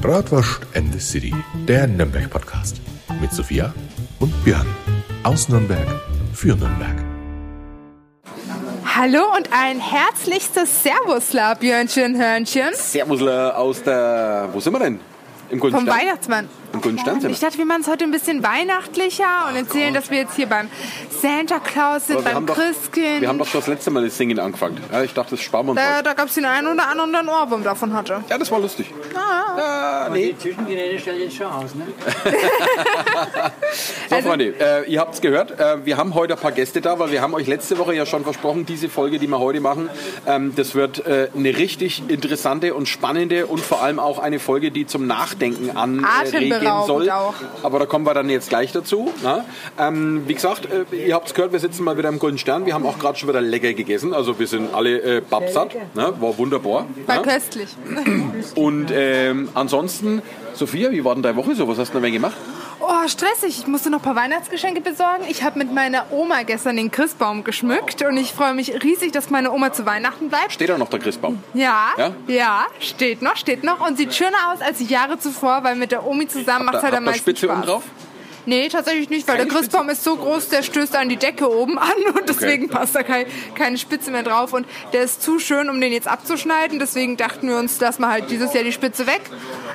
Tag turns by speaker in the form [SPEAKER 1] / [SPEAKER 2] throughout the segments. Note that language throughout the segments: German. [SPEAKER 1] Bratwurst and the City, der Nürnberg-Podcast mit Sophia und Björn aus Nürnberg für Nürnberg.
[SPEAKER 2] Hallo und ein herzlichstes Servusla, Björnchen, Hörnchen.
[SPEAKER 3] Servusler aus der. Wo sind wir denn? Im Kunststand?
[SPEAKER 2] Vom Weihnachtsmann.
[SPEAKER 3] Im Kunststand sind
[SPEAKER 2] Ich
[SPEAKER 3] wir.
[SPEAKER 2] dachte, wir machen es heute ein bisschen weihnachtlicher und erzählen, dass wir jetzt hier beim Santa Claus sind,
[SPEAKER 3] Aber wir
[SPEAKER 2] beim
[SPEAKER 3] haben doch-
[SPEAKER 2] Christkind.
[SPEAKER 3] Wir haben doch schon das letzte Mal das Singen angefangen. Ja, ich dachte, das sparen wir uns.
[SPEAKER 2] da
[SPEAKER 3] heute.
[SPEAKER 2] da gab es den einen oder anderen, der einen Ohrwurm davon hatte.
[SPEAKER 3] Ja, das war lustig. Ah, nee.
[SPEAKER 4] Die Zwischengeräte stellen jetzt schon aus, ne?
[SPEAKER 3] So, Freunde, äh, ihr habt es gehört. Äh, wir haben heute ein paar Gäste da, weil wir haben euch letzte Woche ja schon versprochen, diese Folge, die wir heute machen, ähm, das wird äh, eine richtig interessante und spannende und vor allem auch eine Folge, die zum Nachdenken anregen
[SPEAKER 2] Atemberaubend
[SPEAKER 3] soll.
[SPEAKER 2] auch.
[SPEAKER 3] Aber da kommen wir dann jetzt gleich dazu. Na? Ähm, wie gesagt, äh, ihr habt es gehört, wir sitzen mal wieder im Golden Stern. Wir haben auch gerade schon wieder lecker gegessen. Also wir sind alle äh, babsatt. Ne? War wunderbar.
[SPEAKER 2] War
[SPEAKER 3] ne?
[SPEAKER 2] köstlich.
[SPEAKER 3] Und ähm, ansonsten, Sophia, wie war denn deine Woche so? Was hast du denn gemacht?
[SPEAKER 2] Oh, stressig. Ich musste noch ein paar Weihnachtsgeschenke besorgen. Ich habe mit meiner Oma gestern den Christbaum geschmückt und ich freue mich riesig, dass meine Oma zu Weihnachten bleibt.
[SPEAKER 3] Steht da noch der Christbaum?
[SPEAKER 2] Ja,
[SPEAKER 3] Ja?
[SPEAKER 2] ja, steht noch, steht noch und sieht schöner aus als die Jahre zuvor, weil mit der Omi zusammen macht es halt
[SPEAKER 3] da
[SPEAKER 2] am meisten
[SPEAKER 3] Spitze Also
[SPEAKER 2] Spaß.
[SPEAKER 3] oben drauf?
[SPEAKER 2] Nee, tatsächlich nicht, weil
[SPEAKER 3] Keine
[SPEAKER 2] der Christbaum ist so groß, der stößt an die Decke oben an und deswegen passt da kein, keine Spitze mehr drauf und der ist zu schön, um den jetzt abzuschneiden, deswegen dachten wir uns, lassen wir halt dieses Jahr die Spitze weg,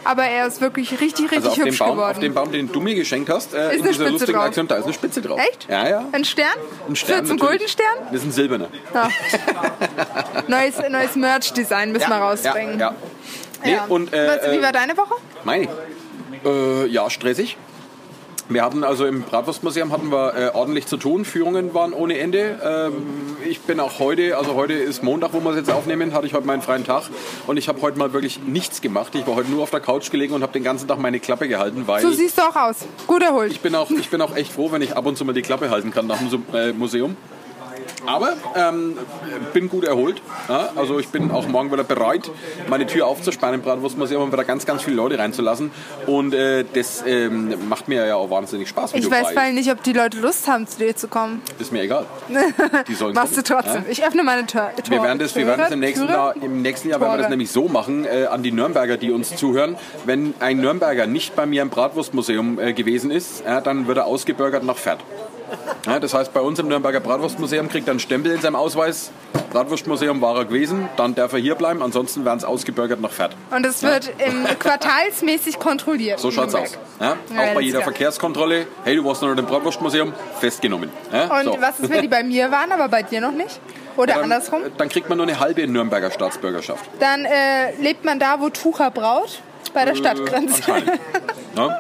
[SPEAKER 2] aber er ist wirklich richtig, richtig
[SPEAKER 3] Also auf dem,
[SPEAKER 2] hübsch
[SPEAKER 3] Baum,
[SPEAKER 2] geworden.
[SPEAKER 3] auf dem Baum, den du mir geschenkt hast, äh,
[SPEAKER 2] Ist
[SPEAKER 3] in
[SPEAKER 2] eine
[SPEAKER 3] dieser
[SPEAKER 2] Spitze
[SPEAKER 3] lustigen
[SPEAKER 2] drauf.
[SPEAKER 3] Aktion, da ist eine Spitze drauf.
[SPEAKER 2] Echt?
[SPEAKER 3] Ja, ja.
[SPEAKER 2] Ein Stern?
[SPEAKER 3] Ein Stern
[SPEAKER 2] Für zum
[SPEAKER 3] natürlich.
[SPEAKER 2] goldenen Stern?
[SPEAKER 3] Das ist ein silberner.
[SPEAKER 2] Ja. neues neues Merch-Design müssen wir rausbringen.
[SPEAKER 3] Ja, ja. Nee,
[SPEAKER 2] Ja.
[SPEAKER 3] Und, äh,
[SPEAKER 2] Wie
[SPEAKER 3] äh,
[SPEAKER 2] war deine Woche?
[SPEAKER 3] meine ich. Äh, ja, stressig. Wir hatten also im Bratwurstmuseum hatten wir äh, ordentlich zu tun. Führungen waren ohne Ende. Ähm, ich bin auch heute, also heute ist Montag, wo wir es jetzt aufnehmen, hatte ich heute meinen freien Tag und ich habe heute mal wirklich nichts gemacht. Ich war heute nur auf der Couch gelegen und habe den ganzen Tag meine Klappe gehalten, weil
[SPEAKER 2] So siehst du auch aus. Gut erholt.
[SPEAKER 3] ich bin auch, ich bin auch echt froh, wenn ich ab und zu mal die Klappe halten kann nach dem Su- äh, Museum. Aber ähm, bin gut erholt. Ja? Also ich bin auch morgen wieder bereit, meine Tür aufzusperren im Bratwurstmuseum und wieder ganz, ganz viele Leute reinzulassen. Und äh, das ähm, macht mir ja auch wahnsinnig Spaß. Wie
[SPEAKER 2] Ich
[SPEAKER 3] du
[SPEAKER 2] weiß
[SPEAKER 3] weißt.
[SPEAKER 2] vor allem nicht, ob die Leute Lust haben, zu dir zu kommen.
[SPEAKER 3] Ist mir egal. Die sollen
[SPEAKER 2] Machst du
[SPEAKER 3] kommen.
[SPEAKER 2] trotzdem. Ich öffne meine Tür. Tore.
[SPEAKER 3] Wir werden das, wir werden das im nächsten
[SPEAKER 2] Türe.
[SPEAKER 3] Jahr, im nächsten Jahr werden wir das
[SPEAKER 2] Tore.
[SPEAKER 3] nämlich so machen, äh, an die Nürnberger, die uns zuhören. Wenn ein Nürnberger nicht bei mir im Bratwurstmuseum äh, gewesen ist, äh, dann wird er ausgebürgert nach Pferd. Ja, das heißt, bei uns im Nürnberger Bratwurstmuseum kriegt er einen Stempel in seinem Ausweis. Bratwurstmuseum war er gewesen, dann darf er hier bleiben, ansonsten werden es ausgebürgert nach Pferd.
[SPEAKER 2] Und es wird im quartalsmäßig kontrolliert.
[SPEAKER 3] So schaut's aus. Ja?
[SPEAKER 2] Ja,
[SPEAKER 3] Auch bei
[SPEAKER 2] alles
[SPEAKER 3] jeder
[SPEAKER 2] klar.
[SPEAKER 3] Verkehrskontrolle, hey, du warst noch nicht im Bratwurstmuseum, festgenommen. Ja?
[SPEAKER 2] Und
[SPEAKER 3] so.
[SPEAKER 2] was ist, wenn die bei mir waren, aber bei dir noch nicht? Oder
[SPEAKER 3] dann, äh,
[SPEAKER 2] andersrum?
[SPEAKER 3] Dann kriegt man nur eine halbe Nürnberger Staatsbürgerschaft.
[SPEAKER 2] Dann äh, lebt man da, wo Tucher braut, bei der Stadtgrenze.
[SPEAKER 3] Äh,
[SPEAKER 2] Ah,
[SPEAKER 3] anscheinend. Ja,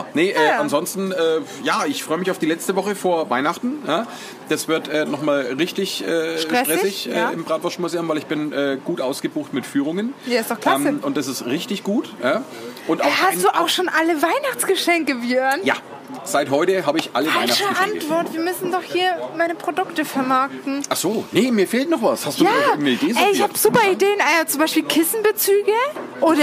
[SPEAKER 3] ja nee, äh,
[SPEAKER 2] ja.
[SPEAKER 3] ansonsten, äh, ja, ich freue mich auf die letzte Woche vor Weihnachten. Ja? Das wird äh, nochmal richtig äh, stressig,
[SPEAKER 2] Stressig, ja.
[SPEAKER 3] äh, im Bratwurstmuseum, weil ich bin äh, gut ausgebucht mit Führungen. Ähm,
[SPEAKER 2] Ja, ist doch klasse. Äh,
[SPEAKER 3] und das ist richtig gut. Ja? Und auch ein-
[SPEAKER 2] Hast du auch schon alle Weihnachtsgeschenke, Björn?
[SPEAKER 3] Ja, seit heute habe ich alle
[SPEAKER 2] Falsche
[SPEAKER 3] Weihnachtsgeschenke.
[SPEAKER 2] Antwort. Wir müssen doch hier meine Produkte vermarkten.
[SPEAKER 3] Ach so, nee, mir fehlt noch was. Hast du
[SPEAKER 2] Ja,
[SPEAKER 3] noch irgendeine Idee,
[SPEAKER 2] ey, ich
[SPEAKER 3] Sophia?
[SPEAKER 2] habe super Ideen. Äh, zum Beispiel Kissenbezüge oder
[SPEAKER 3] Aber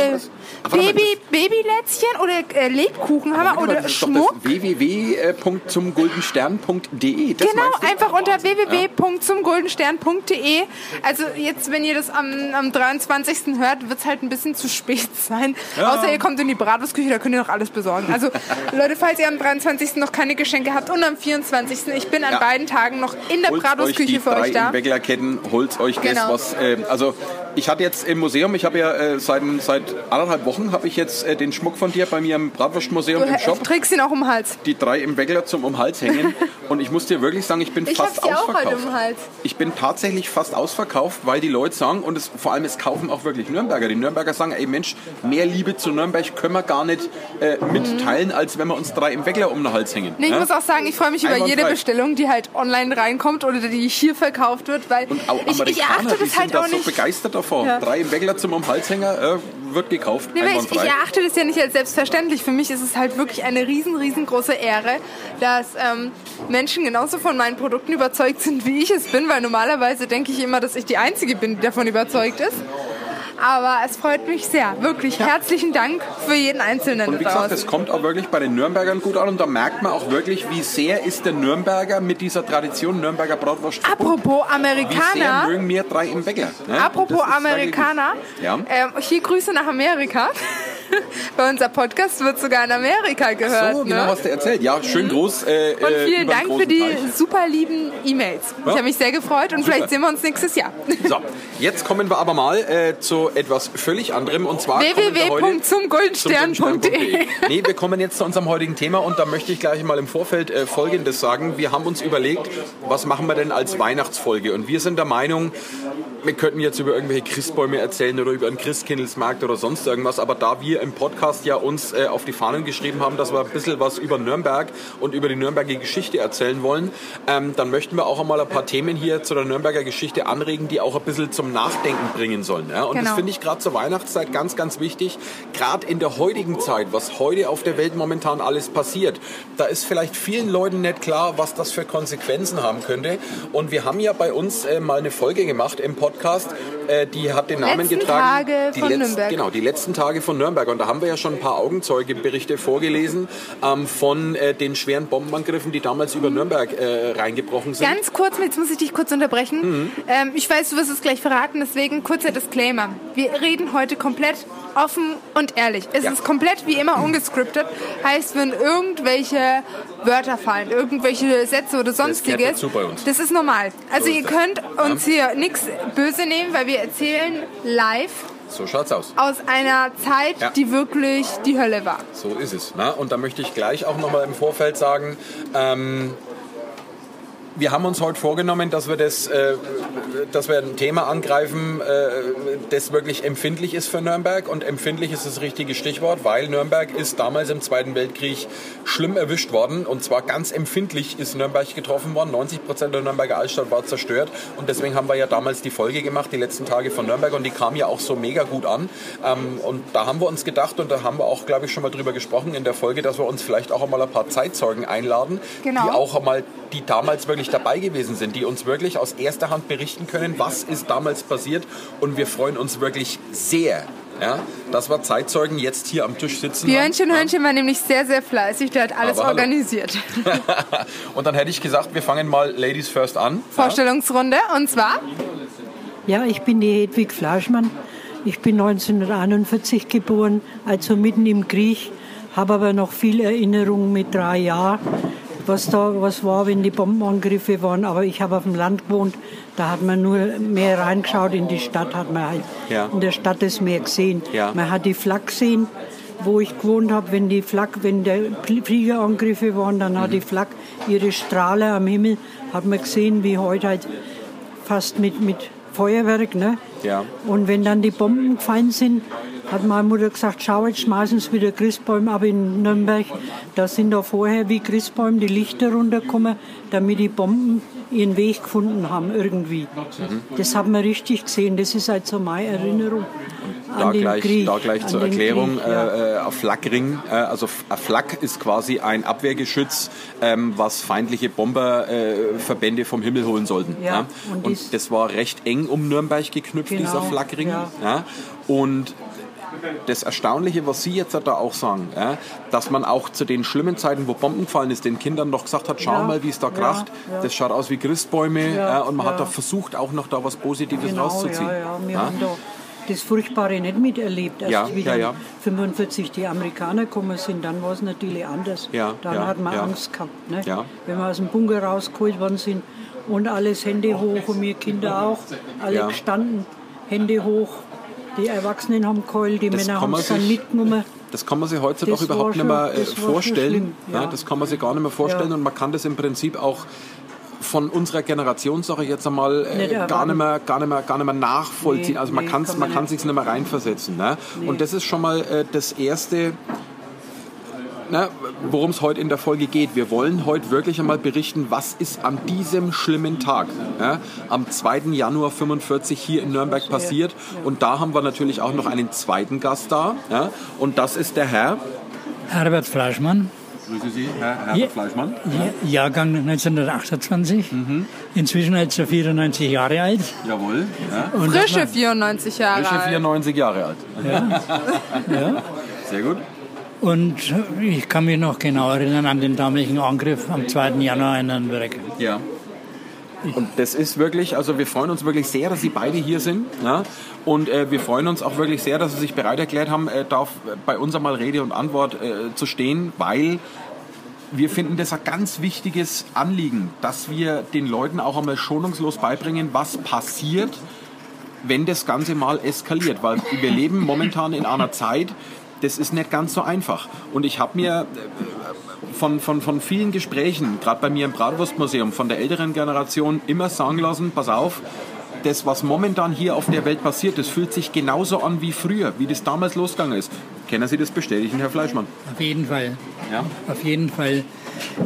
[SPEAKER 3] warte mal,
[SPEAKER 2] Baby, Babylätzchen oder äh, Lebkuchen haben wir
[SPEAKER 3] Warte mal,
[SPEAKER 2] oder
[SPEAKER 3] das ist doch das
[SPEAKER 2] Schmuck.
[SPEAKER 3] äh, www.zumguldenstern.de. E. Das
[SPEAKER 2] Genau,
[SPEAKER 3] meinst du?
[SPEAKER 2] einfach unter www.zumguldenstern.de. Also jetzt, wenn ihr das am, am 23. hört, wird es halt ein bisschen zu spät sein.
[SPEAKER 3] Ja.
[SPEAKER 2] Außer ihr kommt in die Bratwurstküche, da könnt ihr noch alles besorgen. Also Leute, falls ihr am 23. noch keine Geschenke habt und am 24. Ich bin an
[SPEAKER 3] Ja.
[SPEAKER 2] beiden Tagen noch in der
[SPEAKER 3] holt euch die
[SPEAKER 2] Bratwurstküche für
[SPEAKER 3] drei
[SPEAKER 2] euch da.
[SPEAKER 3] Entwicklerketten, holt euch das,
[SPEAKER 2] Genau.
[SPEAKER 3] was. Äh, also ich hatte jetzt im Museum, ich habe ja äh, seit, seit anderthalb Wochen habe ich jetzt äh, den Schmuck von dir bei mir im Bratwurstmuseum im
[SPEAKER 2] Du
[SPEAKER 3] Shop.
[SPEAKER 2] trägst ihn auch um den Hals.
[SPEAKER 3] Die drei im Weckler zum um den Hals hängen. Und ich muss dir wirklich sagen, ich bin
[SPEAKER 2] Ich
[SPEAKER 3] fast
[SPEAKER 2] hab's dir auch
[SPEAKER 3] ausverkauft.
[SPEAKER 2] heute um den Hals.
[SPEAKER 3] Ich bin tatsächlich fast ausverkauft, weil die Leute sagen, und es, vor allem es kaufen auch wirklich Nürnberger. Die Nürnberger sagen, ey Mensch, mehr Liebe zu Nürnberg können wir gar nicht äh, mitteilen, als wenn wir uns drei im Weckler um den Hals hängen.
[SPEAKER 2] Nee, ich
[SPEAKER 3] Ja?
[SPEAKER 2] muss auch sagen, ich freue mich über jede
[SPEAKER 3] Einwandfrei.
[SPEAKER 2] Bestellung, die halt online reinkommt oder die hier verkauft wird, weil
[SPEAKER 3] Und auch
[SPEAKER 2] ich,
[SPEAKER 3] Amerikaner,
[SPEAKER 2] ich erachte
[SPEAKER 3] die
[SPEAKER 2] das
[SPEAKER 3] sind
[SPEAKER 2] halt
[SPEAKER 3] da
[SPEAKER 2] auch
[SPEAKER 3] so
[SPEAKER 2] nicht.
[SPEAKER 3] begeistert davon.
[SPEAKER 2] Ja.
[SPEAKER 3] Drei im Weckler zum Umhalshänger äh, wird gekauft.
[SPEAKER 2] Nee, weil ich, ich
[SPEAKER 3] einwandfrei.
[SPEAKER 2] erachte das ja nicht als selbstverständlich. Für mich ist es halt wirklich eine riesen, riesengroße Ehre, dass ähm, Menschen genauso von meinen Produkten überzeugt sind, wie ich es bin, weil normalerweise denke ich immer, dass ich die Einzige bin, die davon überzeugt ist. Aber es freut mich sehr. Wirklich herzlichen Dank für jeden Einzelnen
[SPEAKER 3] und wie
[SPEAKER 2] da
[SPEAKER 3] gesagt,
[SPEAKER 2] draußen.
[SPEAKER 3] das kommt auch wirklich bei den Nürnbergern gut an und da merkt man auch wirklich, wie sehr ist der Nürnberger mit dieser Tradition Nürnberger Bratwurst verbunden.
[SPEAKER 2] Apropos
[SPEAKER 3] Wie sehr
[SPEAKER 2] Amerikaner.
[SPEAKER 3] mögen wir drei im Weckler. ne?
[SPEAKER 2] Apropos
[SPEAKER 3] Das ist wirklich-
[SPEAKER 2] Amerikaner, Äh,
[SPEAKER 3] Ja.
[SPEAKER 2] ähm, hier Grüße nach Amerika. Bei unser Podcast wird sogar in Amerika gehört.
[SPEAKER 3] So, genau,
[SPEAKER 2] ne?
[SPEAKER 3] was der erzählt. Ja, schönen Gruß. Äh,
[SPEAKER 2] Und
[SPEAKER 3] äh,
[SPEAKER 2] vielen
[SPEAKER 3] über den
[SPEAKER 2] Dank für
[SPEAKER 3] großen
[SPEAKER 2] die
[SPEAKER 3] Teich.
[SPEAKER 2] super lieben E-Mails. Ich
[SPEAKER 3] Ja.
[SPEAKER 2] habe mich sehr gefreut und vielleicht sehen wir uns nächstes Jahr.
[SPEAKER 3] So, jetzt kommen wir aber mal äh, zu etwas völlig anderem und zwar kommen wir heute zum E.
[SPEAKER 2] www.zumgoldenstern.de
[SPEAKER 3] Stern.de. Nee, wir kommen jetzt zu unserem heutigen Thema und da möchte ich gleich mal im Vorfeld äh, Folgendes sagen. Wir haben uns überlegt, was machen wir denn als Weihnachtsfolge? Und wir sind der Meinung, wir könnten jetzt über irgendwelche Christbäume erzählen oder über einen Christkindlesmarkt oder sonst irgendwas, aber da wir im Podcast ja uns äh, auf die Fahnen geschrieben haben, dass wir ein bisschen was über Nürnberg und über die Nürnberger Geschichte erzählen wollen, ähm, dann möchten wir auch einmal ein paar Themen hier zu der Nürnberger Geschichte anregen, die auch ein bisschen zum Nachdenken bringen sollen. Ja? Und das
[SPEAKER 2] Genau.
[SPEAKER 3] finde ich gerade zur Weihnachtszeit ganz, ganz wichtig. Gerade in der heutigen Zeit, was heute auf der Welt momentan alles passiert, da ist vielleicht vielen Leuten nicht klar, was das für Konsequenzen haben könnte. Und wir haben ja bei uns äh, mal eine Folge gemacht im Podcast, äh, die hat den Namen
[SPEAKER 2] Letzten
[SPEAKER 3] getragen.
[SPEAKER 2] Tage
[SPEAKER 3] die
[SPEAKER 2] von
[SPEAKER 3] letzten-
[SPEAKER 2] Nürnberg.
[SPEAKER 3] Genau, die letzten Tage von Nürnberg. Und da haben wir ja schon ein paar Augenzeugeberichte vorgelesen ähm, von äh, den schweren Bombenangriffen, die damals über Nürnberg äh, reingebrochen sind.
[SPEAKER 2] Ganz kurz, jetzt muss ich dich kurz unterbrechen. Ähm, ich weiß, du wirst es gleich verraten, deswegen kurzer Disclaimer. Wir reden heute komplett offen und ehrlich. Es
[SPEAKER 3] Ja.
[SPEAKER 2] ist komplett wie immer ungescriptet. Heißt, wenn irgendwelche Wörter fallen, irgendwelche Sätze oder sonstiges,
[SPEAKER 3] dazu bei uns.
[SPEAKER 2] das ist normal. Also
[SPEAKER 3] ist
[SPEAKER 2] ihr
[SPEAKER 3] das.
[SPEAKER 2] könnt uns hier nichts böse nehmen, weil wir erzählen live
[SPEAKER 3] So schaut's aus.
[SPEAKER 2] aus einer Zeit,
[SPEAKER 3] Ja.
[SPEAKER 2] die wirklich die Hölle war.
[SPEAKER 3] So ist es. Ne? Und da möchte ich gleich auch nochmal im Vorfeld sagen, ähm, wir haben uns heute vorgenommen, dass wir, das, äh, dass wir ein Thema angreifen, äh, das wirklich empfindlich ist für Nürnberg. Und empfindlich ist das richtige Stichwort, weil Nürnberg ist damals im Zweiten Weltkrieg schlimm erwischt worden. Und zwar ganz empfindlich ist Nürnberg getroffen worden. 90 Prozent der Nürnberger Altstadt war zerstört. Und deswegen haben wir ja damals die Folge gemacht, die letzten Tage von Nürnberg. Und die kam ja auch so mega gut an. Ähm, und da haben wir uns gedacht, und da haben wir auch, glaube ich, schon mal drüber gesprochen in der Folge, dass wir uns vielleicht auch einmal ein paar Zeitzeugen einladen,
[SPEAKER 2] Genau.
[SPEAKER 3] die auch einmal, die damals wirklich dabei gewesen sind, die uns wirklich aus erster Hand berichten können, was ist damals passiert. Und wir freuen uns wirklich sehr, ja, dass wir Zeitzeugen jetzt hier am Tisch sitzen. haben.
[SPEAKER 2] Björnchen Hörnchen war nämlich sehr, sehr fleißig. Der hat alles
[SPEAKER 3] Aber hallo.
[SPEAKER 2] organisiert.
[SPEAKER 3] und dann hätte ich gesagt, wir fangen mal Ladies First an.
[SPEAKER 2] Vorstellungsrunde und zwar
[SPEAKER 5] Ja, ich bin die Hedwig Fleischmann. Ich bin 1941 geboren, also mitten im Krieg, habe aber noch viel Erinnerung mit drei Jahren, was da was war, wenn die Bombenangriffe waren. Aber ich habe auf dem Land gewohnt, da hat man nur mehr reingeschaut, in die Stadt hat man halt
[SPEAKER 3] Ja.
[SPEAKER 5] in der Stadt das mehr gesehen.
[SPEAKER 3] Ja.
[SPEAKER 5] Man hat die Flak gesehen, wo ich gewohnt habe, wenn die Flak, wenn der Fliegerangriffe waren, dann hat die Flak ihre Strahler am Himmel, hat man gesehen, wie heute halt fast mit, mit Feuerwerk. Ne?
[SPEAKER 3] Ja.
[SPEAKER 5] Und wenn dann die Bomben gefallen sind, hat meine Mutter gesagt, schau, jetzt schmeißen sie wieder Christbäume ab in Nürnberg. Da sind da vorher wie Christbäume die Lichter runtergekommen, damit die Bomben ihren Weg gefunden haben irgendwie. Das hat man richtig gesehen. Das ist halt so meine Erinnerung an
[SPEAKER 3] da
[SPEAKER 5] den
[SPEAKER 3] gleich,
[SPEAKER 5] Krieg.
[SPEAKER 3] da gleich
[SPEAKER 5] an
[SPEAKER 3] zur
[SPEAKER 5] den
[SPEAKER 3] Erklärung.
[SPEAKER 5] Krieg, ja.
[SPEAKER 3] äh, äh, ein Flakring, äh, also F- ein Flak ist quasi ein Abwehrgeschütz, ähm, was feindliche Bomberverbände äh, Verbände vom Himmel holen sollten.
[SPEAKER 5] Ja,
[SPEAKER 3] ne?
[SPEAKER 5] und
[SPEAKER 3] Und,
[SPEAKER 5] dies-
[SPEAKER 3] das war recht eng um Nürnberg geknüpft,
[SPEAKER 5] Genau,
[SPEAKER 3] dieser Flakring.
[SPEAKER 5] ja.
[SPEAKER 3] ne? Und das Erstaunliche, was Sie jetzt da auch sagen, ja, dass man auch zu den schlimmen Zeiten, wo Bomben gefallen ist, den Kindern noch gesagt hat, schau
[SPEAKER 5] Ja,
[SPEAKER 3] mal, wie es da
[SPEAKER 5] ja,
[SPEAKER 3] kracht.
[SPEAKER 5] ja.
[SPEAKER 3] Das schaut aus wie Christbäume.
[SPEAKER 5] Ja,
[SPEAKER 3] äh, und man hat
[SPEAKER 5] ja.
[SPEAKER 3] da versucht, auch noch da was Positives rauszuziehen.
[SPEAKER 5] Genau, Ja, ja. Wir
[SPEAKER 3] Ja?
[SPEAKER 5] haben da das Furchtbare nicht miterlebt. Erst
[SPEAKER 3] Ja,
[SPEAKER 5] wie
[SPEAKER 3] ja,
[SPEAKER 5] dann
[SPEAKER 3] ja.
[SPEAKER 5] 45 die Amerikaner gekommen sind, dann war es natürlich anders.
[SPEAKER 3] Ja,
[SPEAKER 5] dann
[SPEAKER 3] ja,
[SPEAKER 5] hat man
[SPEAKER 3] ja.
[SPEAKER 5] Angst gehabt. Ne?
[SPEAKER 3] Ja.
[SPEAKER 5] Wenn wir aus dem Bunker rausgeholt worden sind und alles Hände hoch und wir Kinder auch, alle
[SPEAKER 3] Ja.
[SPEAKER 5] gestanden, Hände hoch. Die Erwachsenen haben geheult, die
[SPEAKER 3] Das
[SPEAKER 5] Männer
[SPEAKER 3] kann
[SPEAKER 5] haben
[SPEAKER 3] man
[SPEAKER 5] es dann
[SPEAKER 3] sich-
[SPEAKER 5] mitgenommen.
[SPEAKER 3] Das kann man sich heute
[SPEAKER 5] Das
[SPEAKER 3] doch überhaupt
[SPEAKER 5] war
[SPEAKER 3] nicht mehr
[SPEAKER 5] schon-
[SPEAKER 3] äh,
[SPEAKER 5] das war schon
[SPEAKER 3] vorstellen.
[SPEAKER 5] schlimm,
[SPEAKER 3] Ja.
[SPEAKER 5] ja.
[SPEAKER 3] Das kann man sich gar nicht mehr vorstellen
[SPEAKER 5] Ja.
[SPEAKER 3] und man kann das im Prinzip auch von unserer Generation, sage ich jetzt einmal, äh,
[SPEAKER 5] Nicht
[SPEAKER 3] gar,
[SPEAKER 5] erwarten.
[SPEAKER 3] nicht mehr, gar, nicht mehr, gar nicht mehr nachvollziehen.
[SPEAKER 5] Nee,
[SPEAKER 3] also man
[SPEAKER 5] nee,
[SPEAKER 3] kann's,
[SPEAKER 5] kann
[SPEAKER 3] man
[SPEAKER 5] man
[SPEAKER 3] kann
[SPEAKER 5] nicht.
[SPEAKER 3] sich nicht mehr reinversetzen. Ne? Und das ist schon mal äh, das Erste, ne, worum es heute in der Folge geht. Wir wollen heute wirklich einmal berichten, was ist an diesem schlimmen Tag, ne, am 2. Januar 45 hier in Nürnberg passiert. Und da haben wir natürlich auch noch einen zweiten Gast da. Ja? Und das ist der Herr.
[SPEAKER 4] Herbert Fleischmann,
[SPEAKER 3] Grüße Sie, Herr
[SPEAKER 4] Ja.
[SPEAKER 3] Fleischmann.
[SPEAKER 4] Jahrgang 1928, inzwischen jetzt so 94 Jahre alt.
[SPEAKER 3] Jawohl.
[SPEAKER 4] Und
[SPEAKER 2] frische 94 Jahre
[SPEAKER 3] Frische
[SPEAKER 2] alt.
[SPEAKER 3] 94 Jahre alt.
[SPEAKER 4] Ja.
[SPEAKER 3] Sehr gut.
[SPEAKER 4] Und ich kann mich noch genau erinnern an den damaligen Angriff am 2. Januar in Nürnberg.
[SPEAKER 3] Ja. Und das ist wirklich, also wir freuen uns wirklich sehr, dass Sie beide hier sind. Ja? Und äh, wir freuen uns auch wirklich sehr, dass Sie sich bereit erklärt haben, äh, darf bei uns einmal Rede und Antwort äh, zu stehen, weil wir finden das ein ganz wichtiges Anliegen, dass wir den Leuten auch einmal schonungslos beibringen, was passiert, wenn das Ganze mal eskaliert. Weil wir leben momentan in einer Zeit, das ist nicht ganz so einfach. Und ich habe mir äh, von, von, von vielen Gesprächen, gerade bei mir im Bratwurstmuseum, von der älteren Generation immer sagen lassen, pass auf, das, was momentan hier auf der Welt passiert, das fühlt sich genauso an wie früher, wie das damals losgegangen ist. Können Sie das bestätigen, Herr Fleischmann?
[SPEAKER 4] Auf jeden Fall.
[SPEAKER 3] Ja.
[SPEAKER 4] Auf jeden Fall.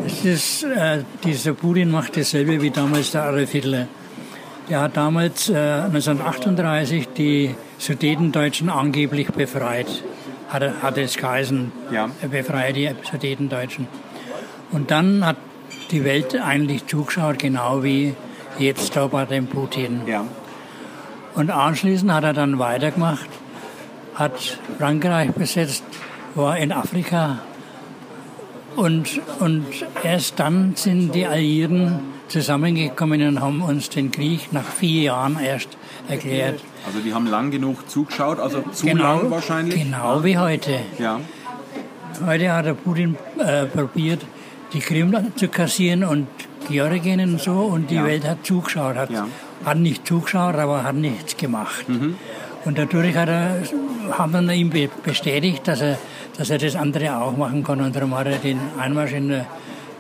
[SPEAKER 4] Es ist, äh, dieser Putin macht dasselbe wie damals der Arevitler. Der hat damals äh, 1938 die Sudetendeutschen angeblich befreit. Hat, er- hat es geheißen,
[SPEAKER 3] Ja.
[SPEAKER 4] Er befreie die Sudetendeutschen. Und dann hat die Welt eigentlich zugeschaut, genau wie jetzt da bei dem Putin.
[SPEAKER 3] Ja.
[SPEAKER 4] Und anschließend hat er dann weitergemacht, hat Frankreich besetzt, war in Afrika. Und, und erst dann sind die Alliierten zusammengekommen und haben uns den Krieg nach vier Jahren erst erklärt.
[SPEAKER 3] Also die haben lang genug zugeschaut, also zu lang wahrscheinlich.
[SPEAKER 4] genau wie heute.
[SPEAKER 3] Ja.
[SPEAKER 4] Heute hat der Putin äh, probiert, die Krim zu kassieren und Georgien und so. Und die Welt hat zugeschaut, hat,
[SPEAKER 3] Ja. Mhm.
[SPEAKER 4] hat nicht zugeschaut, aber hat nichts gemacht. Und dadurch hat er, haben dann ihm be- bestätigt, dass er, dass er das andere auch machen kann. Und darum hat er den Einmarsch in der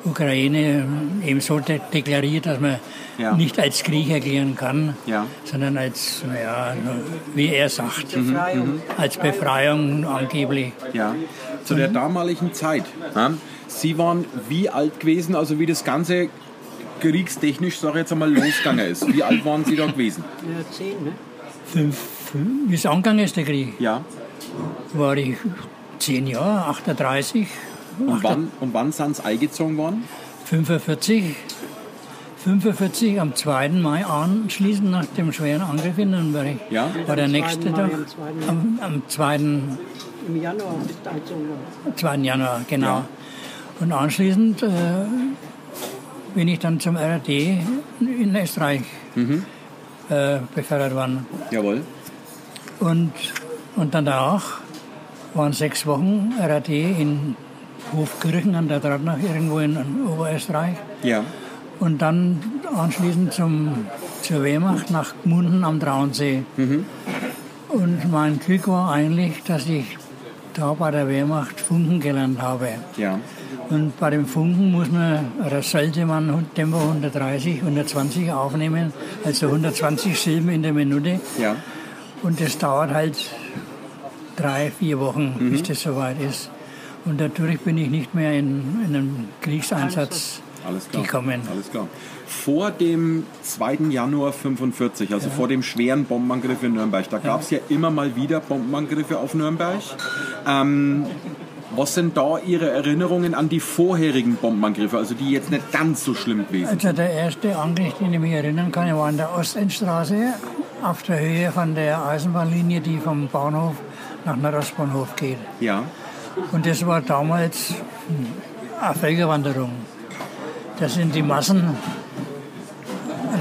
[SPEAKER 4] Ukraine eben so de deklariert, dass man
[SPEAKER 3] Ja.
[SPEAKER 4] nicht als Krieg erklären kann,
[SPEAKER 3] Ja.
[SPEAKER 4] sondern als, ja, wie er sagt,
[SPEAKER 3] Mhm,
[SPEAKER 4] als Befreiung angeblich.
[SPEAKER 3] Ja. Zu der damaligen Zeit. Ja. Sie waren wie alt gewesen, also wie das Ganze kriegstechnisch, sag ich jetzt einmal, losgegangen ist. Wie alt waren Sie da gewesen?
[SPEAKER 5] Ja, zehn, ne?
[SPEAKER 4] Fünf, fünf- wie es angegangen ist, der Krieg,
[SPEAKER 3] Ja.
[SPEAKER 4] war ich zehn Jahre, 38,
[SPEAKER 3] Und wann, und wann sind Sie eingezogen worden?
[SPEAKER 4] 45. 45 am 2. Mai anschließend nach dem schweren Angriff in Nürnberg.
[SPEAKER 3] Ja.
[SPEAKER 4] War der
[SPEAKER 5] Am
[SPEAKER 4] nächste
[SPEAKER 5] 2. Mai,
[SPEAKER 4] Tag
[SPEAKER 5] am 2. Mai.
[SPEAKER 4] am, am 2.
[SPEAKER 5] Im Januar ist die Heizung noch.
[SPEAKER 4] 2. Januar, genau. Und anschließend äh, bin ich dann zum RAD in Österreich äh, befördert worden.
[SPEAKER 3] Jawohl.
[SPEAKER 4] Und, und dann danach waren sechs Wochen RAD in Hofkirchen an der Drahtnach, irgendwo in Oberösterreich.
[SPEAKER 3] Ja.
[SPEAKER 4] Und dann anschließend zum, zur Wehrmacht nach Gmunden am Traunsee. Und mein Glück war eigentlich, dass ich da bei der Wehrmacht Funken gelernt habe.
[SPEAKER 3] Ja.
[SPEAKER 4] Und bei dem Funken muss man, oder sollte man hund- Tempo 130, 120 aufnehmen, also 120 Silben in der Minute.
[SPEAKER 3] Ja.
[SPEAKER 4] Und das dauert halt drei, vier Wochen,
[SPEAKER 3] Mhm.
[SPEAKER 4] bis das soweit ist. Und dadurch bin ich nicht mehr in, in einen Kriegseinsatz
[SPEAKER 3] Alles klar.
[SPEAKER 4] gekommen.
[SPEAKER 3] Alles klar. Vor dem 2. Januar 45, also vor dem schweren Bombenangriff in Nürnberg, da gab es ja immer mal wieder Bombenangriffe auf Nürnberg. Ähm, was sind da Ihre Erinnerungen an die vorherigen Bombenangriffe, also die jetzt nicht ganz so schlimm gewesen
[SPEAKER 4] Also der erste Angriff, den ich mich erinnern kann, war an der Ostendstraße auf der Höhe von der Eisenbahnlinie, die vom Bahnhof nach Narosbahnhof geht.
[SPEAKER 3] sind? Ja,
[SPEAKER 4] Und das war damals hm, eine Völkerwanderung. Da sind die Massen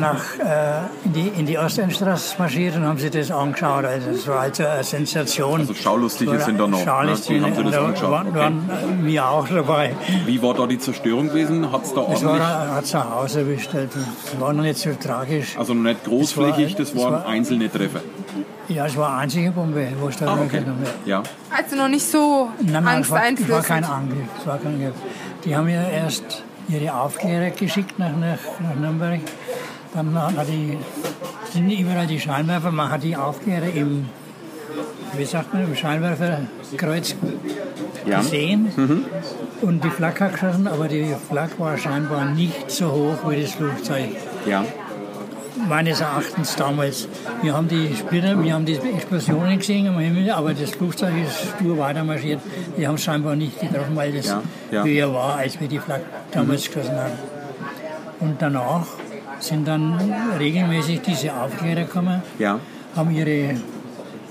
[SPEAKER 4] nach, äh, in, die, in die Ostendstraße marschiert und haben sich das angeschaut. Also das war also eine Sensation.
[SPEAKER 3] Also Schaulustige sind da noch, ne?
[SPEAKER 4] Schaulustige,
[SPEAKER 3] Die haben sich das
[SPEAKER 4] da
[SPEAKER 3] angeschaut,
[SPEAKER 4] Waren,
[SPEAKER 3] okay.
[SPEAKER 4] waren wir auch dabei.
[SPEAKER 3] wie war da die Zerstörung gewesen? Hat es da
[SPEAKER 4] Das war
[SPEAKER 3] ordentlich,
[SPEAKER 4] hat zu Hause erwischt. also Das war noch nicht so tragisch.
[SPEAKER 3] also noch nicht großflächig, das
[SPEAKER 4] das
[SPEAKER 3] waren
[SPEAKER 4] war-
[SPEAKER 3] einzelne Treffer.
[SPEAKER 4] Ja, es war eine einzige Bombe, wo es da
[SPEAKER 3] Ah, okay.
[SPEAKER 4] runtergegangen ist.
[SPEAKER 3] Ja,
[SPEAKER 2] Also noch nicht so
[SPEAKER 4] Nein, nein, es war, es war
[SPEAKER 2] angsteinflößend.
[SPEAKER 4] kein Angriff. Es war kein Angriff. Die haben ja erst ihre Aufklärer geschickt nach, nach, nach Nürnberg. Dann hat die, sind überall die Scheinwerfer, man hat die Aufklärer im, wie sagt man, im Scheinwerferkreuz
[SPEAKER 3] Ja.
[SPEAKER 4] gesehen und die Flak hat geschossen, aber die Flak war scheinbar nicht so hoch wie das Flugzeug
[SPEAKER 3] ja,
[SPEAKER 4] meines Erachtens damals. Wir haben die Splitter, wir haben die Explosionen gesehen am Himmel, aber das Flugzeug ist stur weitermarschiert. Wir haben es scheinbar nicht getroffen, weil das
[SPEAKER 3] Ja, ja. Mhm.
[SPEAKER 4] höher war, als wir die Flak damals geschossen haben. Und danach sind dann regelmäßig diese Aufklärer gekommen,
[SPEAKER 3] ja,
[SPEAKER 4] haben ihre,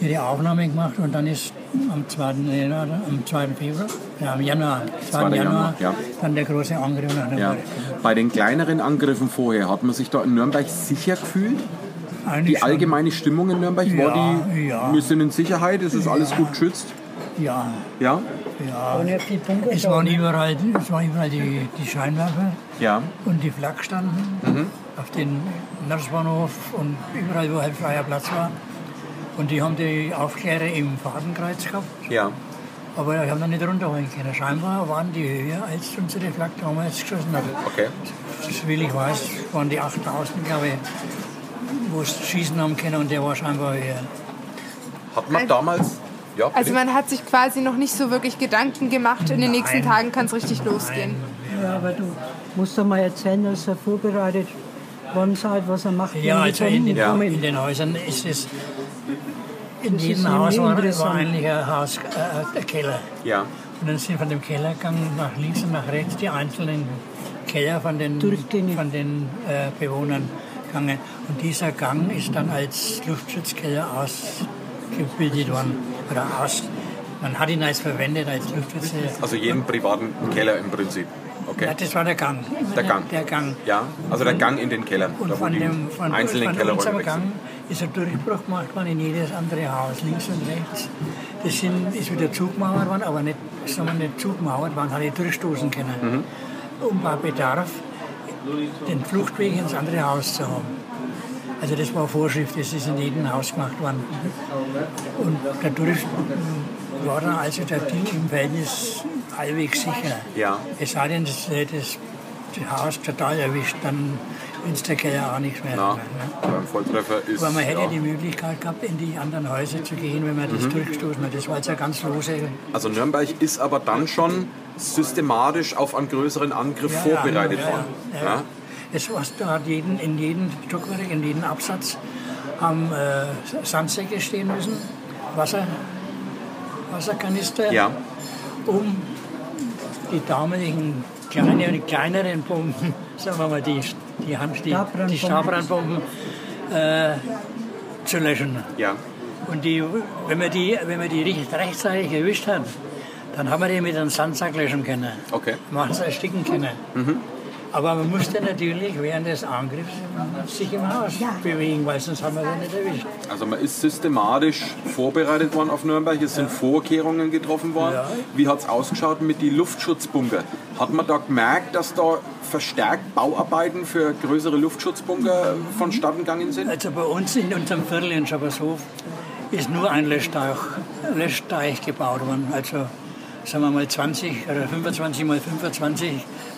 [SPEAKER 4] ihre Aufnahmen gemacht und dann ist am 2. Januar, oder? am 2. Februar, ja, am Januar, 2.
[SPEAKER 3] Januar,
[SPEAKER 4] Januar,
[SPEAKER 3] ja.
[SPEAKER 4] dann der große Angriff nach der
[SPEAKER 3] Ja.
[SPEAKER 4] Wurde.
[SPEAKER 3] Bei den kleineren Angriffen vorher, hat man sich da in Nürnberg sicher gefühlt?
[SPEAKER 4] Eigentlich
[SPEAKER 3] Die
[SPEAKER 4] schon.
[SPEAKER 3] allgemeine Stimmung in Nürnberg war
[SPEAKER 4] Ja,
[SPEAKER 3] die,
[SPEAKER 4] ja.
[SPEAKER 3] wir sind in Sicherheit, es ist alles gut geschützt.
[SPEAKER 4] Ja,
[SPEAKER 3] Ja,
[SPEAKER 4] ja. Es
[SPEAKER 5] Es
[SPEAKER 4] waren überall, es waren überall die, die Scheinwerfer
[SPEAKER 3] ja.
[SPEAKER 4] und die Flaggstangen auf den Merzbahnhof und überall, wo halt freier Platz war. Und die haben die Aufklärer im Fadenkreuz gehabt.
[SPEAKER 3] Ja,
[SPEAKER 4] Aber ich habe noch nicht runterholen können. Scheinbar waren die höher als unsere Flak damals geschossen hat.
[SPEAKER 3] okay.
[SPEAKER 4] Soviel ich weiß, waren die 8000, glaube ich, wo es schießen haben können und der war scheinbar höher.
[SPEAKER 3] Hat man damals... Ja,
[SPEAKER 2] Also
[SPEAKER 3] bitte?
[SPEAKER 2] man hat sich quasi noch nicht so wirklich Gedanken gemacht, in den nächsten
[SPEAKER 4] Nein.
[SPEAKER 2] Tagen kann es richtig losgehen.
[SPEAKER 5] Ja, aber du musst doch mal erzählen, dass ihr vorbereitet worden seid, was er macht.
[SPEAKER 4] Ja,
[SPEAKER 5] wenn die
[SPEAKER 4] also in den,
[SPEAKER 5] Bomben
[SPEAKER 3] Ja.
[SPEAKER 5] kommen.
[SPEAKER 4] in den Häusern ist es. In
[SPEAKER 5] Das
[SPEAKER 4] jedem
[SPEAKER 5] ist
[SPEAKER 4] Haus war, war
[SPEAKER 5] interessant.
[SPEAKER 4] eigentlich ein, Haus, äh, ein Keller.
[SPEAKER 3] ja.
[SPEAKER 4] Und dann sind von dem Kellergang nach links und nach rechts die einzelnen Keller von den,
[SPEAKER 5] Durchgänge.
[SPEAKER 4] von den äh, Bewohnern gegangen. Und dieser Gang ist dann als Luftschutzkeller ausgebildet worden. Oder aus. Man hat ihn als verwendet, als Luftschutzkeller.
[SPEAKER 3] Also jeden privaten Keller im Prinzip.
[SPEAKER 4] Ja,
[SPEAKER 3] Okay.
[SPEAKER 4] das war der Gang.
[SPEAKER 3] Der Gang.
[SPEAKER 4] Der Gang.
[SPEAKER 3] Ja, also der Gang in den Keller.
[SPEAKER 4] Und
[SPEAKER 3] da wo
[SPEAKER 4] von
[SPEAKER 3] die
[SPEAKER 4] dem von,
[SPEAKER 3] einzelnen
[SPEAKER 4] von
[SPEAKER 3] Kellerräume
[SPEAKER 4] unserem
[SPEAKER 3] weg sind.
[SPEAKER 4] Gang ist ein Durchbruch gemacht worden in jedes andere Haus, links und rechts. Das sind, ist wieder zugemauert worden, aber nicht, sondern nicht zugemauert, man hat nicht durchstoßen
[SPEAKER 3] Mhm.
[SPEAKER 4] können. Um bei Bedarf den Fluchtweg ins andere Haus zu haben. Also das war Vorschrift, das ist in jedem Haus gemacht worden. Und dadurch war dann also der Deal im Verhältnis halbwegs sicher.
[SPEAKER 3] Ja.
[SPEAKER 4] Es sei denn, das, das, das Haus total erwischt, dann ist der Keller auch nichts mehr.
[SPEAKER 3] Ja,
[SPEAKER 4] drin, ne?
[SPEAKER 3] beim Volltreffer ist.
[SPEAKER 4] Aber man hätte
[SPEAKER 3] ja. Mhm.
[SPEAKER 4] die Möglichkeit gehabt, in die anderen Häuser zu gehen, wenn man das durchstoßen hat. Das war jetzt eine ganz lose
[SPEAKER 3] Also Nürnberg ist aber dann schon systematisch auf einen größeren Angriff vorbereitet
[SPEAKER 4] ja, ja,
[SPEAKER 3] worden.
[SPEAKER 4] Ja,
[SPEAKER 3] Ja.
[SPEAKER 4] ja. Es war da hat jeden, in jedem Stockwerk, in jedem Absatz haben äh, Sandsäcke stehen müssen, Wasser, Wasserkanister,
[SPEAKER 3] Ja.
[SPEAKER 4] um die damaligen kleine und kleineren Bomben, sagen wir mal die, die, Hand, die,
[SPEAKER 5] Stabbrandbomben.
[SPEAKER 4] die Stabbrandbomben, äh, zu löschen.
[SPEAKER 3] Ja.
[SPEAKER 4] Und die, wenn man die, wenn man die recht- rechtzeitig erwischt hat, dann haben wir die mit einem Sandsack löschen können.
[SPEAKER 3] Okay.
[SPEAKER 4] Man hat sie ersticken können. Aber man musste natürlich während des Angriffs sich im Haus bewegen, weil sonst haben wir sie nicht erwischt.
[SPEAKER 3] Also man ist systematisch vorbereitet worden auf Nürnberg, es sind Vorkehrungen getroffen worden. Wie hat es ausgeschaut mit den Luftschutzbunker? Hat man da gemerkt, dass da verstärkt Bauarbeiten für größere Luftschutzbunker vonstatten gegangen sind?
[SPEAKER 4] Also bei uns in unserem Viertel in Schappershof ist nur ein Löschteich, Löschteich gebaut worden. Also sagen wir mal 20 oder 25 mal 25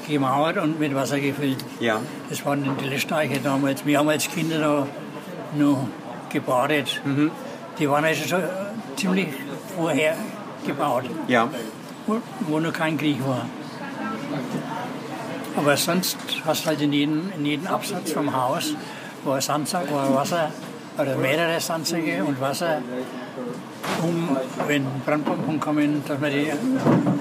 [SPEAKER 4] gemauert und mit Wasser gefüllt.
[SPEAKER 3] Ja.
[SPEAKER 4] Das waren dann die Löschteiche damals. Wir haben als Kinder da noch gebadet. Die waren also schon ziemlich vorher gebaut,
[SPEAKER 3] Ja.
[SPEAKER 4] wo- wo noch kein Krieg war. Aber sonst hast halt in jedem, in jedem Absatz vom Haus war ein Sandsack, war Wasser oder mehrere Sandsäcke und Wasser, um, wenn Brandbomben kommen, dass man die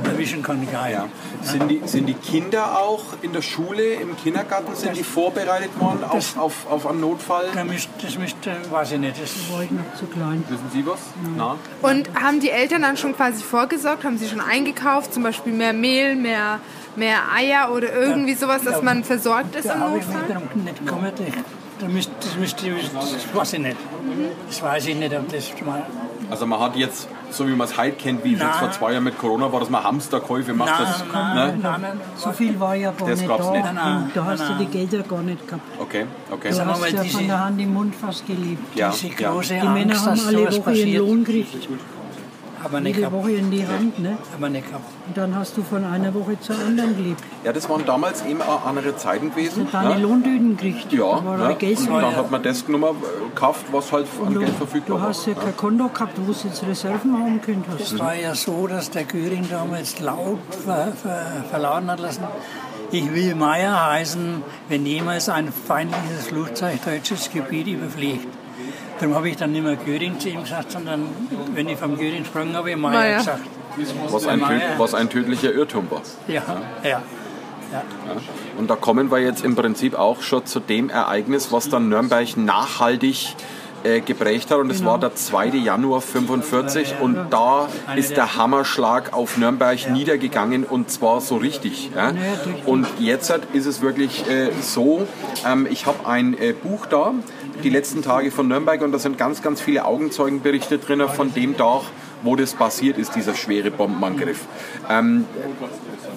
[SPEAKER 4] erwischen kann. Gar
[SPEAKER 3] Ja. Sind, die, sind die Kinder auch in der Schule, im Kindergarten, sind die vorbereitet worden auf, auf, auf einen Notfall?
[SPEAKER 4] Da müsst, das müsste, weiß ich nicht, das
[SPEAKER 5] War ich noch zu klein.
[SPEAKER 3] Wissen Sie was? Na?
[SPEAKER 2] Und haben die Eltern dann schon quasi vorgesorgt? Haben sie schon eingekauft? Zum Beispiel mehr Mehl, mehr, mehr Eier oder irgendwie sowas, dass man versorgt ist
[SPEAKER 4] Da
[SPEAKER 2] im
[SPEAKER 4] habe ich mich
[SPEAKER 2] Notfall?
[SPEAKER 4] darum nicht gekümmert. Ich- Da müsst, das, müsst, das weiß ich nicht. Das weiß ich nicht, ob das mal.
[SPEAKER 3] Also man hat jetzt, so wie man es heute kennt, wie
[SPEAKER 4] Na.
[SPEAKER 3] jetzt vor zwei Jahren mit Corona war, dass man Hamsterkäufe macht. das,
[SPEAKER 4] nein,
[SPEAKER 3] ne?
[SPEAKER 4] nein, nein.
[SPEAKER 5] So viel war ja gar
[SPEAKER 3] Das
[SPEAKER 5] nicht da.
[SPEAKER 3] gab's nicht.
[SPEAKER 4] Nein, nein,
[SPEAKER 5] Und da hast
[SPEAKER 4] nein,
[SPEAKER 5] du die Gelder gar nicht gehabt.
[SPEAKER 3] Okay, okay.
[SPEAKER 5] Du
[SPEAKER 4] Sagen wir
[SPEAKER 5] hast
[SPEAKER 4] mal,
[SPEAKER 5] ja
[SPEAKER 4] diese-
[SPEAKER 5] von der Hand im Mund fast gelebt.
[SPEAKER 3] Ja,
[SPEAKER 4] Diese
[SPEAKER 3] ja.
[SPEAKER 4] große
[SPEAKER 5] Die
[SPEAKER 4] Angst,
[SPEAKER 5] Männer haben
[SPEAKER 4] dass
[SPEAKER 5] alle
[SPEAKER 4] sowas
[SPEAKER 5] Woche ihren
[SPEAKER 4] passiert,
[SPEAKER 5] Lohn gekriegt.
[SPEAKER 4] haben wir nicht
[SPEAKER 5] Jede
[SPEAKER 4] gehabt.
[SPEAKER 5] Woche in die Hand, ne?
[SPEAKER 4] Haben wir nicht gehabt.
[SPEAKER 5] Und dann hast du von einer Woche zur anderen gelebt.
[SPEAKER 3] Ja, das waren damals eben auch andere Zeiten gewesen.
[SPEAKER 5] Und dann die
[SPEAKER 3] ne?
[SPEAKER 5] Lohntüten gekriegt.
[SPEAKER 3] Ja,
[SPEAKER 5] da war
[SPEAKER 3] ne?
[SPEAKER 5] dein Geld
[SPEAKER 3] und
[SPEAKER 5] mehr.
[SPEAKER 3] dann hat man das genommen, äh, gekauft, was halt an
[SPEAKER 5] Du,
[SPEAKER 3] Geld verfügbar
[SPEAKER 5] du
[SPEAKER 3] war.
[SPEAKER 5] hast ja kein Konto gehabt, wo du jetzt Reserven haben könntest.
[SPEAKER 4] Es war ja so, dass der Göring damals laut ver, ver, verlauten hat lassen, ich will Meier heißen, wenn jemals ein feindliches Flugzeug deutsches Gebiet überfliegt. Darum habe ich dann nicht mehr Göring zu ihm gesagt, sondern wenn ich vom Göring gesprochen habe, ich Meier
[SPEAKER 2] Meier.
[SPEAKER 4] gesagt.
[SPEAKER 3] Was ein,
[SPEAKER 4] Meier.
[SPEAKER 3] töd- was ein tödlicher Irrtum war.
[SPEAKER 4] Ja, ja.
[SPEAKER 3] Und da kommen wir jetzt im Prinzip auch schon zu dem Ereignis, was dann Nürnberg nachhaltig äh, geprägt hat. Und es war der 2. Januar 45 und da ist der Hammerschlag auf Nürnberg niedergegangen und zwar so richtig. Ja? Und jetzt hat- ist es wirklich äh, so, ähm, ich habe ein äh, Buch da, die letzten Tage von Nürnberg und da sind ganz, ganz viele Augenzeugenberichte drin von dem Tag, wo das passiert ist, dieser schwere Bombenangriff. Ähm,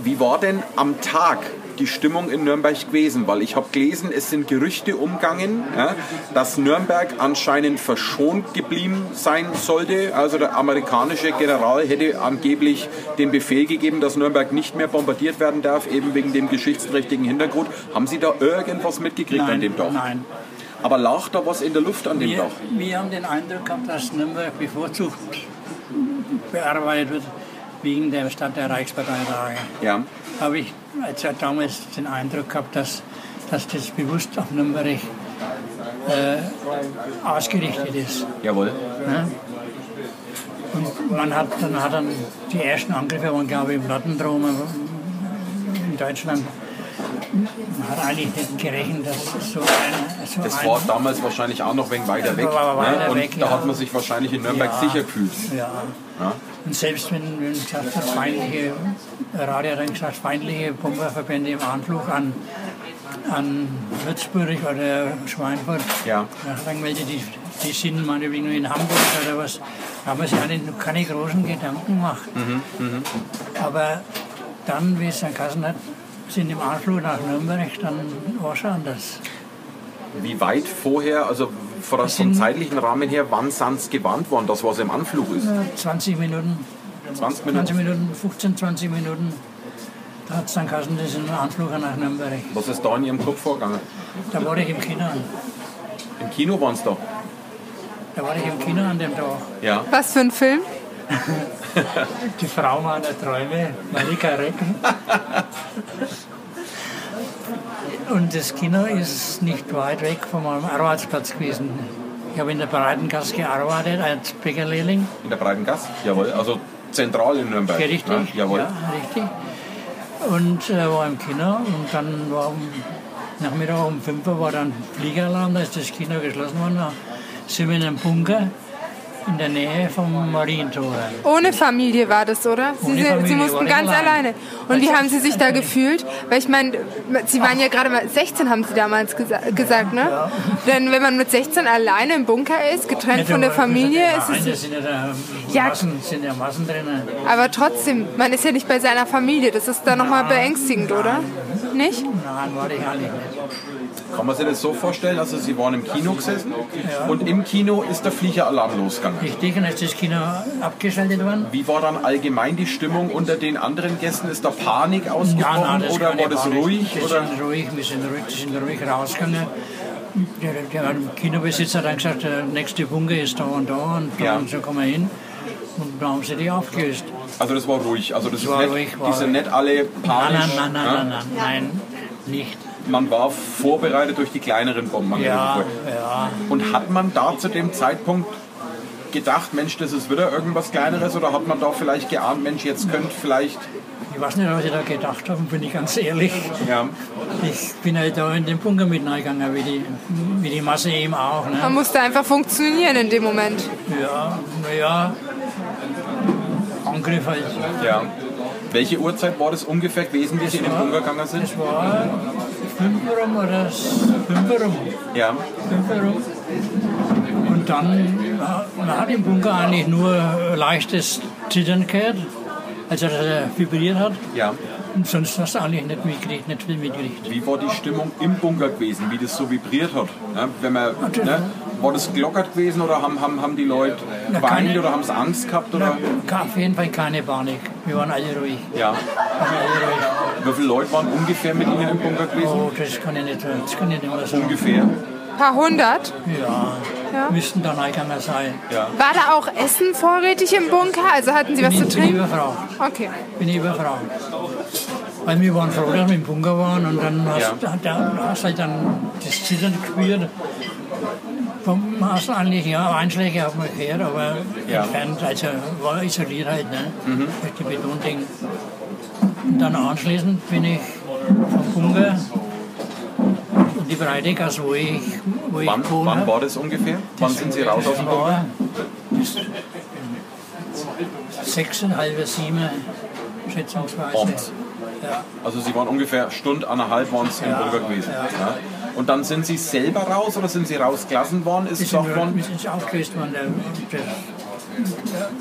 [SPEAKER 3] wie war denn am Tag die Stimmung in Nürnberg gewesen? Weil ich habe gelesen, es sind Gerüchte umgangen, ja, dass Nürnberg anscheinend verschont geblieben sein sollte. Also der amerikanische General hätte angeblich den Befehl gegeben, dass Nürnberg nicht mehr bombardiert werden darf, eben wegen dem geschichtsträchtigen Hintergrund. Haben Sie da irgendwas mitgekriegt an dem Tag?
[SPEAKER 4] nein.
[SPEAKER 3] Aber lag da was in der Luft an dem
[SPEAKER 4] Wir,
[SPEAKER 3] Tag?
[SPEAKER 4] wir haben den Eindruck gehabt, dass Nürnberg bevorzugt bearbeitet wird wegen der Stadt der Reichsparteitage.
[SPEAKER 3] Ja.
[SPEAKER 4] Habe ich als ja damals den Eindruck gehabt, dass, dass das bewusst auf Nürnberg äh, ausgerichtet ist.
[SPEAKER 3] Jawohl.
[SPEAKER 4] Ne? Und man hat dann, hat dann die ersten Angriffe, waren glaube ich im Lattendrom äh, in Deutschland, man hat eigentlich nicht gerechnet, dass so ein... So
[SPEAKER 3] Das
[SPEAKER 4] ein
[SPEAKER 3] war damals wahrscheinlich auch noch wegen weiter weg.
[SPEAKER 4] War weiter
[SPEAKER 3] ne? Und
[SPEAKER 4] weg,
[SPEAKER 3] da
[SPEAKER 4] ja.
[SPEAKER 3] hat man sich wahrscheinlich in Nürnberg
[SPEAKER 4] Ja.
[SPEAKER 3] sicher gefühlt.
[SPEAKER 4] ja.
[SPEAKER 3] Ja.
[SPEAKER 4] Und selbst wenn, wenn gesagt hat, feindliche, Radio hat dann gesagt, feindliche Bomberverbände im Anflug an, an Würzburg oder Schweinfurt,
[SPEAKER 3] Ja.
[SPEAKER 4] dann hat er gemeldet, die, die sind meinetwegen nur in Hamburg oder was. Da haben wir sich alle noch keine großen Gedanken gemacht.
[SPEAKER 3] Mhm,
[SPEAKER 4] Aber dann, wie es dann Kassen hat, sind im Anflug nach Nürnberg, dann war schon anders.
[SPEAKER 3] Wie weit vorher, also von, vom zeitlichen Rahmen her, wann Sands gewarnt worden, dass was im Anflug ist?
[SPEAKER 4] 20 Minuten
[SPEAKER 3] 20
[SPEAKER 4] 20
[SPEAKER 3] Minuten.
[SPEAKER 4] Minuten, 15, 20 Minuten. Da hat es dann geheißen, das ist ein Anflug nach Nürnberg.
[SPEAKER 3] Was ist da in Ihrem Kopf vorgegangen?
[SPEAKER 4] Da war ich im Kino.
[SPEAKER 3] Im Kino waren es da.
[SPEAKER 4] Da war ich im Kino an dem Tag.
[SPEAKER 3] Ja.
[SPEAKER 2] Was für ein Film?
[SPEAKER 4] Die Frau meiner Träume, Malika Recken. Und das Kino ist nicht weit weg von meinem Arbeitsplatz gewesen. Ich habe in der Breitengasse gearbeitet als Bäckerlehrling.
[SPEAKER 3] In der Breiten Gasse? Jawohl. Also zentral in Nürnberg.
[SPEAKER 4] Ja, richtig.
[SPEAKER 3] Ne? Jawohl.
[SPEAKER 4] Ja, richtig. Und äh, war im Kino und dann war um Nachmittag um 5 Uhr war dann Fliegeralarm, da ist das Kino geschlossen worden. Da sind wir in einem Bunker in der Nähe vom Marientor.
[SPEAKER 2] Ohne Familie war das, oder? Sie,
[SPEAKER 4] Ohne
[SPEAKER 2] sind- sie
[SPEAKER 4] Familie,
[SPEAKER 2] mussten
[SPEAKER 4] war ich
[SPEAKER 2] ganz alleine.
[SPEAKER 4] allein.
[SPEAKER 2] Und wie haben Sie sich da gefühlt? Weil ich meine, Sie waren ja gerade mal 16, haben Sie damals gesa gesagt, ne? Denn wenn man mit 16 alleine im Bunker ist, getrennt von der Familie, ist es.
[SPEAKER 4] sind ja da
[SPEAKER 2] Ja.
[SPEAKER 4] Massen, sind ja Massen drin.
[SPEAKER 2] Aber trotzdem, man ist ja nicht bei seiner Familie. Das ist dann nochmal beängstigend, oder? Nicht?
[SPEAKER 4] Nein, war ich eigentlich nicht.
[SPEAKER 3] Kann man sich das so vorstellen? Also Sie waren im Kino gesessen und im Kino ist der Fliegeralarm losgegangen.
[SPEAKER 4] Richtig, und ist das Kino abgeschaltet worden.
[SPEAKER 3] Wie war dann allgemein die Stimmung unter den anderen Gästen? Ist da Panik ausgebrochen
[SPEAKER 4] Ja, nein, das
[SPEAKER 3] oder
[SPEAKER 4] kann ich
[SPEAKER 3] war das
[SPEAKER 4] gar nicht.
[SPEAKER 3] ruhig?
[SPEAKER 4] Wir
[SPEAKER 3] Oder?
[SPEAKER 4] sind ruhig, wir sind ruhig, wir sind ruhig rausgegangen. Der, der Kinobesitzer hat dann gesagt, der nächste Bunker ist da und da und, da
[SPEAKER 3] Ja.
[SPEAKER 4] und so kommen wir hin. Und da haben sie die aufgelöst.
[SPEAKER 3] Also das war ruhig. Also das ist
[SPEAKER 4] war
[SPEAKER 3] nicht,
[SPEAKER 4] ruhig, war
[SPEAKER 3] die sind
[SPEAKER 4] ruhig.
[SPEAKER 3] nicht alle
[SPEAKER 4] Nein,
[SPEAKER 3] panisch.
[SPEAKER 4] nein, nein, nein,
[SPEAKER 3] ne?
[SPEAKER 4] nein, nein, nein, nicht.
[SPEAKER 3] Man war vorbereitet durch die kleineren Bombenangriffe.
[SPEAKER 4] Ja,
[SPEAKER 3] vorher.
[SPEAKER 4] ja.
[SPEAKER 3] Und hat man da zu dem Zeitpunkt gedacht, Mensch, das ist wieder irgendwas Kleineres? Oder hat man da vielleicht geahnt, Mensch, jetzt könnte vielleicht...
[SPEAKER 4] Ich weiß nicht, was ich da gedacht habe, bin ich ganz ehrlich.
[SPEAKER 3] Ja,
[SPEAKER 4] Ich bin halt da in den Bunker mit reingegangen, wie die, wie die Masse eben auch. Ne?
[SPEAKER 2] Man musste einfach funktionieren in dem Moment.
[SPEAKER 4] Ja, naja, Angriff halt.
[SPEAKER 3] ja. Welche Uhrzeit war das ungefähr gewesen, wie Sie in den Bunker gegangen sind?
[SPEAKER 4] Es war fünf rum oder fünf rum.
[SPEAKER 3] Ja,
[SPEAKER 4] Fünf rum. Und dann, äh, man hat im Bunker eigentlich nur äh, leichtes Zittern gehört, also dass er vibriert hat.
[SPEAKER 3] ja.
[SPEAKER 4] Und sonst hast du eigentlich nicht mitgekriegt, nicht viel mitgekriegt.
[SPEAKER 3] Wie war die Stimmung im Bunker gewesen, wie das so vibriert hat? Ne? Wenn man, ne? War das gelockert gewesen oder haben, haben, haben die Leute
[SPEAKER 4] Na,
[SPEAKER 3] geweint
[SPEAKER 4] keine-
[SPEAKER 3] oder haben sie Angst gehabt? Oder?
[SPEAKER 4] Ka- Auf jeden Fall keine Panik. Wir waren alle ruhig.
[SPEAKER 3] Ja.
[SPEAKER 4] Wir waren alle ruhig.
[SPEAKER 3] Wie viele Leute waren ungefähr mit Ihnen im Bunker gewesen?
[SPEAKER 4] Oh, das kann ich nicht, das kann ich nicht mehr sagen.
[SPEAKER 3] Ungefähr.
[SPEAKER 2] Paar hundert.
[SPEAKER 4] Ja,
[SPEAKER 2] Ja.
[SPEAKER 4] müssten dann eingegangen sein.
[SPEAKER 2] War da auch Essen vorrätig im Bunker? Also hatten Sie was
[SPEAKER 4] Bin
[SPEAKER 2] zu
[SPEAKER 4] ich, bin ich
[SPEAKER 2] trinken?
[SPEAKER 4] überfragt.
[SPEAKER 2] Okay.
[SPEAKER 4] bin ich überfragt. Weil wir waren froh, dass wir im Bunker waren und dann hast du
[SPEAKER 3] Ja.
[SPEAKER 4] da, hast halt dann das Zittern gespürt. Vom hast du eigentlich, ja, Einschläge hat man gehört, aber
[SPEAKER 3] Ja. Mhm.
[SPEAKER 4] entfernt, also war isoliert halt, ne? Durch die Betonding. Dann anschließend bin ich vom Bunker in die Breite Gasse, also wo ich wo
[SPEAKER 3] Wann,
[SPEAKER 4] ich gewohnt
[SPEAKER 3] wann
[SPEAKER 4] habe.
[SPEAKER 3] war das ungefähr? Wann sind Sie raus aus
[SPEAKER 4] Das
[SPEAKER 3] dem Bunker?
[SPEAKER 4] war sechs und halb sieben, schätzungsweise.
[SPEAKER 3] Abends.
[SPEAKER 4] Ja.
[SPEAKER 3] Also Sie waren ungefähr Stunde, anderthalb waren Sie im Bunker gewesen. Ja. Und dann sind Sie selber raus oder sind Sie rausgelassen worden? Ist
[SPEAKER 4] Wir
[SPEAKER 3] es
[SPEAKER 4] sind,
[SPEAKER 3] auch
[SPEAKER 4] wir
[SPEAKER 3] worden?
[SPEAKER 4] sind aufgelöst worden. Der, der,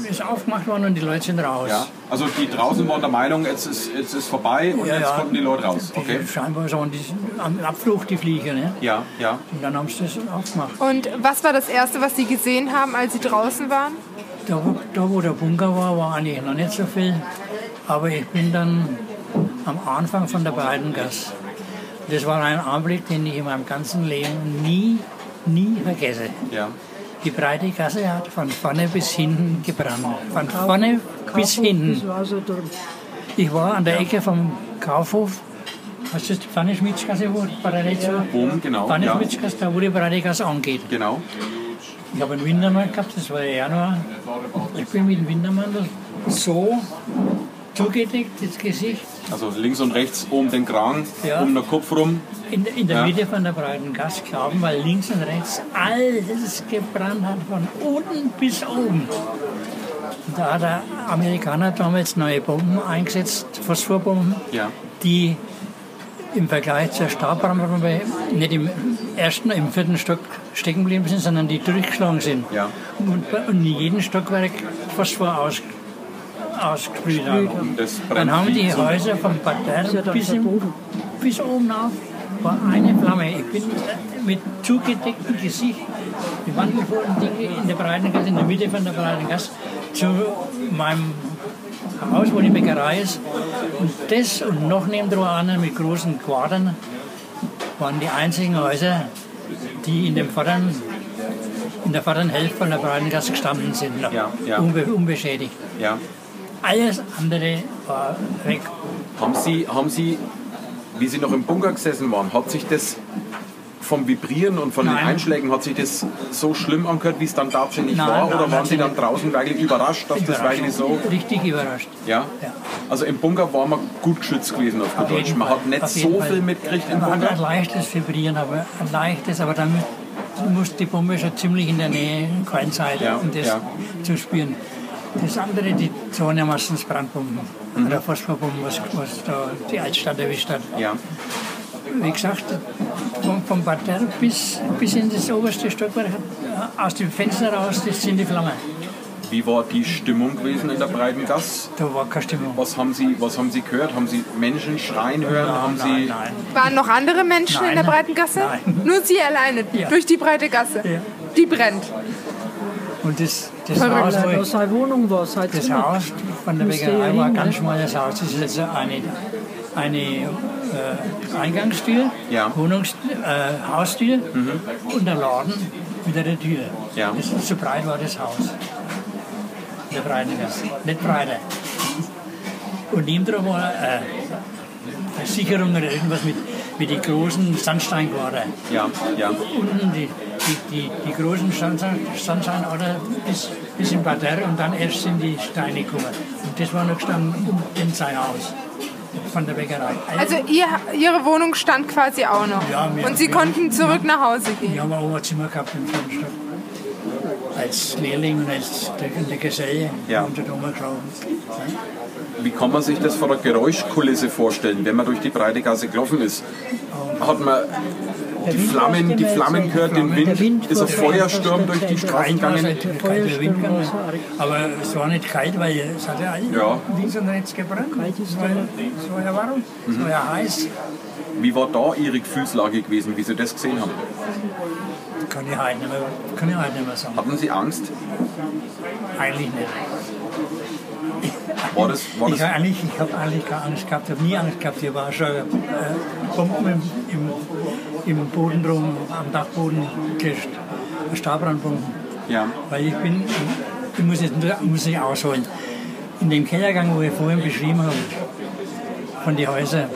[SPEAKER 4] der ist aufgemacht worden und die Leute sind raus.
[SPEAKER 3] Ja. Also die draußen waren der Meinung, jetzt ist, jetzt ist vorbei und
[SPEAKER 4] Ja,
[SPEAKER 3] jetzt
[SPEAKER 4] ja.
[SPEAKER 3] konnten die Leute raus.
[SPEAKER 4] Die,
[SPEAKER 3] Okay.
[SPEAKER 4] Scheinbar schon die, am Abflug die Flieger. Ne?
[SPEAKER 3] Ja, ja.
[SPEAKER 4] Und dann haben sie das aufgemacht.
[SPEAKER 2] Und was war das Erste, was Sie gesehen haben, als Sie draußen waren?
[SPEAKER 4] Da, wo- da, wo der Bunker war, war eigentlich noch nicht so viel. Aber ich bin dann am Anfang von der Breitengasse. Das war ein Anblick, den ich in meinem ganzen Leben nie, nie vergesse.
[SPEAKER 3] ja.
[SPEAKER 4] Die breite Gasse hat von vorne bis hinten gebrannt. Von vorne bis hinten.
[SPEAKER 5] Das war so drum.
[SPEAKER 4] Ich war an der Ecke vom Kaufhof. Hast du die Pfanne-Schmitzgasse, wo parallel zur
[SPEAKER 3] Boom, genau. Ja.
[SPEAKER 4] Pfanne-Schmitzgasse, da wo die breite Gasse angeht?
[SPEAKER 3] Genau.
[SPEAKER 4] Ich habe einen Wintermann gehabt, das war der Januar. Ich bin mit dem Wintermann so zugedeckt, das Gesicht,
[SPEAKER 3] Also links und rechts um den Kran,
[SPEAKER 4] Ja.
[SPEAKER 3] um den Kopf rum.
[SPEAKER 4] in, der- in der
[SPEAKER 3] Ja.
[SPEAKER 4] Mitte von der breiten Gasse glauben, weil links und rechts alles gebrannt hat, von unten bis oben. Und Da hat der Amerikaner damals neue Bomben eingesetzt, Phosphorbomben,
[SPEAKER 3] Ja.
[SPEAKER 4] die im Vergleich zur Stahlbrandbombe nicht im ersten, im vierten Stock stecken geblieben sind, sondern die durchgeschlagen sind.
[SPEAKER 3] Ja.
[SPEAKER 4] Und, bei- und in jedem Stockwerk Phosphor aus, ausgesprüht haben.
[SPEAKER 3] Das brennt
[SPEAKER 4] Dann haben die
[SPEAKER 3] viel zu-
[SPEAKER 4] Häuser vom Parterre
[SPEAKER 5] ja dann
[SPEAKER 4] bis, im-
[SPEAKER 5] verboten.
[SPEAKER 4] bis oben auf war eine Flamme. Ich bin mit zugedecktem Gesicht, die mandelvollen Dinge in der breiten Gasse, in der Mitte von der breiten Gasse, zu meinem Haus, wo die Bäckerei ist. Und das und noch nebendran mit großen Quadern waren die einzigen Häuser, die in, dem vorderen, in der vorderen Hälfte von der breiten Gasse gestanden sind, noch
[SPEAKER 3] Ja, ja.
[SPEAKER 4] Unbe unbeschädigt.
[SPEAKER 3] Ja.
[SPEAKER 4] Alles andere war weg.
[SPEAKER 3] Haben Sie, haben Sie, wie Sie noch im Bunker gesessen waren, hat sich das vom Vibrieren und von den
[SPEAKER 4] Nein.
[SPEAKER 3] Einschlägen, hat sich das so schlimm angehört, wie es dann tatsächlich
[SPEAKER 4] Nein,
[SPEAKER 3] war?
[SPEAKER 4] nein,
[SPEAKER 3] Oder waren
[SPEAKER 4] nein,
[SPEAKER 3] Sie dann
[SPEAKER 4] nein.
[SPEAKER 3] draußen wirklich überrascht, dass das
[SPEAKER 4] Überrascht.
[SPEAKER 3] wirklich so...
[SPEAKER 4] Richtig überrascht.
[SPEAKER 3] Ja?
[SPEAKER 4] Ja.
[SPEAKER 3] Also im Bunker war man gut geschützt gewesen auf
[SPEAKER 4] Auf
[SPEAKER 3] gut Deutsch.
[SPEAKER 4] jeden
[SPEAKER 3] Man
[SPEAKER 4] Fall.
[SPEAKER 3] hat nicht
[SPEAKER 4] Auf jeden
[SPEAKER 3] so
[SPEAKER 4] Fall.
[SPEAKER 3] viel mitgekriegt im
[SPEAKER 4] Man hat ein
[SPEAKER 3] Bunker.
[SPEAKER 4] leichtes Vibrieren, aber ein leichtes, aber dann muss die Bombe schon ziemlich in der Nähe sein,
[SPEAKER 3] Ja,
[SPEAKER 4] um das
[SPEAKER 3] ja.
[SPEAKER 4] zu spüren. Das andere, die das waren ja meistens Brandbomben
[SPEAKER 3] Mhm.
[SPEAKER 4] oder Phosphorbomben, was, was da die Altstadt erwischt hat.
[SPEAKER 3] Ja,
[SPEAKER 4] Wie gesagt, vom, vom Parterre bis, bis in das oberste Stockwerk, hat- aus dem Fenster raus, das sind die Flammen.
[SPEAKER 3] wie war die Stimmung gewesen in der breiten Gasse?
[SPEAKER 4] Da war keine Stimmung.
[SPEAKER 3] Was haben Sie, was haben Sie gehört? Haben Sie Menschen schreien hören? haben Sie
[SPEAKER 4] nein, nein.
[SPEAKER 2] Waren noch andere Menschen
[SPEAKER 4] Nein.
[SPEAKER 2] in der breiten Gasse?
[SPEAKER 4] Nein.
[SPEAKER 2] Nur Sie alleine,
[SPEAKER 4] Ja.
[SPEAKER 2] durch die breite Gasse.
[SPEAKER 4] Ja.
[SPEAKER 2] Die brennt.
[SPEAKER 4] Und das, das
[SPEAKER 2] Verrückt.
[SPEAKER 4] Haus, wo
[SPEAKER 5] Nein,
[SPEAKER 4] ich,
[SPEAKER 5] das seine Wohnung war, sein
[SPEAKER 4] Das
[SPEAKER 5] Zimmer.
[SPEAKER 4] Haus von der
[SPEAKER 5] Müsste Genau. ja
[SPEAKER 4] Bäckerei war ein
[SPEAKER 5] hin,
[SPEAKER 4] ganz
[SPEAKER 5] ne?
[SPEAKER 4] schmales Haus. Das ist jetzt eine, eine äh, Eingangstür,
[SPEAKER 3] Ja. Mhm.
[SPEAKER 4] Wohnungs äh, Haustür und der Laden mit einer Tür.
[SPEAKER 3] Ja.
[SPEAKER 4] Das ist so breit war das Haus. In Der breite Gasse, nicht breiter. Und neben dran war äh, Versicherung oder irgendwas mit, mit den großen Sandsteinquadern
[SPEAKER 3] Ja, ja.
[SPEAKER 4] unten die, die, die, die großen Sandstein, Sandstein oder bis, bis im Parterre und dann erst sind die Steine gekommen. Und das war noch gestanden um in sein Haus von der Bäckerei.
[SPEAKER 2] Also ihr, Ihre Wohnung stand quasi auch noch.
[SPEAKER 4] Ja, wir-
[SPEAKER 2] Und Sie
[SPEAKER 4] wir-
[SPEAKER 2] konnten zurück nach Hause
[SPEAKER 4] ich
[SPEAKER 2] gehen.
[SPEAKER 4] habe auch ein Zimmer gehabt im Fenster. Als Lehrling und als der, in der Geselle
[SPEAKER 3] Ja.
[SPEAKER 4] unter der Obergraben.
[SPEAKER 3] Wie kann man sich das vor der Geräuschkulisse vorstellen, wenn man durch die breite Gasse gelaufen ist? Hat man
[SPEAKER 5] Der
[SPEAKER 3] die
[SPEAKER 5] Wind
[SPEAKER 3] Flammen,
[SPEAKER 5] war
[SPEAKER 3] die
[SPEAKER 5] stimmig,
[SPEAKER 3] Flammen gehört, den
[SPEAKER 5] Der
[SPEAKER 3] Wind,
[SPEAKER 5] Wind
[SPEAKER 3] ist ein
[SPEAKER 5] war stimmig.
[SPEAKER 3] Feuersturm durch die Straßen
[SPEAKER 4] Kalt war es
[SPEAKER 3] gegangen.
[SPEAKER 4] nicht, kalter Wind
[SPEAKER 5] Feuersturm war so
[SPEAKER 4] gegangen.
[SPEAKER 5] arg.
[SPEAKER 4] aber es war nicht kalt, weil es hat ja
[SPEAKER 3] Ja.
[SPEAKER 4] links und rechts gebrannt.
[SPEAKER 5] Kalt ist
[SPEAKER 4] es war,
[SPEAKER 5] doch
[SPEAKER 4] ja-
[SPEAKER 5] nicht. Mhm.
[SPEAKER 4] es war ja warm, es war ja heiß.
[SPEAKER 3] Wie war da Ihre Gefühlslage gewesen, wie Sie das gesehen haben?
[SPEAKER 4] Kann ich heute nicht mehr, kann ich heute nicht mehr sagen.
[SPEAKER 3] Hatten Sie Angst?
[SPEAKER 4] Eigentlich nicht.
[SPEAKER 3] War das, war
[SPEAKER 4] Ich
[SPEAKER 3] das
[SPEAKER 4] habe eigentlich, ich hab eigentlich keine Angst gehabt, ich habe nie Angst gehabt. Ich war schon äh, Bomben im, im, im Boden drum, am Dachboden gelöscht. Stahlbrandbomben.
[SPEAKER 3] Ja.
[SPEAKER 4] Weil ich bin, ich muss jetzt nur- muss ich ausholen. In dem Kellergang, wo ich vorhin beschrieben habe, von den Häusern,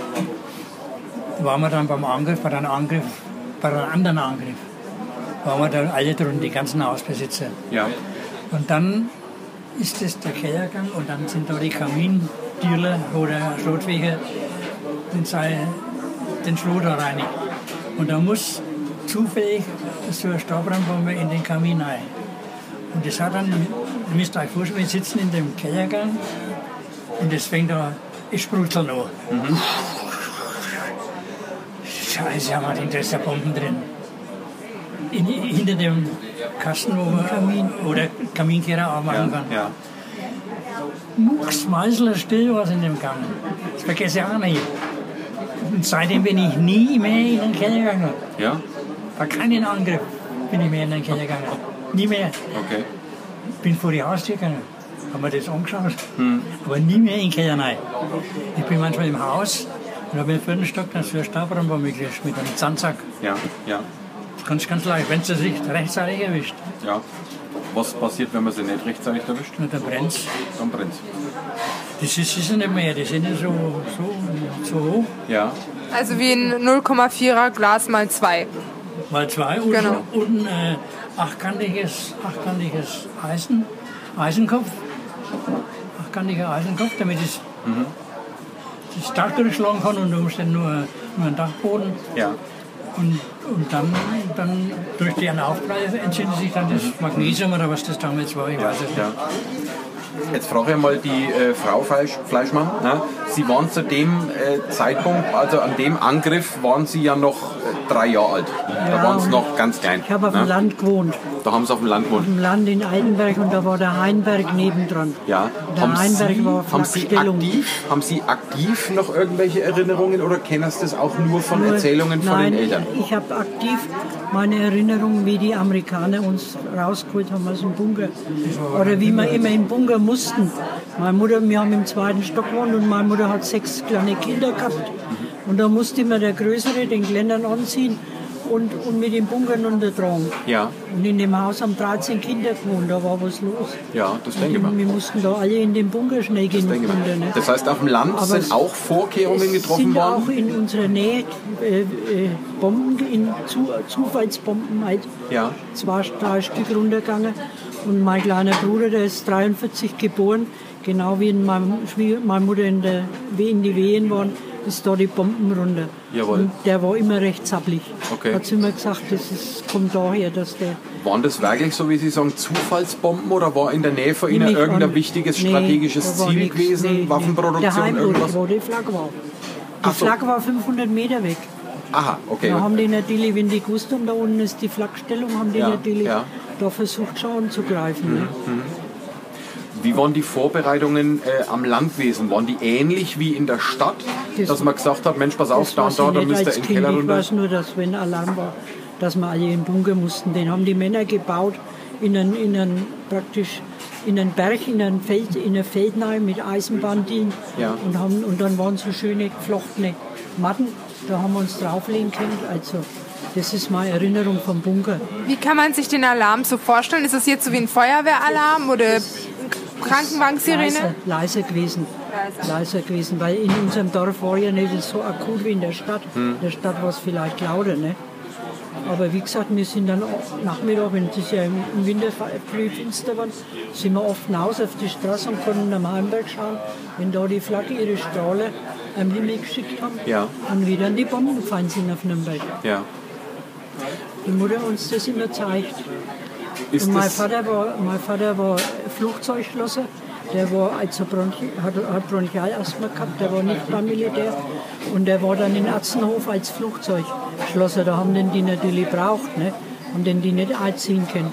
[SPEAKER 4] waren wir dann beim Angriff, bei einem Angriff, bei einem anderen Angriff, waren wir dann alle drin, die ganzen Hausbesitzer.
[SPEAKER 3] ja,
[SPEAKER 4] Und dann ist es der Kellergang und dann sind da die Kamindürler oder Schlotfeger, den, Seil- den Schlot da reinigen. Und da muss zufällig so eine Stahlbrandbombe in den Kamin ein. Und das hat dann, ihr müsst euch vorstellen, wir sitzen in dem Kellergang und das fängt da, es sprudelt an. Scheiße, haben wir den, da ist ja Bomben drin. In, hinter dem Kasten, wo man Kamin oder Kaminkehrer anmachen kann.
[SPEAKER 3] Ja.
[SPEAKER 4] Mucks, Meißler, still was in dem Gang. Das vergesse ich auch nicht. Und seitdem bin ich nie mehr in den Keller gegangen.
[SPEAKER 3] Ja?
[SPEAKER 4] Bei keinen Angriff bin ich mehr in den Keller gegangen. Nie mehr.
[SPEAKER 3] Okay.
[SPEAKER 4] Bin vor die Haustür gegangen, habe mir das angeschaut, aber nie mehr in den Keller rein. Ich bin manchmal im Haus und habe im vierten Stock dann so eine Stahlbrandbombe gelöscht mit einem Zahnsack.
[SPEAKER 3] Ja, ja,
[SPEAKER 4] Ganz, ganz leicht, wenn es das Licht rechtzeitig erwischt.
[SPEAKER 3] ja. Was passiert, wenn man sie nicht rechtzeitig erwischt?
[SPEAKER 4] Und dann brennt
[SPEAKER 3] Dann brennt
[SPEAKER 4] Das ist, ist ja nicht mehr, das sind ja so, so, so hoch,
[SPEAKER 3] Ja,
[SPEAKER 2] Also wie ein 0,4er Glas mal zwei.
[SPEAKER 4] mal zwei und,
[SPEAKER 2] Genau.
[SPEAKER 4] und ein äh, achtkantiges, achtkantiges Eisen, Eisenkopf. Achtkantiger Eisenkopf, damit es das Dach durchschlagen kann und unter Umständen nur, nur einen Dachboden.
[SPEAKER 3] ja.
[SPEAKER 4] Und, und dann, dann durch deren Aufprall entzündet sich dann das Magnesium oder was das damals war, ich weiß es nicht.
[SPEAKER 3] Ja. also Jetzt frage ich mal die äh, Frau Fleisch, Fleischmann. Ne? Sie waren zu dem äh, Zeitpunkt, also an dem Angriff, waren Sie ja noch äh, drei Jahre alt. da
[SPEAKER 5] Ja,
[SPEAKER 3] waren Sie
[SPEAKER 5] und
[SPEAKER 3] noch ganz klein. ne?
[SPEAKER 5] Ich habe auf dem Land gewohnt,
[SPEAKER 3] Da haben Sie auf dem Land gewohnt.
[SPEAKER 5] im Land in Altenberg und da war der Heinberg nebendran.
[SPEAKER 3] Ja.
[SPEAKER 5] Der Heinberg
[SPEAKER 3] Sie,
[SPEAKER 5] war
[SPEAKER 3] haben, Sie
[SPEAKER 5] Flakstellung.
[SPEAKER 3] aktiv, haben Sie aktiv noch irgendwelche Erinnerungen oder kennst du das auch nur von
[SPEAKER 5] Nur-
[SPEAKER 3] Erzählungen von
[SPEAKER 5] nein,
[SPEAKER 3] den Eltern?
[SPEAKER 5] Ich habe aktiv meine Erinnerung, wie die Amerikaner uns rausgeholt haben aus dem Bunker. Oder wie wir immer im Bunker mussten. Meine Mutter, wir haben im zweiten Stock gewohnt und meine Mutter hat sechs kleine Kinder gehabt. Und da musste immer der Größere den Gländern anziehen und, und mit dem Bunker untertragen.
[SPEAKER 3] Ja.
[SPEAKER 5] Und in dem Haus haben 13 Kinder gewohnt, da war was los.
[SPEAKER 3] Ja, das denke ich
[SPEAKER 5] Und
[SPEAKER 3] mal.
[SPEAKER 5] Wir mussten da alle in den Bunker schnell gehen.
[SPEAKER 3] Denke mal.
[SPEAKER 5] Kinder, ne?
[SPEAKER 3] Das heißt, auf dem Land
[SPEAKER 5] Aber
[SPEAKER 3] sind
[SPEAKER 5] es-
[SPEAKER 3] auch Vorkehrungen
[SPEAKER 5] Es
[SPEAKER 3] getroffen
[SPEAKER 5] sind auch
[SPEAKER 3] worden.
[SPEAKER 5] in unserer Nähe äh, äh, Bomben, in Zu Zufallsbomben halt
[SPEAKER 3] Ja.
[SPEAKER 5] zwei, drei Stück runtergegangen. Und mein kleiner Bruder, der ist 43 geboren, genau wie in meinem Schwie meine Mutter in, der, wie in die Wehen waren, ist da die Bomben runter.
[SPEAKER 3] Jawohl.
[SPEAKER 5] Und der war immer rechtsablich.
[SPEAKER 3] Okay.
[SPEAKER 5] Hat sie immer gesagt, das ist, kommt daher, dass der
[SPEAKER 3] Waren das wirklich, so wie Sie sagen, Zufallsbomben oder war in der Nähe von Ihnen
[SPEAKER 5] nicht
[SPEAKER 3] irgendein
[SPEAKER 5] an-
[SPEAKER 3] wichtiges
[SPEAKER 5] Nee,
[SPEAKER 3] strategisches
[SPEAKER 5] da war
[SPEAKER 3] Ziel
[SPEAKER 5] nix,
[SPEAKER 3] gewesen?
[SPEAKER 5] nee, Der
[SPEAKER 3] Waffenproduktion,
[SPEAKER 5] Heimbruch,
[SPEAKER 3] irgendwas?
[SPEAKER 5] wo die Flagge war. Die
[SPEAKER 3] Ach so.
[SPEAKER 5] Flagge war 500 Meter weg.
[SPEAKER 3] Aha, okay.
[SPEAKER 5] Da haben die natürlich, wenn die gewusst haben, da unten ist die Flaggstellung, haben die
[SPEAKER 3] Ja,
[SPEAKER 5] natürlich
[SPEAKER 3] ja. Mhm.
[SPEAKER 5] da versucht schon anzugreifen. ne?
[SPEAKER 3] Wie waren die Vorbereitungen äh, am Land gewesen? Waren die ähnlich wie in der Stadt?
[SPEAKER 5] Das-
[SPEAKER 3] dass man gesagt hat, Mensch, pass auf,
[SPEAKER 5] Das
[SPEAKER 3] da
[SPEAKER 5] weiß
[SPEAKER 3] und da,
[SPEAKER 5] ich
[SPEAKER 3] da
[SPEAKER 5] nicht
[SPEAKER 3] müsst ihr
[SPEAKER 5] als
[SPEAKER 3] in den
[SPEAKER 5] Kind.
[SPEAKER 3] Keller
[SPEAKER 5] Ich
[SPEAKER 3] runter.
[SPEAKER 5] weiß nur, dass wenn Alarm war, dass wir alle in den Bunker mussten. Den haben die Männer gebaut in einen, in einen praktisch in einen Berg, in ein Feld, in ein Feld rein mit Eisenbahndielen
[SPEAKER 3] Ja.
[SPEAKER 5] und haben und dann waren so schöne geflochtene Matten. Da haben wir uns drauflegen können. Also das ist meine Erinnerung vom Bunker.
[SPEAKER 2] Wie kann man sich den Alarm so vorstellen? Ist das jetzt so wie ein Feuerwehralarm oder
[SPEAKER 5] Leiser,
[SPEAKER 2] Krankenwagensirene?
[SPEAKER 5] leiser gewesen. Leiser. gewesen, weil in unserem Dorf war ja nicht so akut wie in der Stadt. In der Stadt war es vielleicht lauter, ne? Aber wie gesagt, wir sind dann oft Nachmittag, wenn es ja im im Winter fe- früh finster war, sind wir oft hinaus auf die Straße und konnten am Heimberg schauen, wenn da die Flagge ihre Strahler am Himmel geschickt haben.
[SPEAKER 3] Ja.
[SPEAKER 5] Und wie dann die Bomben gefallen sind auf Nürnberg.
[SPEAKER 3] Ja.
[SPEAKER 5] Die Mutter uns das immer zeigt.
[SPEAKER 3] Ist
[SPEAKER 5] Und mein
[SPEAKER 3] das,
[SPEAKER 5] Vater war, mein Vater war Flugzeugschlosser. Der war also Bronchi, hat, hat Bronchialasthma gehabt, der war nicht beim Militär. Und der war dann in Atzenhof als Flugzeugschlosser. Da haben den die natürlich braucht, ne? haben den die nicht einziehen können.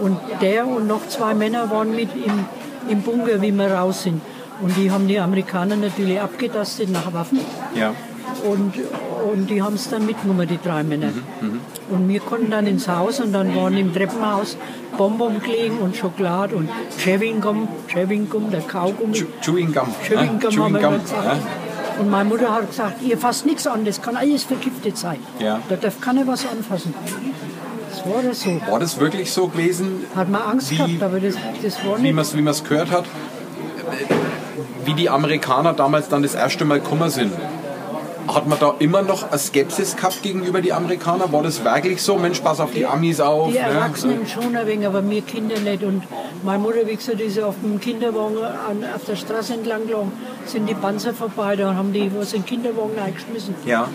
[SPEAKER 5] Und der und noch zwei Männer waren mit im, im Bunker, wie wir raus sind. Und die haben die Amerikaner natürlich abgetastet nach Waffen.
[SPEAKER 3] ja.
[SPEAKER 5] Und, und die haben es dann mitgenommen, die drei Männer. Und wir konnten dann ins Haus und dann waren im Treppenhaus Bonbon gelegen und Schokolade und Chewing-Gum, Chewing-Gum, der Kaugummi.
[SPEAKER 3] Chew- Chewing Gum. ne?
[SPEAKER 5] Chewing Gum haben wir immer
[SPEAKER 3] ne?
[SPEAKER 5] gesagt. Und meine Mutter hat gesagt, ihr fasst nichts an, das kann alles vergiftet sein.
[SPEAKER 3] Ja.
[SPEAKER 5] Da darf keiner was anfassen. Das war das so.
[SPEAKER 3] War das wirklich so gewesen,
[SPEAKER 5] Hat man Angst
[SPEAKER 3] Wie-
[SPEAKER 5] gehabt, aber das, das war
[SPEAKER 3] wie
[SPEAKER 5] nicht.
[SPEAKER 3] man es wie man's gehört hat, wie die Amerikaner damals dann das erste Mal gekommen sind. Hat man da immer noch eine Skepsis gehabt gegenüber die Amerikaner? War das wirklich so, Mensch, pass auf die Amis auf?
[SPEAKER 5] Die
[SPEAKER 3] ne?
[SPEAKER 5] Erwachsenen schon ein wenig, aber wir Kinder nicht. Und meine Mutter, wie gesagt, ist auf dem Kinderwagen an, auf der Straße entlang gelaufen. sind die Panzer vorbei, da haben die was in den Kinderwagen eingeschmissen.
[SPEAKER 3] Ja.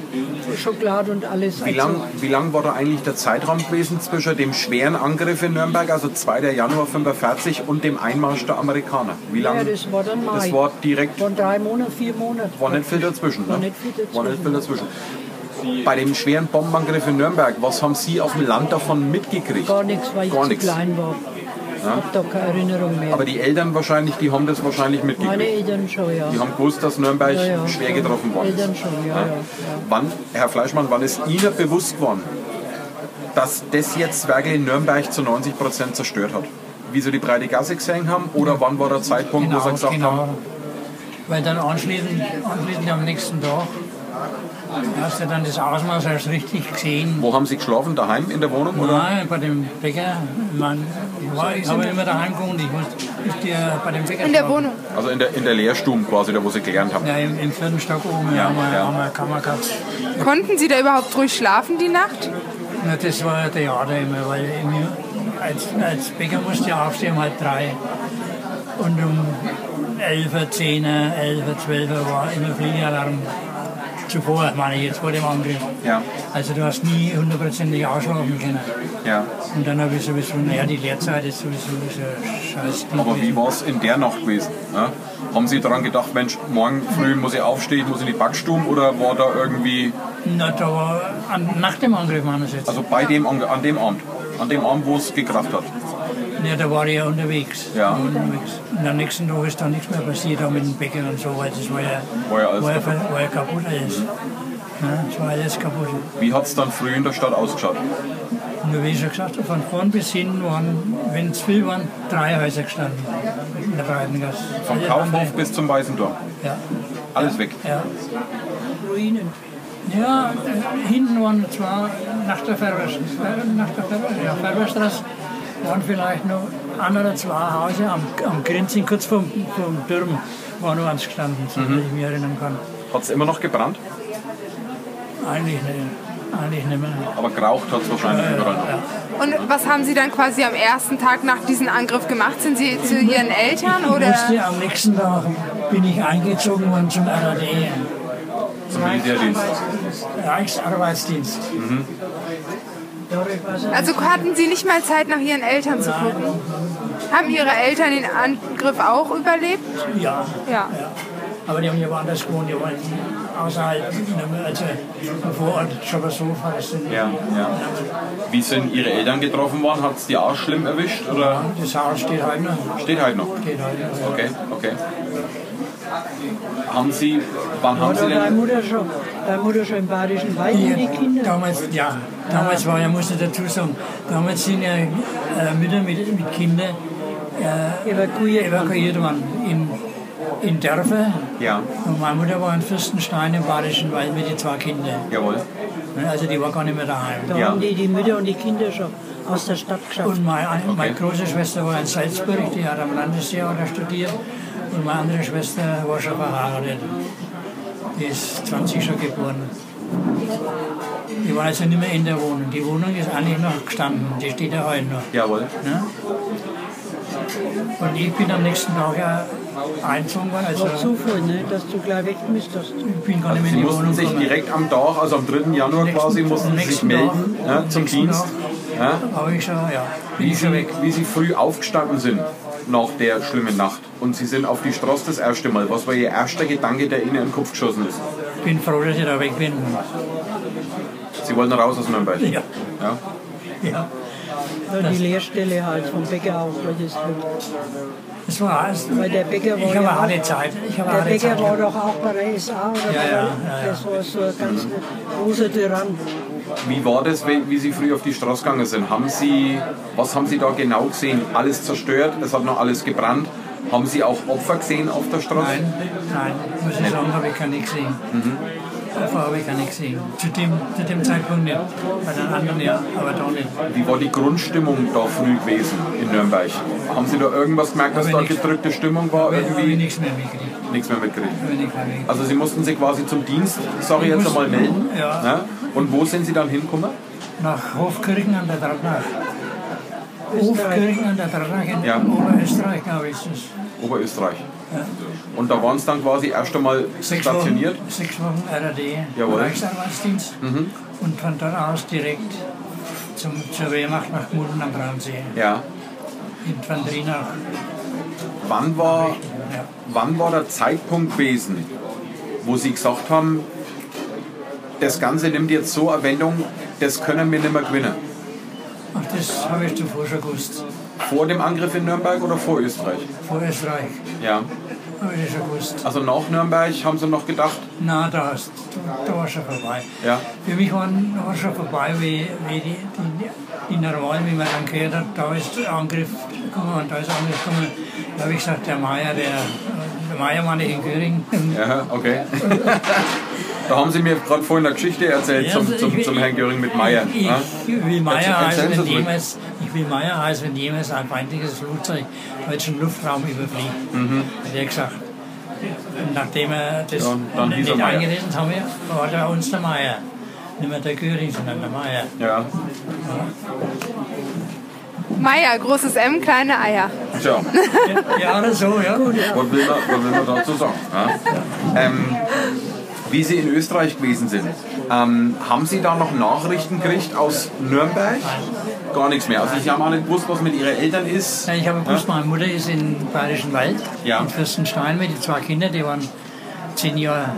[SPEAKER 5] Schokolade und alles. Also
[SPEAKER 3] Wie lang, wie lang war da eigentlich der Zeitraum gewesen zwischen dem schweren Angriff in Nürnberg, also 2. Januar 1945, und dem Einmarsch der Amerikaner? Wie
[SPEAKER 5] ja,
[SPEAKER 3] lang?
[SPEAKER 5] das war dann Mai.
[SPEAKER 3] Das war direkt,
[SPEAKER 5] Von drei Monaten, vier Monaten.
[SPEAKER 3] war nicht viel dazwischen. Ne?
[SPEAKER 5] War nicht viel dazwischen.
[SPEAKER 3] War nicht viel dazwischen. Bei dem schweren Bombenangriff in Nürnberg, was haben Sie auf dem Land davon mitgekriegt?
[SPEAKER 5] Gar nichts, weil ich
[SPEAKER 3] Gar
[SPEAKER 5] zu
[SPEAKER 3] nichts.
[SPEAKER 5] klein war. Ich habe da keine Erinnerung mehr.
[SPEAKER 3] Aber die Eltern wahrscheinlich, die haben das wahrscheinlich
[SPEAKER 5] Meine
[SPEAKER 3] mitgekriegt.
[SPEAKER 5] Eltern schon, ja.
[SPEAKER 3] Die haben gewusst, dass Nürnberg
[SPEAKER 5] Ja, ja.
[SPEAKER 3] schwer getroffen worden ist.
[SPEAKER 5] Eltern schon, ja, ja.
[SPEAKER 3] Wann, Herr Fleischmann, wann ist Ihnen bewusst geworden, dass das jetzt Werkel in Nürnberg zu 90 Prozent zerstört hat? Wie Sie die breite Gasse gesehen haben? Oder wann war der Zeitpunkt, wo Sie gesagt haben,
[SPEAKER 4] genau. Weil dann anschließend, anschließend am nächsten Tag hast du dann das Ausmaß erst richtig gesehen.
[SPEAKER 3] wo haben Sie geschlafen? Daheim in der Wohnung? Oder?
[SPEAKER 4] Nein, bei dem Bäcker, man, ich, war, ich habe immer daheim gewohnt, ich musste ich dir bei øh, dem Bäcker
[SPEAKER 2] In der
[SPEAKER 4] schlafen.
[SPEAKER 2] Wohnung.
[SPEAKER 3] Also in der, in der Lehrstube quasi, da wo Sie gelernt haben.
[SPEAKER 4] Ja, im, im vierten Stock oben haben, wir,
[SPEAKER 3] ja.
[SPEAKER 4] haben wir eine Kammer gehabt.
[SPEAKER 2] Konnten Sie da überhaupt ruhig schlafen die Nacht?
[SPEAKER 4] Na, das war der Jahr da immer, weil im- als, als Bäcker musste ich aufstehen um halb drei. Und um 11 Uhr, 10 Uhr, 11 Uhr, 12 Uhr war immer Fliegealarm zuvor, meine ich jetzt, vor dem Angriff.
[SPEAKER 3] Ja.
[SPEAKER 4] Also du hast nie hundertprozentig ausschlafen können.
[SPEAKER 3] Ja.
[SPEAKER 4] Und dann habe ich sowieso, naja, die Lehrzeit ist sowieso so scheiß Ding
[SPEAKER 3] Aber wie
[SPEAKER 4] gewesen.
[SPEAKER 3] war es in der Nacht gewesen? Ne? Haben Sie daran gedacht, Mensch, morgen früh muss ich aufstehen, muss in die Backstube? Oder war da irgendwie,
[SPEAKER 4] Na, da war an, nach dem Angriff meinerseits.
[SPEAKER 3] also bei dem, Ange- an dem Abend, an dem Abend, wo es gekracht hat?
[SPEAKER 4] Ja, da war ich ja unterwegs.
[SPEAKER 3] Ja.
[SPEAKER 4] unterwegs. Und am nächsten Tag ist da nichts mehr passiert, auch mit dem Bäcker und so, weil das war ja,
[SPEAKER 3] War ja alles Mhm.
[SPEAKER 4] war ja, ver- war ja kaputt alles. Ja, es war alles kaputt.
[SPEAKER 3] Wie hat es dann früh in der Stadt ausgeschaut?
[SPEAKER 4] Nur wie ich schon gesagt habe, von vorn bis hinten waren, wenn es viel waren, drei Häuser gestanden. In der Breitengasse.
[SPEAKER 3] Vom
[SPEAKER 4] Alle
[SPEAKER 3] Kaufhof
[SPEAKER 4] anderen-
[SPEAKER 3] bis zum Weißen Tor.
[SPEAKER 4] Ja,
[SPEAKER 3] Alles weg.
[SPEAKER 4] ja.
[SPEAKER 5] Ruinen.
[SPEAKER 4] Ja, äh, hinten waren zwar nach der Färberstraße, nach der Färber, ja, Färberstraße waren vielleicht noch ein oder zwei Häuser am, am Grenzen, kurz vom, vom Turm, war noch eins gestanden, soweit ich mich erinnern kann.
[SPEAKER 3] Hat es immer noch gebrannt,
[SPEAKER 4] Eigentlich nicht, eigentlich nicht mehr.
[SPEAKER 3] aber geraucht hat es wahrscheinlich überall noch.
[SPEAKER 2] Und was haben Sie dann quasi am ersten Tag nach diesem Angriff gemacht? Sind Sie zu Ihren Eltern
[SPEAKER 4] Ich musste
[SPEAKER 2] oder?
[SPEAKER 4] am nächsten Tag, bin ich eingezogen worden zum RAD,
[SPEAKER 3] Zum Militärdienst.
[SPEAKER 4] Reichsarbeitsdienst.
[SPEAKER 2] Also hatten Sie nicht mal Zeit, nach Ihren Eltern zu gucken? Haben Ihre Eltern den Angriff auch überlebt?
[SPEAKER 4] Ja.
[SPEAKER 2] Ja.
[SPEAKER 4] Aber die haben ja woanders gewohnt, die wollten außerhalb, also vor Ort, Schobersofa ist denn
[SPEAKER 3] Ja, ja. Wie sind Ihre Eltern getroffen worden? Hat es die auch schlimm erwischt? Oder
[SPEAKER 4] Das Haus steht halt noch.
[SPEAKER 3] steht halt noch?
[SPEAKER 4] Steht halt noch.
[SPEAKER 3] Okay, okay. Haben Sie, wann haben Sie
[SPEAKER 5] Oder deine
[SPEAKER 3] denn...
[SPEAKER 5] Mutter schon, deine Mutter schon im Bayerischen Wald mit den
[SPEAKER 4] Ja,
[SPEAKER 5] Kindern.
[SPEAKER 4] damals, ja, damals war, ja, muss ich dazu sagen, damals sind ja äh, Mütter mit, mit Kindern äh, evakuiert, evakuiert worden in, in Dörfer.
[SPEAKER 3] Ja.
[SPEAKER 4] Und meine Mutter war in Fürstenstein im Bayerischen Wald mit den zwei Kindern.
[SPEAKER 3] Jawohl.
[SPEAKER 4] Also die war gar nicht mehr daheim.
[SPEAKER 5] Da
[SPEAKER 3] Ja.
[SPEAKER 5] haben die die Mütter und die Kinder schon aus der Stadt geschafft.
[SPEAKER 4] Und meine, meine große Schwester war in Salzburg, die hat am Landestheater studiert. Und meine andere Schwester war schon verheiratet. Die ist 20 schon geboren. Die war also nicht mehr in der Wohnung. Die Wohnung ist eigentlich noch gestanden. Die steht ja heute noch.
[SPEAKER 3] Jawohl.
[SPEAKER 4] Ne? Und ich bin am nächsten Tag ja einzogen worden. Also
[SPEAKER 5] War Zufall, ne, dass du gleich weg müsstest.
[SPEAKER 4] ich bin gar nicht mehr
[SPEAKER 3] Sie
[SPEAKER 4] in die
[SPEAKER 3] mussten
[SPEAKER 4] Wohnung
[SPEAKER 3] sich
[SPEAKER 4] gekommen.
[SPEAKER 3] direkt am Tag, also am 3. Januar
[SPEAKER 4] Nächsten-
[SPEAKER 3] quasi, mussten Sie sich
[SPEAKER 4] nächsten
[SPEAKER 3] melden
[SPEAKER 4] Tag.
[SPEAKER 3] ne, zum
[SPEAKER 4] Nächsten
[SPEAKER 3] Dienst.
[SPEAKER 4] Tag.
[SPEAKER 3] Ja.
[SPEAKER 4] Aber ich schon, ja, bin
[SPEAKER 3] wie
[SPEAKER 4] ich schon
[SPEAKER 3] sie,
[SPEAKER 4] weg.
[SPEAKER 3] wie sie früh aufgestanden sind nach der schlimmen Nacht und sie sind auf die Straße das erste Mal. Was war ihr erster Gedanke, der ihnen in den Kopf geschossen ist?
[SPEAKER 4] Ich bin froh, dass ich da weg bin.
[SPEAKER 3] Sie wollen raus aus Nürnberg.
[SPEAKER 4] Ja.
[SPEAKER 3] Ja.
[SPEAKER 4] Ja.
[SPEAKER 5] Ja, die Lehrstelle halt vom Bäcker auf, weil das
[SPEAKER 4] Das war alles.
[SPEAKER 5] Weil der Bäcker war
[SPEAKER 4] ich habe
[SPEAKER 5] ja-
[SPEAKER 4] harte Zeit. Ich habe
[SPEAKER 5] Der
[SPEAKER 4] harte
[SPEAKER 5] Bäcker
[SPEAKER 4] Zeit.
[SPEAKER 5] war doch auch bei der SA oder
[SPEAKER 4] Ja,
[SPEAKER 5] bei
[SPEAKER 4] ja,
[SPEAKER 5] der,
[SPEAKER 4] ja, ja.
[SPEAKER 5] das war so ein ganz großer Tyrann.
[SPEAKER 3] Wie war das, wenn- wie sie früh auf die Straße gegangen sind? Haben sie, was haben sie da genau gesehen? Alles zerstört, es hat noch alles gebrannt. Haben sie auch Opfer gesehen auf der Straße?
[SPEAKER 4] Nein, nein, muss ich sagen, habe ich keine gesehen.
[SPEAKER 3] Mhm.
[SPEAKER 4] Davor habe ich keine gesehen. Zu dem, zu dem Zeitpunkt nicht. Bei den anderen ja, aber da nicht.
[SPEAKER 3] Wie war die Grundstimmung da früh gewesen in Nürnberg? Haben Sie da irgendwas gemerkt, dass
[SPEAKER 4] Hab ich
[SPEAKER 3] da
[SPEAKER 4] nicht.
[SPEAKER 3] gedrückte Stimmung war?
[SPEAKER 4] Da habe ich
[SPEAKER 3] Irgendwie
[SPEAKER 4] nichts mehr mitgekriegt.
[SPEAKER 3] nichts mehr mitgekriegt.
[SPEAKER 4] Da habe ich nichts mehr mitgekriegt.
[SPEAKER 3] Also Sie mussten sich quasi zum Dienst, sorry, jetzt einmal melden.
[SPEAKER 4] Ja.
[SPEAKER 3] Ne? Und wo sind Sie dann hingekommen?
[SPEAKER 4] Nach Hofkirchen an der Drahnach. Hofkirchen an der Drahnach in
[SPEAKER 3] Ja.
[SPEAKER 4] Oberösterreich, glaube ich, ist es.
[SPEAKER 3] Oberösterreich. Und da waren es dann quasi erst einmal
[SPEAKER 4] Sechs
[SPEAKER 3] stationiert.
[SPEAKER 4] Wochen, sechs Wochen RAD,
[SPEAKER 3] Jawohl. Mhm.
[SPEAKER 4] Reichsarbeitsdienst. Und von dort aus direkt zum, zur Wehrmacht nach Mulden am Gransee.
[SPEAKER 3] Ja.
[SPEAKER 4] Infanterie nach.
[SPEAKER 3] Wann war,
[SPEAKER 4] Ja.
[SPEAKER 3] wann war der Zeitpunkt gewesen, wo Sie gesagt haben, das Ganze nimmt jetzt so eine Wendung, das können wir nicht mehr gewinnen?
[SPEAKER 4] Ach, das habe ich zuvor schon gewusst.
[SPEAKER 3] Vor dem Angriff in Nürnberg oder vor Österreich?
[SPEAKER 4] Vor Österreich
[SPEAKER 3] Ja.
[SPEAKER 4] habe ich das schon gewusst.
[SPEAKER 3] Also nach Nürnberg haben Sie noch gedacht,
[SPEAKER 4] Na, da, ist, da war schon vorbei.
[SPEAKER 3] Ja.
[SPEAKER 4] Für mich war, war schon vorbei, wie, wie die, die, die Normal, wie man dann gehört hat, da ist Angriff gekommen und da ist Angriff gekommen. Da habe ich gesagt, der Meier, der, der Meiermann in Göring.
[SPEAKER 3] Ja, okay. da haben Sie mir gerade vorhin eine Geschichte erzählt zum,
[SPEAKER 4] Also
[SPEAKER 3] zum,
[SPEAKER 4] ich-
[SPEAKER 3] zum Herrn Göring mit Meier.
[SPEAKER 4] Ich,
[SPEAKER 3] ja?
[SPEAKER 4] ich will Meier
[SPEAKER 3] Erzähl- erzählen
[SPEAKER 4] heißen, wenn
[SPEAKER 3] Sie zurück.
[SPEAKER 4] jemals, ich will Meier heißen, wenn jemals ein feindliches Flugzeug deutschen Luftraum überfliegt. Hat er gesagt. Und nachdem er das
[SPEAKER 3] Mhm. Ja, dann hieß
[SPEAKER 4] nicht
[SPEAKER 3] er Meier.
[SPEAKER 4] eingeredet haben, wir, war da uns der Meier. Nicht mehr der Göring, sondern der Meier.
[SPEAKER 3] Ja.
[SPEAKER 2] Meier, großes M, kleine Eier.
[SPEAKER 3] Tja,
[SPEAKER 4] Ja, oder so, ja gut. Ja.
[SPEAKER 3] was will man, was will man dazu sagen? Ja? Ähm, wie Sie in Österreich gewesen sind, ähm, haben Sie da noch Nachrichten gekriegt aus Nürnberg? Gar nichts mehr. Also Sie haben auch nicht gewusst, was mit Ihren Eltern ist.
[SPEAKER 4] Ich habe gewusst, meine Mutter ist in Bayerischen Wald,
[SPEAKER 3] Ja.
[SPEAKER 4] in Fürstenstein mit den zwei Kindern, die waren zehn Jahre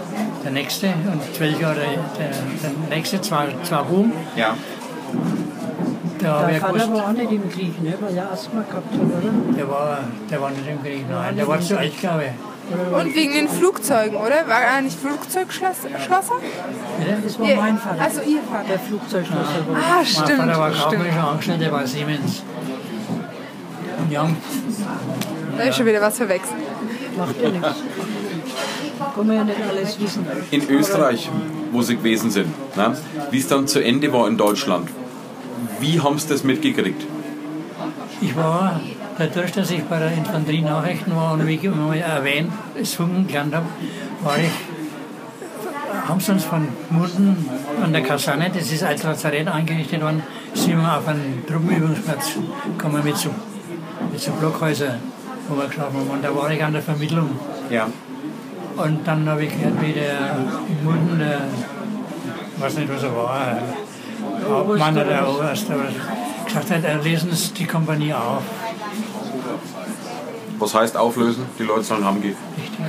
[SPEAKER 4] der Nächste und zwölf Jahre der, der, der Nächste, zwei, zwei Buben.
[SPEAKER 3] Ja.
[SPEAKER 4] Da habe
[SPEAKER 5] Der
[SPEAKER 4] ich
[SPEAKER 5] Vater
[SPEAKER 4] gewusst,
[SPEAKER 5] war auch nicht im Krieg, ne? weil er Asthma gehabt hat, oder?
[SPEAKER 4] der war, der war nicht im Krieg, nein, der war zu alt, glaube ich.
[SPEAKER 2] Und wegen den Flugzeugen, oder? War er nicht Flugzeugschlosser? Schlosser?
[SPEAKER 4] Bitte?
[SPEAKER 5] Das war mein Vater.
[SPEAKER 2] Also ihr Vater.
[SPEAKER 5] der Flugzeugschlosser war.
[SPEAKER 2] Ah,
[SPEAKER 4] Mein
[SPEAKER 2] stimmt.
[SPEAKER 4] Vater war
[SPEAKER 2] stimmt.
[SPEAKER 4] kaufmännischer Angestellter bei Siemens. Und ja,
[SPEAKER 2] Da ist schon wieder was verwechselt.
[SPEAKER 5] Macht ja nichts. Kann man ja nicht alles wissen.
[SPEAKER 3] In Österreich, wo Sie gewesen sind, ne? wie es dann zu Ende war in Deutschland, wie haben Sie das mitgekriegt?
[SPEAKER 4] Ich war, dadurch, dass ich bei der Infanterie Nachrichten war und wie ich immer mal erwähnt, es funken gelernt habe, war ich, haben sie uns von Munden an der Kaserne, das ist als Lazarett eingerichtet worden, sind wir auf einen Truppenübungsplatz gekommen mit so, mit so Blockhäusern, wo wir geschlafen haben. Und da war ich an der Vermittlung.
[SPEAKER 3] Ja.
[SPEAKER 4] Und dann habe ich gehört, wie der Munden, der, ich weiß nicht, was er war, der Hauptmann oder der Oberst, der was gesagt hat, er lesen Sie die Kompanie auf.
[SPEAKER 3] Was heißt auflösen? Die Leute sollen haben gehen.
[SPEAKER 4] Richtig.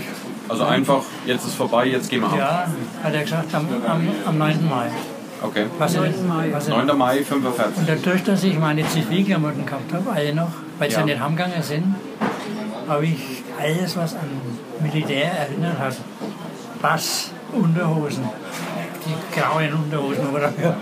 [SPEAKER 3] Also einfach, jetzt ist vorbei, jetzt gehen wir haben.
[SPEAKER 4] Ja, hat er gesagt, am, am, am 9. Mai.
[SPEAKER 3] Okay.
[SPEAKER 4] Was er, was er,
[SPEAKER 3] 9. Mai 45.
[SPEAKER 4] und dadurch, dass ich meine Zivilklamotten gehabt habe, alle noch, weil sie
[SPEAKER 3] Ja.
[SPEAKER 4] ja. nicht heimgegangen sind, habe ich alles, was an Militär erinnert hat. Bass, Unterhosen, die grauen Unterhosen, aber dafür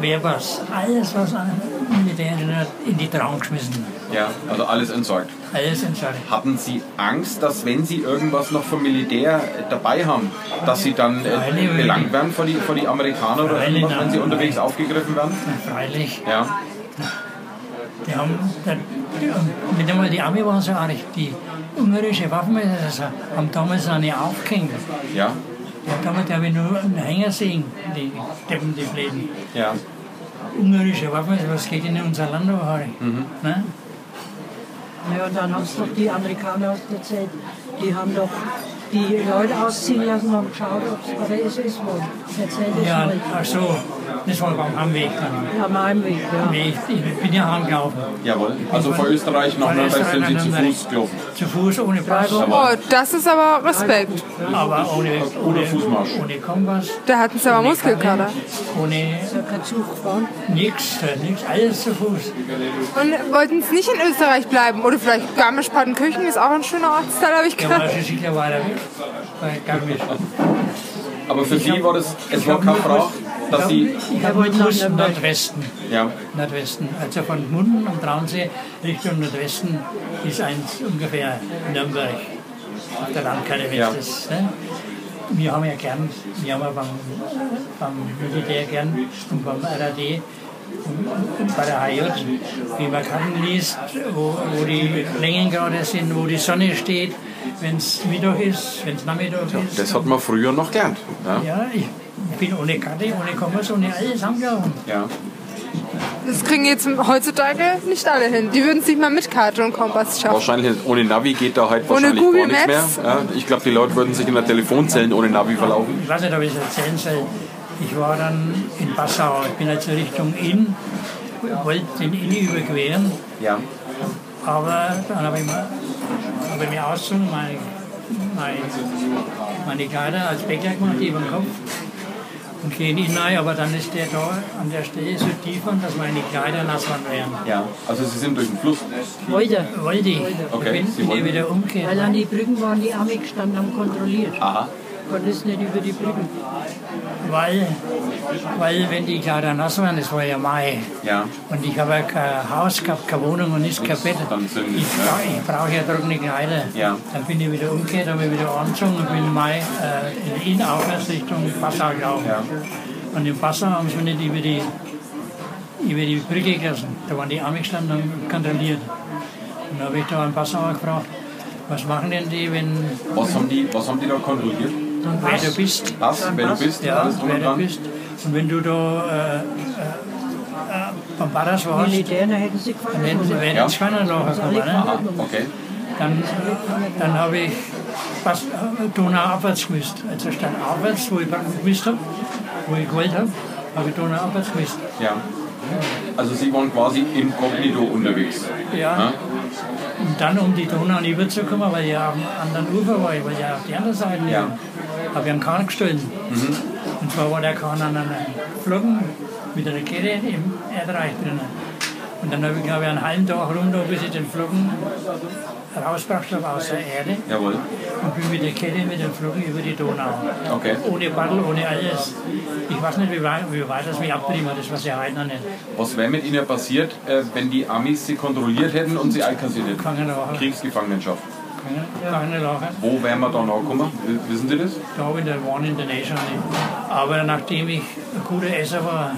[SPEAKER 4] Wehrbass, alles, was an Militär erinnert hat, in die Traum geschmissen.
[SPEAKER 3] Ja, also alles entsorgt.
[SPEAKER 4] Alles entscheidet.
[SPEAKER 3] Hatten Sie Angst, dass wenn Sie irgendwas noch vom Militär dabei haben, dass Sie dann äh,
[SPEAKER 4] Freilich.
[SPEAKER 3] belangt werden vor die, vor die Amerikaner oder
[SPEAKER 4] Freilich,
[SPEAKER 3] irgendwas, wenn Sie
[SPEAKER 4] nein.
[SPEAKER 3] unterwegs aufgegriffen werden?
[SPEAKER 4] Freilich.
[SPEAKER 3] Ja.
[SPEAKER 4] Die haben, da- die- nicht einmal die Armee waren so artig. Die ungarische Waffenmesser haben damals noch nicht aufgehängt.
[SPEAKER 3] Ja.
[SPEAKER 4] Die haben damals, glaube ich, nur einen Hänger sehen, die Deppen, die Bläden.
[SPEAKER 3] Ja.
[SPEAKER 4] Ungarische Waffenmesser, was geht in unser Land überhaupt? Ne?
[SPEAKER 5] Ja, und dann haben es noch die Amerikaner aus der Zeit, die haben doch die Leute ausziehen lassen, haben geschaut, ob es bei der SS war. Der Zeit halt ist
[SPEAKER 4] Ja,
[SPEAKER 5] ja.
[SPEAKER 4] ach so, das war beim Heimweg dann.
[SPEAKER 5] Am Heimweg, ja.
[SPEAKER 4] Nee, Ich, ich bin ja heimgelaufen.
[SPEAKER 3] Jawohl. Also vor Österreich nach
[SPEAKER 4] Von
[SPEAKER 3] Nürnberg
[SPEAKER 4] Österreich
[SPEAKER 3] sind Sie
[SPEAKER 4] nach
[SPEAKER 3] zu
[SPEAKER 4] Nürnberg.
[SPEAKER 3] Fuß gelaufen.
[SPEAKER 4] Zu Fuß, ohne Pass,
[SPEAKER 2] Oh, das ist aber Respekt.
[SPEAKER 4] aber ohne, ohne,
[SPEAKER 3] Fußmarsch.
[SPEAKER 4] ohne Kompass.
[SPEAKER 2] Da hatten sie aber
[SPEAKER 4] ohne
[SPEAKER 2] Muskelkater.
[SPEAKER 4] Karre, Ohne
[SPEAKER 5] Kein Zug gefahren.
[SPEAKER 4] nichts, nichts, alles zu Fuß.
[SPEAKER 2] Und wollten es nicht in Österreich bleiben? Oder vielleicht Garmisch-Partenkirchen ist auch ein schöner Ortsteil, habe ich
[SPEAKER 4] Der war
[SPEAKER 2] gehört.
[SPEAKER 4] schon sicher weiter weg. Bei Garmisch.
[SPEAKER 3] Aber für Sie war das, es war
[SPEAKER 4] hab
[SPEAKER 3] keine
[SPEAKER 4] nur
[SPEAKER 3] Frage,
[SPEAKER 4] gewusst-
[SPEAKER 3] dass Sie...
[SPEAKER 4] Ich habe
[SPEAKER 5] halt
[SPEAKER 4] heute nach Nordwesten.
[SPEAKER 3] Ja.
[SPEAKER 4] Nordwesten. Also von Munden am Traunsee Richtung Nordwesten ist eins ungefähr Nürnberg. Auf der Landkarte wenn
[SPEAKER 3] Ja.
[SPEAKER 4] es das. Ne? Wir haben ja gern, wir haben ja beim, beim Militär gern und beim RAD und- und bei der HJ, wie man Karten liest, wo, wo die Längen gerade sind, wo die Sonne steht, wenn es Mittag ist, wenn es Nachmittag ist.
[SPEAKER 3] Das hat man früher noch gelernt. Ja.
[SPEAKER 4] Ja, ich bin ohne Karte, ohne Kompass, ohne alles angelaufen.
[SPEAKER 3] ja.
[SPEAKER 2] Das kriegen jetzt heutzutage nicht alle hin. Die würden es nicht mal mit Karte und Kompass schaffen.
[SPEAKER 3] Wahrscheinlich ohne Navi geht da halt wahrscheinlich
[SPEAKER 2] Google
[SPEAKER 3] gar nichts mehr.
[SPEAKER 2] Maps.
[SPEAKER 3] Ja, ich glaube, die Leute würden sich in der Telefonzellen ohne Navi verlaufen.
[SPEAKER 4] Ich weiß nicht, ob ich es erzählen soll. Ich war dann in Passau. Ich bin jetzt Richtung Inn, wollte den Inn überqueren.
[SPEAKER 3] Ja.
[SPEAKER 4] Aber dann habe ich, mal, habe ich mir ausgezogen, meine, meine, meine Kleider als Bäcker gemacht, die über den Kopf. Und gehe nicht rein, aber dann ist der Tor an der Stelle so tief, an, dass meine Kleider nass waren wären.
[SPEAKER 3] ja. Also sie sind durch den Fluss.
[SPEAKER 5] Weiter.
[SPEAKER 4] Wollte ich.
[SPEAKER 3] Okay,
[SPEAKER 4] ich
[SPEAKER 3] Sie
[SPEAKER 4] bin, bin
[SPEAKER 3] wollten.
[SPEAKER 4] ich wieder umgekehrt.
[SPEAKER 5] Weil an die Brücken waren die Arme gestanden, haben kontrolliert.
[SPEAKER 4] Ah.
[SPEAKER 3] Aha.
[SPEAKER 5] Konntest nicht über die Brücken.
[SPEAKER 4] Weil, weil wenn die Kleider nass waren, das war ja Mai.
[SPEAKER 3] Ja.
[SPEAKER 4] Und ich habe ja kein Haus gehabt, keine Wohnung und nichts, kein Bett.
[SPEAKER 3] dann sind
[SPEAKER 4] Ich,
[SPEAKER 3] es,
[SPEAKER 4] bra ich brauche ja trockene Kleider.
[SPEAKER 3] Ja.
[SPEAKER 4] Dann bin ich wieder umgekehrt, habe mich wieder angezogen und bin im Mai äh, in Innaufwärts Richtung Passau gelaufen.
[SPEAKER 3] Ja.
[SPEAKER 4] Und in Passau haben sie mich nicht über die, über die Brücke gelassen. Da waren die Arme gestanden und haben kontrolliert. Und da habe ich da einen Passauer gefragt, was machen denn die, wenn
[SPEAKER 3] Was haben die, was haben die da kontrolliert?
[SPEAKER 4] wer du bist?
[SPEAKER 3] Das, wer du bist,
[SPEAKER 4] Ja,
[SPEAKER 3] alles drum
[SPEAKER 4] wer
[SPEAKER 3] und
[SPEAKER 4] du
[SPEAKER 3] dran.
[SPEAKER 4] bist. Und wenn du da äh, äh, äh, beim Badass warst,
[SPEAKER 5] Militär, da hätten sie Also, gefangen.
[SPEAKER 4] dann hätten sie
[SPEAKER 3] Ja.
[SPEAKER 4] ja. ins Schweinerloch gekommen. Ne?
[SPEAKER 3] Aha, okay.
[SPEAKER 4] Dann, dann habe ich fast äh, donauabwärts gemisst. Also statt abwärts, wo ich gemisst habe, wo ich gewollt habe, habe ich donauabwärts gemisst.
[SPEAKER 3] Ja. Also sie waren quasi inkognito unterwegs.
[SPEAKER 4] Ja. Und dann, um die Donau rüberzukommen, weil ich ja am anderen Ufer war, ich wollte ja auf die andere Seite
[SPEAKER 3] Ja. Mhm.
[SPEAKER 4] nehmen, habe ich einen Kahn gestellt. Und zwar war der Kahn an einer Flocken mit einer Kette im Erdreich drinnen. Und dann habe ich, glaube ich, einen halben Tag rum, da, bis ich den Flocken rausgebracht habe aus der Erde
[SPEAKER 3] Jawohl.
[SPEAKER 4] und bin mit der Kette, mit den Flocken über die Donau.
[SPEAKER 3] Okay.
[SPEAKER 4] Ohne Paddel, ohne alles. Ich weiß nicht, wie weit, wie weit das mich abgetrieben hat, das weiß ich heute noch nicht.
[SPEAKER 3] Was wäre mit ihnen passiert, äh, wenn die Amis sie kontrolliert hätten und sie einkassiert hätten?
[SPEAKER 4] Gefangene Lache.
[SPEAKER 3] Kriegsgefangenschaft.
[SPEAKER 4] Gefangene Lache.
[SPEAKER 3] Wo wären wir da angekommen? W- Wissen Sie das?
[SPEAKER 4] Da habe ich den One International. Aber nachdem ich ein guter Esser war,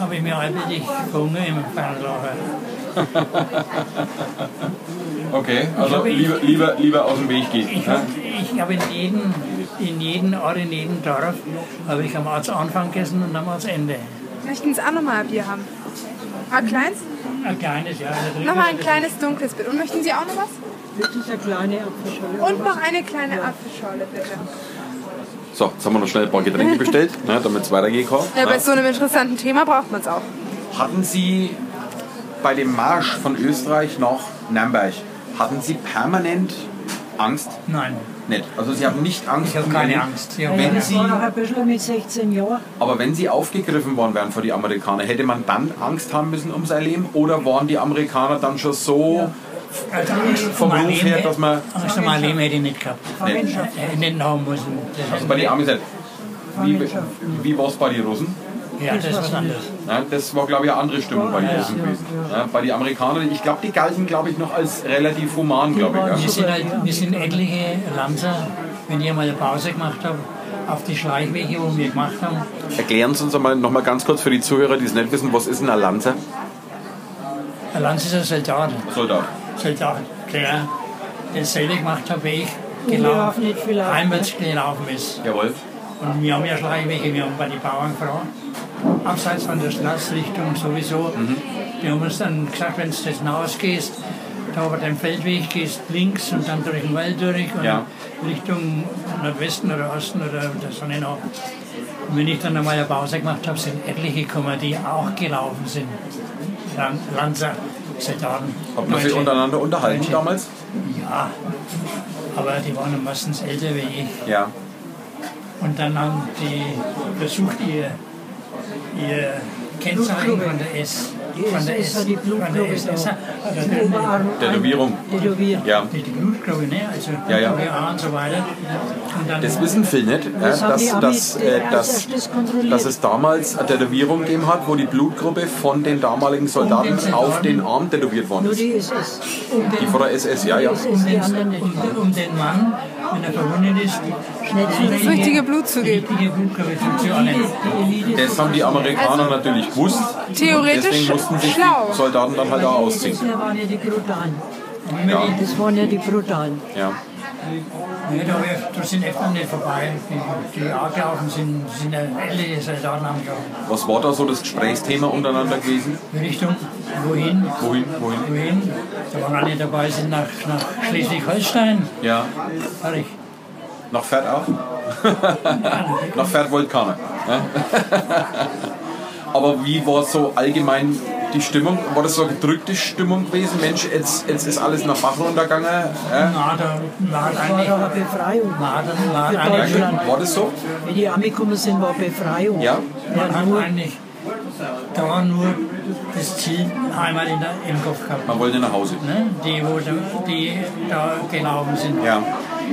[SPEAKER 4] habe ich mir allmählich Hunger im Fernlager.
[SPEAKER 3] Okay, also
[SPEAKER 4] hab ihn-
[SPEAKER 3] lieber, lieber, lieber aus dem Weg gehen.
[SPEAKER 4] Ich
[SPEAKER 3] ja?
[SPEAKER 4] habe ich hab in jedem, in jedem Ort, in jedem Dorf, habe ich am Ortsanfang gegessen und am Ortsende.
[SPEAKER 2] Möchten Sie auch nochmal ein Bier haben? Ein kleines?
[SPEAKER 4] Ein kleines, ja. da drin
[SPEAKER 2] Nochmal ein
[SPEAKER 4] ist-
[SPEAKER 2] kleines dunkles bitte. Und möchten Sie auch noch was?
[SPEAKER 5] Das ist eine kleine Apfelschale.
[SPEAKER 2] Und noch eine kleine Apfelschorle bitte.
[SPEAKER 3] So, jetzt haben wir noch schnell ein paar Getränke bestellt, ne, damit es weitergehen kann.
[SPEAKER 2] Ja, bei
[SPEAKER 3] ne?
[SPEAKER 2] so einem interessanten Thema braucht man es auch.
[SPEAKER 3] Hatten Sie bei dem Marsch von Österreich nach Nürnberg, hatten Sie permanent Angst?
[SPEAKER 4] Nein,
[SPEAKER 3] Nicht. Also Sie haben nicht Angst.
[SPEAKER 4] ich habe keine Angst. Ich hab
[SPEAKER 3] Wenn
[SPEAKER 4] keine
[SPEAKER 3] Sie-
[SPEAKER 5] Ich war noch ein bisschen mit 16 Jahren.
[SPEAKER 3] Aber wenn Sie aufgegriffen worden wären von die Amerikaner, hätte man dann Angst haben müssen um sein Leben? Oder waren die Amerikaner dann schon so
[SPEAKER 4] Also Angst
[SPEAKER 3] vom
[SPEAKER 4] um mein
[SPEAKER 3] Ruf
[SPEAKER 4] Leben
[SPEAKER 3] her, dass man...
[SPEAKER 4] Angst um mein Leben hätte ich nicht gehabt.
[SPEAKER 3] Nicht.
[SPEAKER 4] Hätte ich Äh, nicht haben müssen. Das
[SPEAKER 3] Also bei den Amis nicht. Wie, wie war es bei den Russen?
[SPEAKER 4] ja, das ist was anderes.
[SPEAKER 3] Ja, das war, glaube ich, eine andere Stimmung bei den Russen gewesen. Ja, bei den Amerikanern, ich glaube, die galten, glaube ich, noch als relativ human, glaube ich. Ja.
[SPEAKER 4] Wir sind, halt, wir sind etliche Lanzer, wenn ich mal eine Pause gemacht habe, auf die Schleichwege, wo wir gemacht haben.
[SPEAKER 3] Erklären Sie uns einmal noch mal ganz kurz für die Zuhörer, die es nicht wissen, was ist ein Lanzer?
[SPEAKER 4] Ein Lanz ist ein Soldat.
[SPEAKER 3] Soldat.
[SPEAKER 4] Soldat, der dasselbe gemacht hat, wie ich genau.
[SPEAKER 5] darf
[SPEAKER 4] gelaufen,
[SPEAKER 5] nicht viel laufen.
[SPEAKER 4] heimwärts gelaufen ist.
[SPEAKER 3] Jawohl.
[SPEAKER 4] Und wir haben ja Schleichwege, wir haben bei den Bauern gefragt, abseits von der Straßrichtung sowieso.
[SPEAKER 3] Mhm.
[SPEAKER 4] Die haben uns dann gesagt, wenn du das hinausgehst, da über den Feldweg gehst, links und dann durch den Wald durch und
[SPEAKER 3] Ja.
[SPEAKER 4] Richtung Nordwesten oder Osten oder der Sonne nach. Und wenn ich dann einmal eine Pause gemacht habe, sind etliche gekommen, die auch gelaufen sind. Lan- Lanzer, Soldaten.
[SPEAKER 3] Hat man sich
[SPEAKER 4] Deutsche.
[SPEAKER 3] untereinander unterhalten
[SPEAKER 4] Deutsche.
[SPEAKER 3] damals?
[SPEAKER 4] Ja, aber die waren meistens älter wie ich.
[SPEAKER 3] Ja.
[SPEAKER 4] Und dann haben die versucht, ihr, ihr Kennzeichen von der S.
[SPEAKER 5] Die
[SPEAKER 4] Von der
[SPEAKER 5] SS
[SPEAKER 4] S.
[SPEAKER 5] hat die
[SPEAKER 4] Von der
[SPEAKER 5] Blutgruppe
[SPEAKER 4] SS.
[SPEAKER 5] da.
[SPEAKER 4] Also
[SPEAKER 5] Den Oberarm.
[SPEAKER 3] Tätowierung.
[SPEAKER 5] Tätowiert.
[SPEAKER 3] Ja.
[SPEAKER 4] Die die Blutgruppe, ne? Also
[SPEAKER 3] Ja, ja.
[SPEAKER 4] BA und so weiter. Und dann
[SPEAKER 3] Das wissen viele nicht, äh,
[SPEAKER 5] Das haben die
[SPEAKER 3] dass,
[SPEAKER 5] Amis
[SPEAKER 3] dass, äh,
[SPEAKER 5] als
[SPEAKER 3] dass,
[SPEAKER 5] erstes kontrolliert.
[SPEAKER 3] dass es damals eine Tätowierung gegeben hat, wo die Blutgruppe von den damaligen Soldaten
[SPEAKER 4] Soldaten.
[SPEAKER 3] auf den Arm tätowiert worden
[SPEAKER 5] Nur
[SPEAKER 3] ist.
[SPEAKER 5] die SS.
[SPEAKER 3] Die von der SS, ja, ja.
[SPEAKER 5] SS, die anderen nicht.
[SPEAKER 4] um, um den Mann, wenn er verwundet ist, schnell
[SPEAKER 2] Das richtige Blut zu geben.
[SPEAKER 4] Die richtige Blutgruppe zu zuordnen.
[SPEAKER 3] Das haben die Amerikaner natürlich gewusst.
[SPEAKER 2] Theoretisch
[SPEAKER 3] Deswegen mussten sich
[SPEAKER 2] schlau.
[SPEAKER 3] die Soldaten dann halt auch ausziehen.
[SPEAKER 5] Das waren ja die Krotanen.
[SPEAKER 3] Ja.
[SPEAKER 5] Das waren ja die Brutalen.
[SPEAKER 3] ja.
[SPEAKER 4] Nee, da, da sind öfter nicht vorbei. Die, die angelaufen sind, sind ja etliche Soldaten angelaufen.
[SPEAKER 3] Was war da so das Gesprächsthema untereinander gewesen?
[SPEAKER 4] Richtung, wohin?
[SPEAKER 3] Wohin, wohin?
[SPEAKER 4] Wohin? Da waren alle dabei, sind nach, nach Schleswig-Holstein.
[SPEAKER 3] Ja.
[SPEAKER 4] War ich.
[SPEAKER 3] Nach Pferd auch? Nach Pferd wollte keiner. ne? Aber wie war so allgemein die Stimmung? War das so eine gedrückte Stimmung gewesen? Mensch, jetzt, jetzt ist alles nach Bach runtergegangen. ja?
[SPEAKER 4] Na, da war
[SPEAKER 5] War
[SPEAKER 3] Ah,
[SPEAKER 4] eigentlich.
[SPEAKER 5] doch eine Befreiung.
[SPEAKER 4] War, das war
[SPEAKER 5] Für
[SPEAKER 4] eigentlich
[SPEAKER 5] Deutschland.
[SPEAKER 3] War das so?
[SPEAKER 5] Wenn die Armee gekommen sind, war Befreiung.
[SPEAKER 3] Ja.
[SPEAKER 4] Ja, nur eigentlich. Da war nur das Ziel einmal in der, im Kopf gehabt.
[SPEAKER 3] Man wollte nach Hause.
[SPEAKER 4] Ne? Die, wo, da- die da gelaufen sind.
[SPEAKER 3] Ja.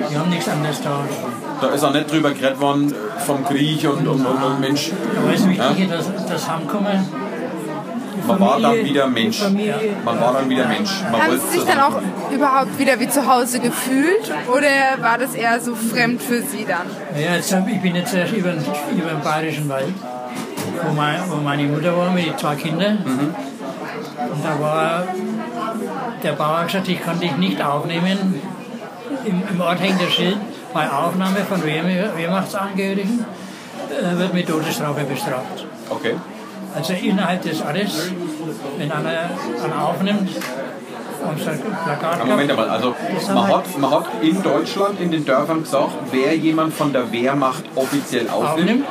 [SPEAKER 4] Die haben nichts anderes da.
[SPEAKER 3] Da ist auch nicht drüber geredet worden äh, vom Krieg und, und, und, und Mensch.
[SPEAKER 4] Da war das Wichtige, dass das Heimkommen.
[SPEAKER 3] Man war dann
[SPEAKER 5] Familie,
[SPEAKER 3] wieder Mensch.
[SPEAKER 5] die Familie.
[SPEAKER 3] Man war dann wieder Mensch. Man
[SPEAKER 2] Haben
[SPEAKER 3] wollte
[SPEAKER 2] Sie sich dann auch
[SPEAKER 3] zusammenkommen.
[SPEAKER 2] überhaupt wieder wie zu Hause gefühlt oder war das eher so fremd für Sie dann?
[SPEAKER 4] Ja, jetzt hab, ich bin jetzt erst über, den- über den Bayerischen Wald, wo, mein, wo meine Mutter war mit den zwei Kindern. Und da war der Bauer gesagt, ich kann dich nicht aufnehmen. Im, im Ort hängt das Schild, bei Aufnahme von Wehrme- Wehrmachtsangehörigen äh, wird mit Todesstrafe bestraft.
[SPEAKER 3] Okay.
[SPEAKER 4] Also innerhalb des Ortes, wenn einer, einer aufnimmt, haben sie halt ein Plakat
[SPEAKER 3] Ja,
[SPEAKER 4] gehabt.
[SPEAKER 3] Moment mal, also man hat, man hat in Deutschland, in den Dörfern gesagt, wer jemand von der Wehrmacht offiziell aufnimmt,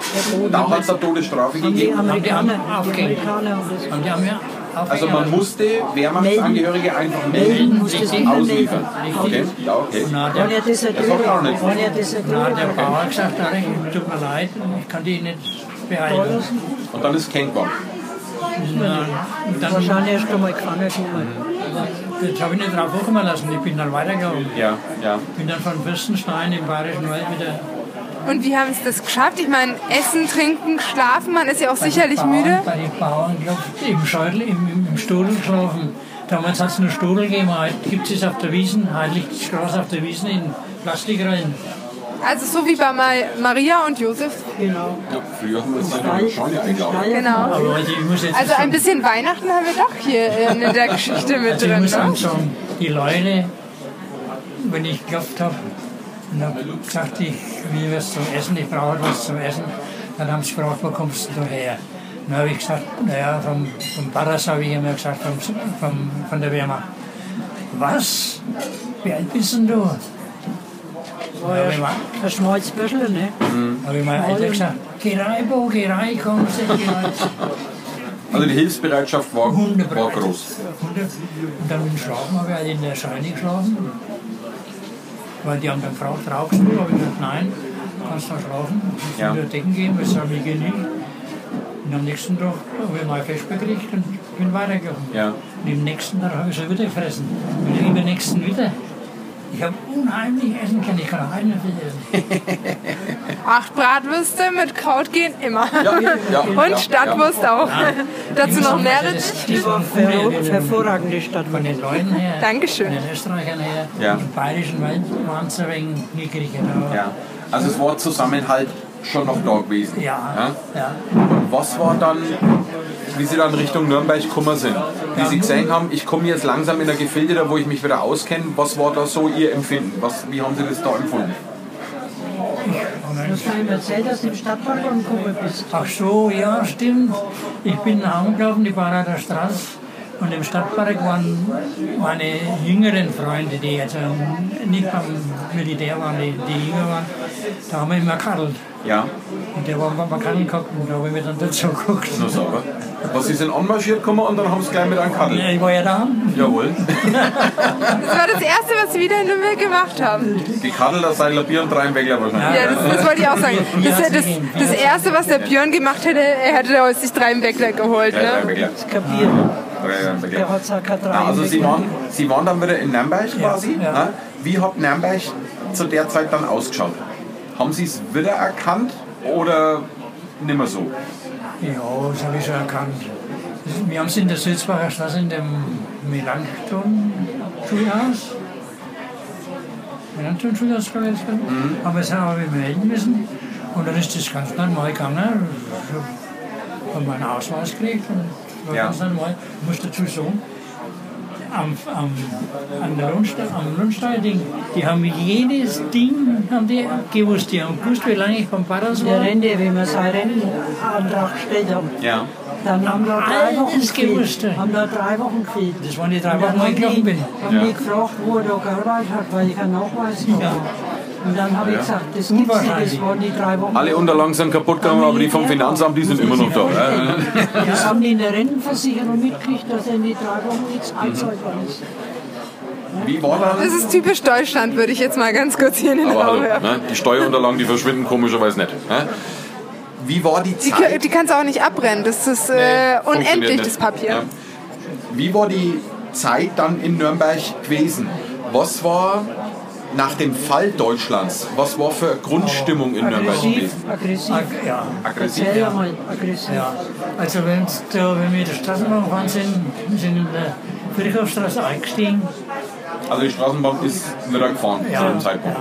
[SPEAKER 3] da hat es eine Todesstrafe
[SPEAKER 5] Haben die
[SPEAKER 3] gegeben.
[SPEAKER 5] Amerikaner,
[SPEAKER 4] haben
[SPEAKER 5] die
[SPEAKER 4] aufgehängt.
[SPEAKER 5] Amerikaner haben das
[SPEAKER 4] Und die haben ja
[SPEAKER 3] Also
[SPEAKER 4] Aufhänger-
[SPEAKER 3] man musste Wehrmachtsangehörige einfach melden,
[SPEAKER 5] musste
[SPEAKER 3] sich
[SPEAKER 5] sie
[SPEAKER 3] ausliefern.
[SPEAKER 5] melden.
[SPEAKER 3] Okay, ja, okay.
[SPEAKER 4] Und dann hat der
[SPEAKER 5] Wollen ja das
[SPEAKER 3] Das war gar nicht.
[SPEAKER 5] Wollen ja das
[SPEAKER 4] Na, der
[SPEAKER 5] erklären?
[SPEAKER 4] Bauer hat gesagt, Harry, tut mir leid, ich kann dich nicht beeilen.
[SPEAKER 3] Und dann ist Kenk worden.
[SPEAKER 4] Und dann,
[SPEAKER 5] Wahrscheinlich erst einmal gefangen
[SPEAKER 3] Mhm.
[SPEAKER 5] genommen.
[SPEAKER 4] das habe ich nicht drauf hochkommen lassen, ich bin dann weitergegangen.
[SPEAKER 3] Ja, ja.
[SPEAKER 4] Bin dann von Fürstenstein im Bayerischen Wald wieder
[SPEAKER 2] Und wie haben Sie das geschafft? Ich meine, Essen, Trinken, Schlafen, man ist ja auch sicherlich
[SPEAKER 4] Bauern,
[SPEAKER 2] müde.
[SPEAKER 4] bei den Bauern geklopft, im Scheutel, im, im, im Studel geschlafen. Damals hat es nur Studel gegeben, heute gibt es auf der Wiesen, heute liegt das Gras auf der Wiesen in Plastikrollen.
[SPEAKER 2] Also so wie bei Ma- Maria und Josef.
[SPEAKER 5] Genau.
[SPEAKER 3] ja früher haben wir uns ja schon eingeladen.
[SPEAKER 2] Genau.
[SPEAKER 4] Aber Leute, ich muss jetzt
[SPEAKER 2] Also ein bisschen Weihnachten haben wir doch hier in der Geschichte mit
[SPEAKER 4] Also ich
[SPEAKER 2] drin.
[SPEAKER 4] muss auch
[SPEAKER 2] Ne?
[SPEAKER 4] sagen, die Leute, wenn ich geklopft habe und habe gesagt, ich will was zum Essen, ich brauche was zum Essen, dann haben sie gefragt, wo kommst du her? Dann habe ich gesagt, naja, vom, vom Paras habe ich immer gesagt, vom, vom, von der Wehrmacht. Was? Wie alt bist denn du?
[SPEAKER 5] War
[SPEAKER 4] Ja,
[SPEAKER 5] ja
[SPEAKER 4] wir waren-
[SPEAKER 5] ein schmales Büschel, ne?
[SPEAKER 4] Habe ich meinem Alter gesagt, geh rein, Bo, geh rein, komm, seh geh rein.
[SPEAKER 3] Also die Hilfsbereitschaft war, war
[SPEAKER 4] Hundebreit.
[SPEAKER 3] groß.
[SPEAKER 4] Hunde. Und dann bin ich schlafen, habe ich halt in der Scheune geschlafen. Weil die haben dann gefragt, rauchst du? Habe ich gesagt, nein, kannst du schlafen. Ich
[SPEAKER 3] Ja.
[SPEAKER 4] ja. nur Decken gehen, weil es haben wir genügt. Und am nächsten Tag habe ich mal Fleisch gekriegt und bin weitergekommen.
[SPEAKER 3] Ja.
[SPEAKER 4] Und im nächsten Tag habe ich schon wieder gefressen. Und im übernächsten wieder. Ich habe unheimlich essen können, ich kann auch nicht viel essen.
[SPEAKER 2] Acht Bratwürste mit Kraut gehen immer.
[SPEAKER 3] Ja, ja, ja,
[SPEAKER 2] Und Stadtwurst auch. Dazu noch mehr
[SPEAKER 4] Also
[SPEAKER 2] Ritt.
[SPEAKER 4] das-
[SPEAKER 5] Die
[SPEAKER 4] das
[SPEAKER 5] war
[SPEAKER 4] ist eine gute
[SPEAKER 5] verrückt,
[SPEAKER 4] Erinnerung.
[SPEAKER 5] hervorragende Stadt.
[SPEAKER 4] Von den Leuten her.
[SPEAKER 2] Dankeschön.
[SPEAKER 4] Von den Österreichern her.
[SPEAKER 3] Ja.
[SPEAKER 4] Im bayerischen Wald waren es ein wenig niedriger. aber-
[SPEAKER 3] Ja. Also es war Zusammenhalt schon noch da gewesen.
[SPEAKER 4] Ja. ja.
[SPEAKER 3] Und was war dann, wie sie dann Richtung Nürnberg gekommen sind? Wie sie gesehen haben, ich komme jetzt langsam in der Gefilde, da wo ich mich wieder auskenne. Was war da so ihr Empfinden? Was, wie haben sie das da empfunden?
[SPEAKER 5] Du hast mir erzählt, dass du im Stadtpark gekommen bist.
[SPEAKER 4] Ach so, ja, stimmt. Ich bin nach Hause gelaufen, die Barader Straße. Und im Stadtpark waren meine jüngeren Freunde, die also nicht beim Militär waren, die, die jünger waren, da haben wir immer kaddelt.
[SPEAKER 3] Ja,
[SPEAKER 4] Und der war beim Kaddeln gehabt und da habe ich mir dann dazu geguckt.
[SPEAKER 3] nur sauber. Was, sie sind anmarschiert gekommen und dann haben sie gleich mit einem Kaddel.
[SPEAKER 4] Ich war ja da.
[SPEAKER 3] Jawohl.
[SPEAKER 2] Das war das Erste, was wir wieder in Nürnberg gemacht haben.
[SPEAKER 3] Die Kaddel, das sei Bier und drei im Wegler wahrscheinlich.
[SPEAKER 2] Ja, das, das wollte ich auch sagen. Das, das, das Erste, was der Björn gemacht hätte, er hätte sich drei im Weckler geholt.
[SPEAKER 3] Drei im
[SPEAKER 2] Ne?
[SPEAKER 3] Wegler.
[SPEAKER 5] Kapiert.
[SPEAKER 3] Drei im Wegler.
[SPEAKER 5] Der hat es auch keine drei.
[SPEAKER 3] Na, also Sie waren, Sie waren dann wieder in Nürnberg quasi.
[SPEAKER 4] ja.
[SPEAKER 3] ne? Wie hat Nürnberg zu der Zeit dann ausgeschaut? Haben Sie es wieder erkannt oder nimmer so?
[SPEAKER 4] Ja, das habe ich schon erkannt. Wir haben es in der Sulzbacher Straße in dem Melanchthon-Schulhaus. Melanchthon-Schulhaus, glaube ich, jetzt war. haben wir es auch melden müssen. Und dann ist das ganz normal gegangen. Ich habe meinen Ausweis gekriegt und war
[SPEAKER 3] Ja.
[SPEAKER 4] ganz normal. Ich muss dazu sagen, am, am, an der Rundste am Rundsteuerding, die haben jedes Ding haben die gewusst. Die haben gewusst, wie lange ich vom Paras
[SPEAKER 5] Der
[SPEAKER 4] war.
[SPEAKER 5] Rente, wenn wir seinen Rentenantrag gestellt haben.
[SPEAKER 3] Ja.
[SPEAKER 5] Dann haben da drei
[SPEAKER 4] Alles
[SPEAKER 5] Wochen
[SPEAKER 4] gewusst.
[SPEAKER 5] gefehlt. Haben da drei Wochen gefehlt.
[SPEAKER 4] Das waren die drei
[SPEAKER 5] Und dann
[SPEAKER 4] Wochen, wo ich
[SPEAKER 5] haben die-
[SPEAKER 4] gelaufen bin.
[SPEAKER 5] Haben die gefragt, wo er da gearbeitet hat, weil ich keinen Nachweis habe. Und dann habe ich gesagt, das gibt's nicht, das
[SPEAKER 4] Unwahrscheinlich.
[SPEAKER 5] waren die drei Wochen.
[SPEAKER 3] Alle Unterlagen sind kaputt gegangen, aber die vom Finanzamt, die sind immer noch da. Ja, ja.
[SPEAKER 5] Das haben die in der Rentenversicherung mitgekriegt, dass er in die drei Wochen nichts einzahlbar ist.
[SPEAKER 3] Mhm. Wie war das?
[SPEAKER 2] Das ist genau, typisch Deutschland, würde ich jetzt mal ganz kurz hier in den
[SPEAKER 3] Aber hallo,
[SPEAKER 2] Raum werfen.
[SPEAKER 3] ne? die Steuerunterlagen, die verschwinden komischerweise nicht. Ne? Wie war die
[SPEAKER 2] Die,
[SPEAKER 3] Zeit?
[SPEAKER 2] die kannst du auch nicht abbrennen. Das ist äh,
[SPEAKER 3] Funktioniert
[SPEAKER 2] unendlich,
[SPEAKER 3] nicht.
[SPEAKER 2] das Papier.
[SPEAKER 3] Ja. Wie war die Zeit dann in Nürnberg gewesen? Was war nach dem Fall Deutschlands, was war für eine Grundstimmung in Nürnberg
[SPEAKER 5] Aggressiv,
[SPEAKER 3] gewesen?
[SPEAKER 5] aggressiv.
[SPEAKER 4] Ah, Ja.
[SPEAKER 3] Aggressiv.
[SPEAKER 5] Erzähl ja. mal, aggressiv.
[SPEAKER 4] Ja, also wenn's da, wenn wir in der Straßenbahn gefahren sind, wir sind in der Friedhofstraße eingestiegen
[SPEAKER 3] Also die Straßenbahn ist wieder gefahren zu dem Zeitpunkt.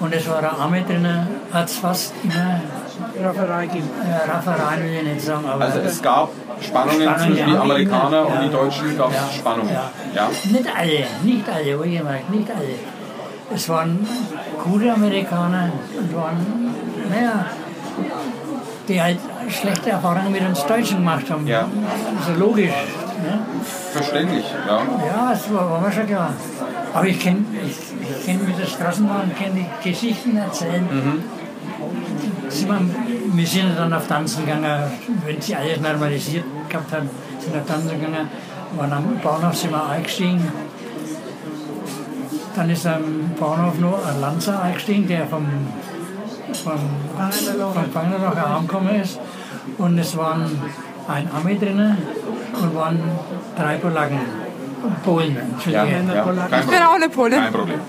[SPEAKER 4] und es war ein Arme drinnen, hat's fast immer
[SPEAKER 5] Rafferei gibt.
[SPEAKER 4] äh, Raffereien, will ich nicht sagen, aber
[SPEAKER 3] Also es gab Spannungen
[SPEAKER 4] Spannungen,
[SPEAKER 3] zwischen den
[SPEAKER 4] ja.
[SPEAKER 3] Amerikanern und
[SPEAKER 4] Ja.
[SPEAKER 3] die Deutschen, gab es
[SPEAKER 4] Ja.
[SPEAKER 3] Spannungen.
[SPEAKER 4] Ja.
[SPEAKER 3] Ja.
[SPEAKER 4] nicht alle, nicht alle, wohlgemerkt, nicht alle. Es waren gute Amerikaner und waren, naja, die halt schlechte Erfahrungen mit uns Deutschen gemacht haben.
[SPEAKER 3] Ja.
[SPEAKER 4] Also logisch. Ne?
[SPEAKER 3] Verständlich, ja.
[SPEAKER 4] Ja, das war, war mir schon klar. Aber ich kenne ich, ich kenn mit der Straßenbahn kenn ich Geschichten erzählen. Sind wir, wir sind dann auf Tanzen gegangen, wenn sie alles normalisiert gehabt haben, sind wir auf Tanzen gegangen. Waren am Bahnhof sind wir eingestiegen. Dann ist am Bahnhof noch ein Lanzer eingestiegen, der vom, vom, vom Bangerlocher angekommen ist. Und es waren ein Armee drinnen und waren drei Polacken. Polen,
[SPEAKER 3] ja.
[SPEAKER 4] Entschuldigung.
[SPEAKER 3] ja. Kein
[SPEAKER 2] Ich bin
[SPEAKER 3] Problem.
[SPEAKER 2] auch eine Pole.
[SPEAKER 3] Kein Problem.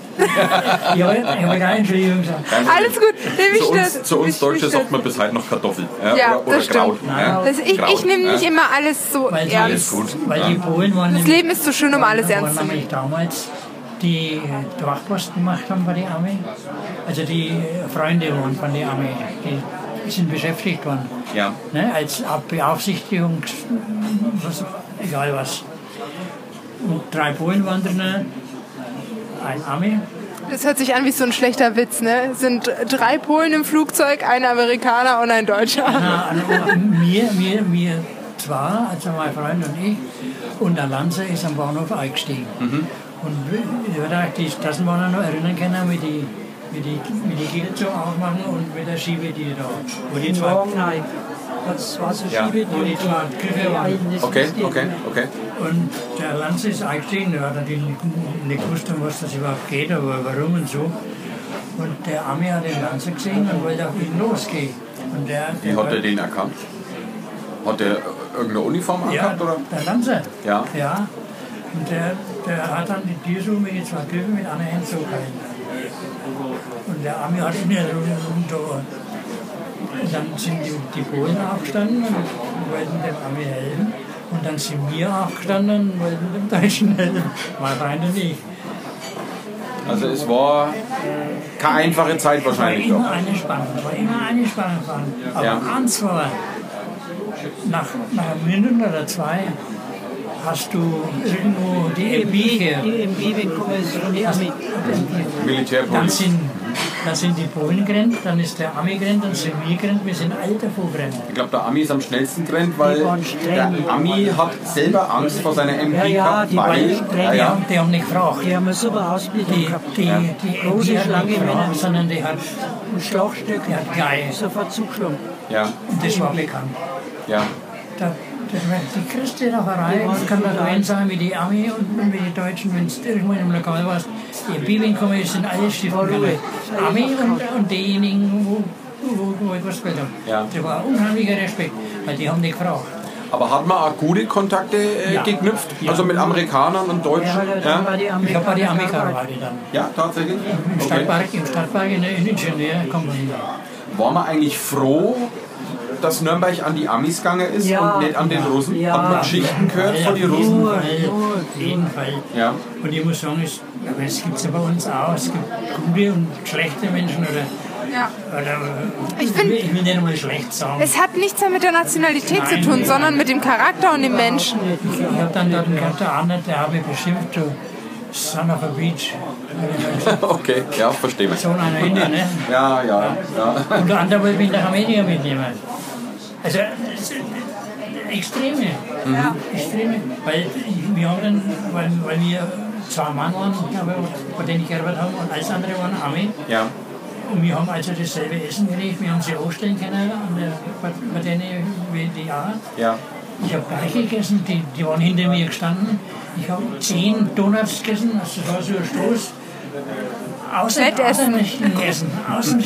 [SPEAKER 4] Ja, ich habe keine Entschuldigung gesagt.
[SPEAKER 2] Alles gut, nehme ich
[SPEAKER 3] Zu uns,
[SPEAKER 2] das.
[SPEAKER 3] zu uns
[SPEAKER 2] Ich-
[SPEAKER 3] Deutsche
[SPEAKER 2] ich-
[SPEAKER 3] sagt man bis heute noch Kartoffel äh,
[SPEAKER 2] Ja,
[SPEAKER 3] oder, oder
[SPEAKER 2] das stimmt.
[SPEAKER 3] Kraut. Ja.
[SPEAKER 2] das, ich, ich
[SPEAKER 3] Kraut,
[SPEAKER 2] nehme nicht
[SPEAKER 3] ja.
[SPEAKER 2] immer alles so
[SPEAKER 4] Weil die,
[SPEAKER 2] ernst.
[SPEAKER 4] Weil die Polen waren
[SPEAKER 2] Das Leben ist zu schön, um alles
[SPEAKER 4] waren
[SPEAKER 2] ernst zu nehmen.
[SPEAKER 4] nämlich damals die äh, Wachposten gemacht haben bei der Armee. Also die äh, Freunde waren von der Armee, die sind beschäftigt worden.
[SPEAKER 3] Ja.
[SPEAKER 4] Ne, als Ab- Beaufsichtigung, was, egal was. Und drei Polen waren drin, ein Armee.
[SPEAKER 2] Das hört sich an wie so ein schlechter Witz, ne? Sind drei Polen im Flugzeug, ein Amerikaner und ein Deutscher.
[SPEAKER 4] Na, an- mir, mir, mir zwar, also mein Freund und ich, und der Lanzer ist am Bahnhof eingestiegen. Und ich würde auch die Straßenbahner noch erinnern können, wie die, wie die, wie die Gilt so aufmachen und mit der Schiebe, die da, wo die
[SPEAKER 5] In
[SPEAKER 4] zwei,
[SPEAKER 5] Wagenheim. Das war so
[SPEAKER 3] Ja.
[SPEAKER 5] Schiebetür.
[SPEAKER 4] wo die zwei Griffe waren.
[SPEAKER 5] Alten, das
[SPEAKER 3] Okay,
[SPEAKER 5] wisst ihr.
[SPEAKER 3] okay, okay.
[SPEAKER 4] Und der Lanz ist eingestiegen, der hat natürlich nicht- nicht gewusst, um was das überhaupt geht, aber warum und so. Und der Ami hat den Lanzer gesehen und wollte auf ihn losgehen. Und der,
[SPEAKER 3] Wie
[SPEAKER 4] der
[SPEAKER 3] hat er den erkannt? Hat er irgendeine Uniform
[SPEAKER 4] Ja,
[SPEAKER 3] erkannt? Oder?
[SPEAKER 4] der Lanze.
[SPEAKER 3] Ja.
[SPEAKER 4] Ja. Und der, der hat dann die Tür so mit den zwei Griffen mit einer Hand so gehalten. Und der Ami hat ihn ja so runter. Und dann sind die, die Polen aufgestanden und wollten dem Ami helfen. Und dann sind wir aufgestanden und wollten dem Deutschen helfen. Mein Freund und ich.
[SPEAKER 3] Also es war keine einfache Zeit
[SPEAKER 4] Es war
[SPEAKER 3] wahrscheinlich doch.
[SPEAKER 4] immer eine Spannung, es war immer eine Spannung dran. Aber
[SPEAKER 3] Ja.
[SPEAKER 4] eins war, nach, nach einer Minute oder zwei hast du irgendwo die EMB gehört.
[SPEAKER 5] Die MB, wenn kommen sie von der Armee.
[SPEAKER 4] Dann
[SPEAKER 3] Militärpolizei.
[SPEAKER 4] sind, dann sind die Polen gerannt, dann ist der Ami gerannt, dann sind wir gerannt, wir sind alle davor gerannt.
[SPEAKER 3] Ich glaube, der Ami ist am schnellsten drin, weil
[SPEAKER 5] Die waren streng.
[SPEAKER 3] der Ami hat selber Angst vor seiner MP
[SPEAKER 5] Ja, ja,
[SPEAKER 3] gehabt,
[SPEAKER 5] die
[SPEAKER 3] weil...
[SPEAKER 5] waren
[SPEAKER 3] Ah,
[SPEAKER 5] streng.
[SPEAKER 3] Ja,
[SPEAKER 4] Die,
[SPEAKER 3] ja.
[SPEAKER 4] haben, die haben nicht gefragt.
[SPEAKER 5] Die haben eine super
[SPEAKER 4] Die,
[SPEAKER 5] Ausbildung gehabt.
[SPEAKER 4] die,
[SPEAKER 5] Ja.
[SPEAKER 4] die,
[SPEAKER 5] Große,
[SPEAKER 4] die hat
[SPEAKER 5] schlanke
[SPEAKER 4] nicht
[SPEAKER 5] Männer.
[SPEAKER 4] gefragt, sondern die hat,
[SPEAKER 5] Ein Schlagstück.
[SPEAKER 4] die hat geil.
[SPEAKER 5] Sofort zugeschlagen.
[SPEAKER 3] ja,
[SPEAKER 4] Und das war bekannt.
[SPEAKER 3] ja.
[SPEAKER 4] Da, das war die Christi Rafferei, das kann da rein sein wie die Armee und wie die Deutschen, wenn du irgendwo in einem Lokal warst. Die Bibeln kommen, sind alle Stiften. gegangen. Armee und, und diejenigen, wo, wo, wo ich was gehört habe.
[SPEAKER 3] Ja.
[SPEAKER 4] Das war ein unheimlicher Respekt, weil die haben nicht gefragt.
[SPEAKER 3] Aber hat man auch gute Kontakte äh,
[SPEAKER 4] Ja.
[SPEAKER 3] geknüpft?
[SPEAKER 4] Ja.
[SPEAKER 3] Also mit Amerikanern und
[SPEAKER 5] Ja,
[SPEAKER 3] Deutschen?
[SPEAKER 5] weil er dann
[SPEAKER 3] Ja,
[SPEAKER 5] bei die Armee
[SPEAKER 4] Ich habe bei der Armee
[SPEAKER 5] gearbeitet.
[SPEAKER 4] gearbeitet dann.
[SPEAKER 3] ja tatsächlich?
[SPEAKER 4] Im
[SPEAKER 3] Okay.
[SPEAKER 4] Stadtpark, im Stadtpark in der Ingenieurkompanie.
[SPEAKER 3] War man eigentlich froh, dass Nürnberg an die Amis gegangen ist
[SPEAKER 5] Ja.
[SPEAKER 3] und nicht an den Russen?
[SPEAKER 5] Ja.
[SPEAKER 3] Hat man Geschichten gehört von den Russen?
[SPEAKER 4] Auf jeden Fall.
[SPEAKER 3] Ja.
[SPEAKER 4] Und ich muss sagen, es, aber es gibt es ja bei uns auch. Es gibt gute und schlechte Menschen oder
[SPEAKER 2] Ja. Ich
[SPEAKER 4] Ich will,
[SPEAKER 2] finde,
[SPEAKER 4] ich will nicht mal schlecht sagen.
[SPEAKER 2] es hat nichts mehr mit der Nationalität zu tun, sondern mit dem Charakter und dem Menschen.
[SPEAKER 4] Ich habe dann dort gehabt, der eine, der habe ich beschimpft, du Son of a Beach.
[SPEAKER 3] Okay, ja, verstehe ich.
[SPEAKER 4] So einer Ende, ne?
[SPEAKER 3] Ja, ja, ja.
[SPEAKER 4] Unter anderem wollte ich mich nach Amerika mitnehmen. Also, es sind Extreme. Ja. Extreme. Weil wir haben dann, weil, weil wir zwei Mann waren, glaube ich, von denen ich gearbeitet habe, und alles andere waren Arme.
[SPEAKER 3] Ja,
[SPEAKER 4] Und wir haben also dasselbe Essen gekriegt, wir haben sie ausstellen können an der, bei, bei denen WDA.
[SPEAKER 3] ja.
[SPEAKER 4] Ich habe gleich gegessen, die, die waren hinter mir gestanden. Ich habe zehn Donuts gegessen, also das war so ein Stoß. Außer,
[SPEAKER 2] Nicht essen.
[SPEAKER 4] außer nicht essen. Außer,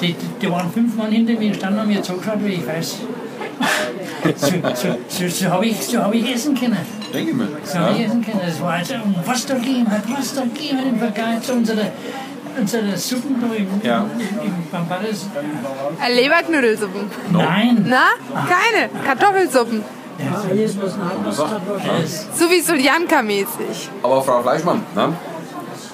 [SPEAKER 4] die, die waren fünf Mann hinter mir gestanden und haben mir zugeschaut, wie ich weiß. So, so, so, so habe ich, so hab ich essen können.
[SPEAKER 3] Denke ich mir.
[SPEAKER 4] So
[SPEAKER 3] Ja.
[SPEAKER 4] habe ich essen können. Das war also, um was da gegeben hat, was da gegeben hat im Vergleich zu unserer, unserer Suppen da im,
[SPEAKER 3] Ja.
[SPEAKER 4] im, im Bambares.
[SPEAKER 2] Äh, Leberknödelsuppen.
[SPEAKER 4] Nein,
[SPEAKER 2] Na? Keine. Kartoffelsuppen.
[SPEAKER 5] Alles, was nachher hat, war
[SPEAKER 4] das,
[SPEAKER 2] So wie Soljanka-mäßig.
[SPEAKER 3] Aber Frau Fleischmann, ne?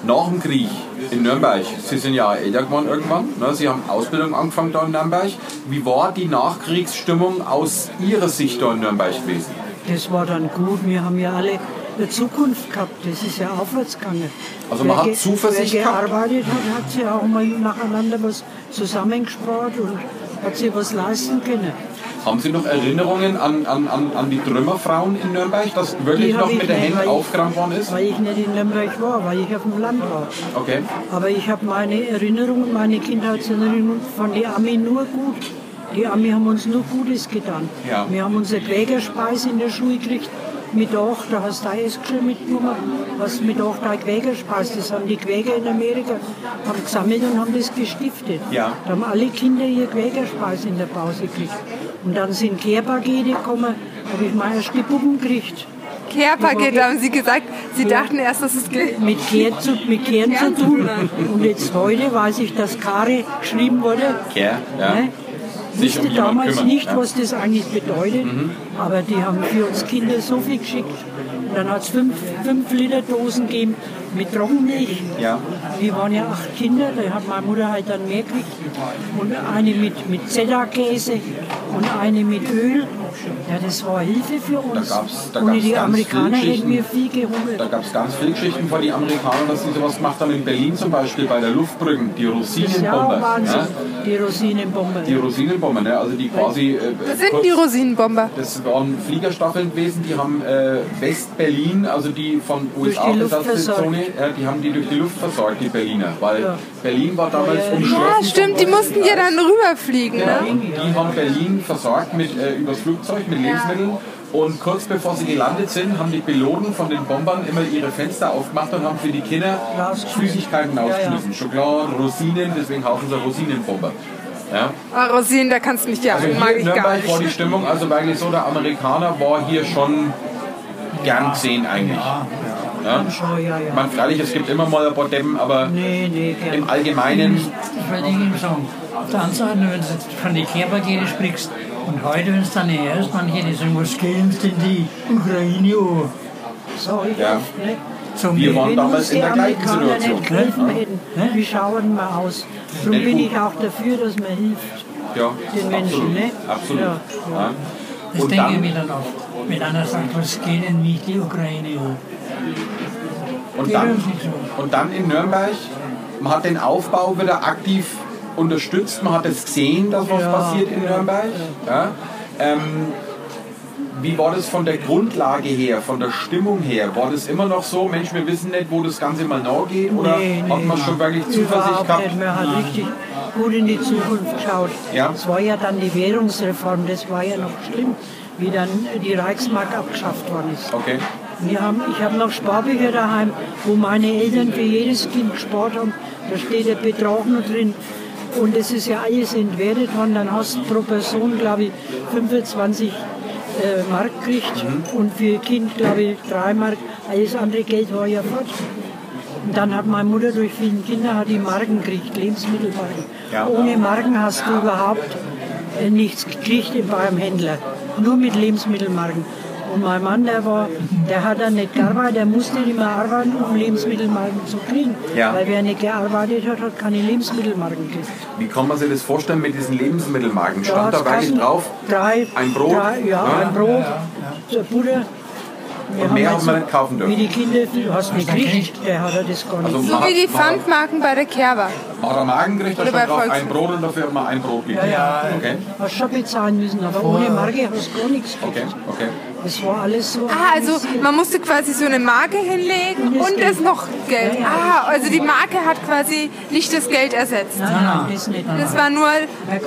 [SPEAKER 3] nach dem Krieg in Nürnberg, Sie sind ja älter geworden irgendwann, ne? Sie haben Ausbildung angefangen da in Nürnberg. Wie war die Nachkriegsstimmung aus Ihrer Sicht da in Nürnberg gewesen?
[SPEAKER 5] Das war dann gut. Wir haben ja alle eine Zukunft gehabt. Das ist ja aufwärts gegangen.
[SPEAKER 3] Also man hat
[SPEAKER 5] ge-
[SPEAKER 3] Zuversicht
[SPEAKER 5] wer
[SPEAKER 3] gehabt?
[SPEAKER 5] gearbeitet hat, hat sich auch mal nacheinander was zusammengespart und hat sich was leisten können.
[SPEAKER 3] Haben Sie noch Erinnerungen an, an, an, an die Trümmerfrauen in Nürnberg, dass wirklich
[SPEAKER 5] hab
[SPEAKER 3] noch mit den
[SPEAKER 5] nicht, weil
[SPEAKER 3] Händen
[SPEAKER 5] ich-
[SPEAKER 3] aufgeräumt worden ist?
[SPEAKER 5] Weil ich nicht in Nürnberg war, weil ich auf dem Land war.
[SPEAKER 3] Okay.
[SPEAKER 5] Aber ich habe meine Erinnerungen, meine Kindheitserinnerungen von die Ami nur gut. Die Ami haben uns nur Gutes getan.
[SPEAKER 3] Ja.
[SPEAKER 5] Wir haben unsere Quägerspeise in der Schule gekriegt. Mit acht, da hast du ein Essen mitgenommen, was mit acht ein Quägerspeis. Das haben die Quäger in Amerika haben gesammelt und haben das gestiftet.
[SPEAKER 3] Ja.
[SPEAKER 5] Da haben alle Kinder ihr Quägerspeis in der Pause gekriegt. Und dann sind Kehrbagete gekommen, habe ich mal erst die Puppen gekriegt.
[SPEAKER 2] Care-Paket haben sie gesagt. Sie dachten erst, dass es geht.
[SPEAKER 5] mit Kehren zu, mit Kehren zu tun. Und jetzt heute weiß ich, dass Kare geschrieben wurde.
[SPEAKER 3] Ja, ja.
[SPEAKER 5] Ne?
[SPEAKER 3] Sich
[SPEAKER 5] Wusste
[SPEAKER 3] um jemanden
[SPEAKER 5] damals
[SPEAKER 3] kümmern, Mhm.
[SPEAKER 5] nicht,
[SPEAKER 3] ja.
[SPEAKER 5] was das eigentlich bedeutet, aber die haben für uns Kinder so viel geschickt. Und dann hat es fünf, fünf Liter Dosen gegeben mit Trockenmilch.
[SPEAKER 3] Ja.
[SPEAKER 5] Wir waren ja acht Kinder, da hat meine Mutter halt dann mehr gekriegt. Und eine mit, mit Zeta-Käse und eine mit Öl. Ja, das war Hilfe für uns.
[SPEAKER 3] gab's- da
[SPEAKER 5] Ohne
[SPEAKER 3] gab's
[SPEAKER 5] die
[SPEAKER 3] ganz
[SPEAKER 5] Amerikaner
[SPEAKER 3] viele
[SPEAKER 5] hätten wir viel gehungert.
[SPEAKER 3] Da gab es ganz viele Geschichten von den Amerikanern, dass sie sowas gemacht haben. In Berlin zum Beispiel bei der Luftbrücken, die
[SPEAKER 5] Das ist ja auch
[SPEAKER 3] Rosinenbombe.
[SPEAKER 5] Wahnsinn,
[SPEAKER 3] ne?
[SPEAKER 5] die Rosinenbombe.
[SPEAKER 3] Die Rosinenbombe, ne? also die quasi. äh,
[SPEAKER 2] Das sind
[SPEAKER 3] kurz-
[SPEAKER 2] die Rosinenbomber.
[SPEAKER 3] Das waren Fliegerstaffeln gewesen, die haben äh, West-Berlin, also die von
[SPEAKER 5] Durch
[SPEAKER 3] USA
[SPEAKER 5] die Luft
[SPEAKER 3] besatzte
[SPEAKER 5] versorgt.
[SPEAKER 3] Zone, ja, die haben die durch die Luft versorgt, die Berliner. Weil
[SPEAKER 5] Ja.
[SPEAKER 3] Berlin war damals um umschlossen.
[SPEAKER 2] Ja,
[SPEAKER 3] von
[SPEAKER 2] stimmt. Die mussten ja dann rüberfliegen. Ne?
[SPEAKER 3] Und die haben Berlin versorgt mit, äh, übers Flugzeug mit Lebensmitteln. Und kurz bevor sie gelandet sind, haben die Piloten von den Bombern immer ihre Fenster aufgemacht und haben für die Kinder
[SPEAKER 5] Rausgeschmissen.
[SPEAKER 3] Süßigkeiten ausgeschmissen. Schokolade, Rosinen, deswegen haufen sie Rosinenbomber. Ja?
[SPEAKER 2] Ah, Rosinen, da kannst du nicht ja.
[SPEAKER 3] Also hier
[SPEAKER 2] Mag
[SPEAKER 3] in
[SPEAKER 2] ich gar
[SPEAKER 3] Nürnberg war die
[SPEAKER 2] nicht.
[SPEAKER 3] Stimmung, also eigentlich so, der Amerikaner war hier schon gern gesehen eigentlich. Ja?
[SPEAKER 5] Schau, ja, ja.
[SPEAKER 3] Man, freilich, es gibt immer mal ein paar Deppen, aber
[SPEAKER 5] Nee, nee, Hm, gern.
[SPEAKER 3] im Allgemeinen,
[SPEAKER 4] ich wollte Ihnen sagen, auf der anderen Seite, wenn du von den Kehrpaketen sprichst, und heute, wenn es dann hörst, manche, die sagen, was gehen Sie denn die Ukraine an?
[SPEAKER 5] So, ich
[SPEAKER 3] Ja.
[SPEAKER 5] oft, ne?
[SPEAKER 4] Zum
[SPEAKER 3] wir waren
[SPEAKER 5] Wenn uns
[SPEAKER 3] damals in
[SPEAKER 5] die
[SPEAKER 3] der gleichen
[SPEAKER 5] Amerikaner
[SPEAKER 3] Situation.
[SPEAKER 5] nicht geholfen hätten, wie schauen wir aus? Darum bin ich auch dafür, dass man hilft
[SPEAKER 3] Ja,
[SPEAKER 5] den Menschen.
[SPEAKER 3] absolut.
[SPEAKER 5] Ne?
[SPEAKER 3] absolut.
[SPEAKER 5] Ja.
[SPEAKER 3] Ja.
[SPEAKER 4] Das
[SPEAKER 3] Und
[SPEAKER 4] denke ich
[SPEAKER 3] dann,
[SPEAKER 4] mir dann oft. Wenn einer sagt, was geht denn mich die Ukraine an?
[SPEAKER 3] und,
[SPEAKER 4] Wir
[SPEAKER 3] dann,
[SPEAKER 4] hören's nicht so.
[SPEAKER 3] und dann in Nürnberg, man hat den Aufbau wieder aktiv unterstützt, man hat es gesehen, dass was passiert in Nürnberg. Ja. Ähm, wie war das von der Grundlage her, von der Stimmung her? War das immer noch so, Mensch, wir wissen nicht, wo das Ganze mal nachgeht? Oder
[SPEAKER 5] Nee, nee,
[SPEAKER 3] hat man schon wirklich Zuversicht
[SPEAKER 5] Überhaupt
[SPEAKER 3] gehabt?
[SPEAKER 5] nicht. Man hat richtig gut in die Zukunft geschaut.
[SPEAKER 3] Ja.
[SPEAKER 5] Es war ja dann die Währungsreform, das war ja noch schlimm, wie dann die Reichsmark abgeschafft worden ist.
[SPEAKER 3] Okay,
[SPEAKER 5] Wir haben, ich habe noch Sparbücher daheim, wo meine Eltern für jedes Kind gespart haben. Da steht der Betrag nur drin. Und es ist ja alles entwertet worden. Dann hast du pro Person, glaube ich, 25 äh, Mark gekriegt
[SPEAKER 3] Mhm.
[SPEAKER 5] und für Kind, glaube ich, 3 Mark. Alles andere Geld war ja fort. Und dann hat meine Mutter durch viele Kinder hat die Marken gekriegt, Lebensmittelmarken.
[SPEAKER 3] Ja.
[SPEAKER 5] Ohne Marken hast du überhaupt äh, nichts gekriegt bei einem Händler. Nur mit Lebensmittelmarken. Und mein Mann, der war, der hat dann nicht gearbeitet, der musste immer arbeiten, um Lebensmittelmarken zu kriegen.
[SPEAKER 3] Ja.
[SPEAKER 5] Weil wer nicht gearbeitet hat, hat keine Lebensmittelmarken gekriegt.
[SPEAKER 3] Wie kann man sich das vorstellen mit diesen Lebensmittelmarken? Stand
[SPEAKER 5] hat's
[SPEAKER 3] da wirklich
[SPEAKER 5] geheißen,
[SPEAKER 3] drauf?
[SPEAKER 5] Drei,
[SPEAKER 3] Ein Brot,
[SPEAKER 5] Drei, ja,
[SPEAKER 3] ne?
[SPEAKER 5] ein Brot, der Butter. Wir
[SPEAKER 3] Und
[SPEAKER 5] haben
[SPEAKER 3] mehr hat
[SPEAKER 5] also-
[SPEAKER 3] man nicht kaufen
[SPEAKER 5] Wie
[SPEAKER 3] dürfen.
[SPEAKER 5] die Kinder, du hast nicht gekriegt, der hat er das gar nicht.
[SPEAKER 3] Also
[SPEAKER 2] So
[SPEAKER 3] man
[SPEAKER 2] wie die
[SPEAKER 3] hat- man hat-
[SPEAKER 2] Pfandmarken bei der Kerber.
[SPEAKER 3] Man hat einen Magen gekriegt, da
[SPEAKER 2] Oder
[SPEAKER 3] stand
[SPEAKER 2] bei
[SPEAKER 3] drauf
[SPEAKER 2] Volks-
[SPEAKER 3] ein Brot und dafür hat man ein Brot gekriegt.
[SPEAKER 5] ja.
[SPEAKER 3] Okay,
[SPEAKER 5] hast schon bezahlen müssen, aber ohne Marke hast du gar nichts gekriegt.
[SPEAKER 3] okay, okay.
[SPEAKER 5] Das war alles so.
[SPEAKER 2] Ah, also man musste quasi so eine Marke hinlegen und es noch Geld. Ah, also die Marke hat quasi nicht das Geld ersetzt.
[SPEAKER 5] Nein, nein, das nicht.
[SPEAKER 2] Das war nur,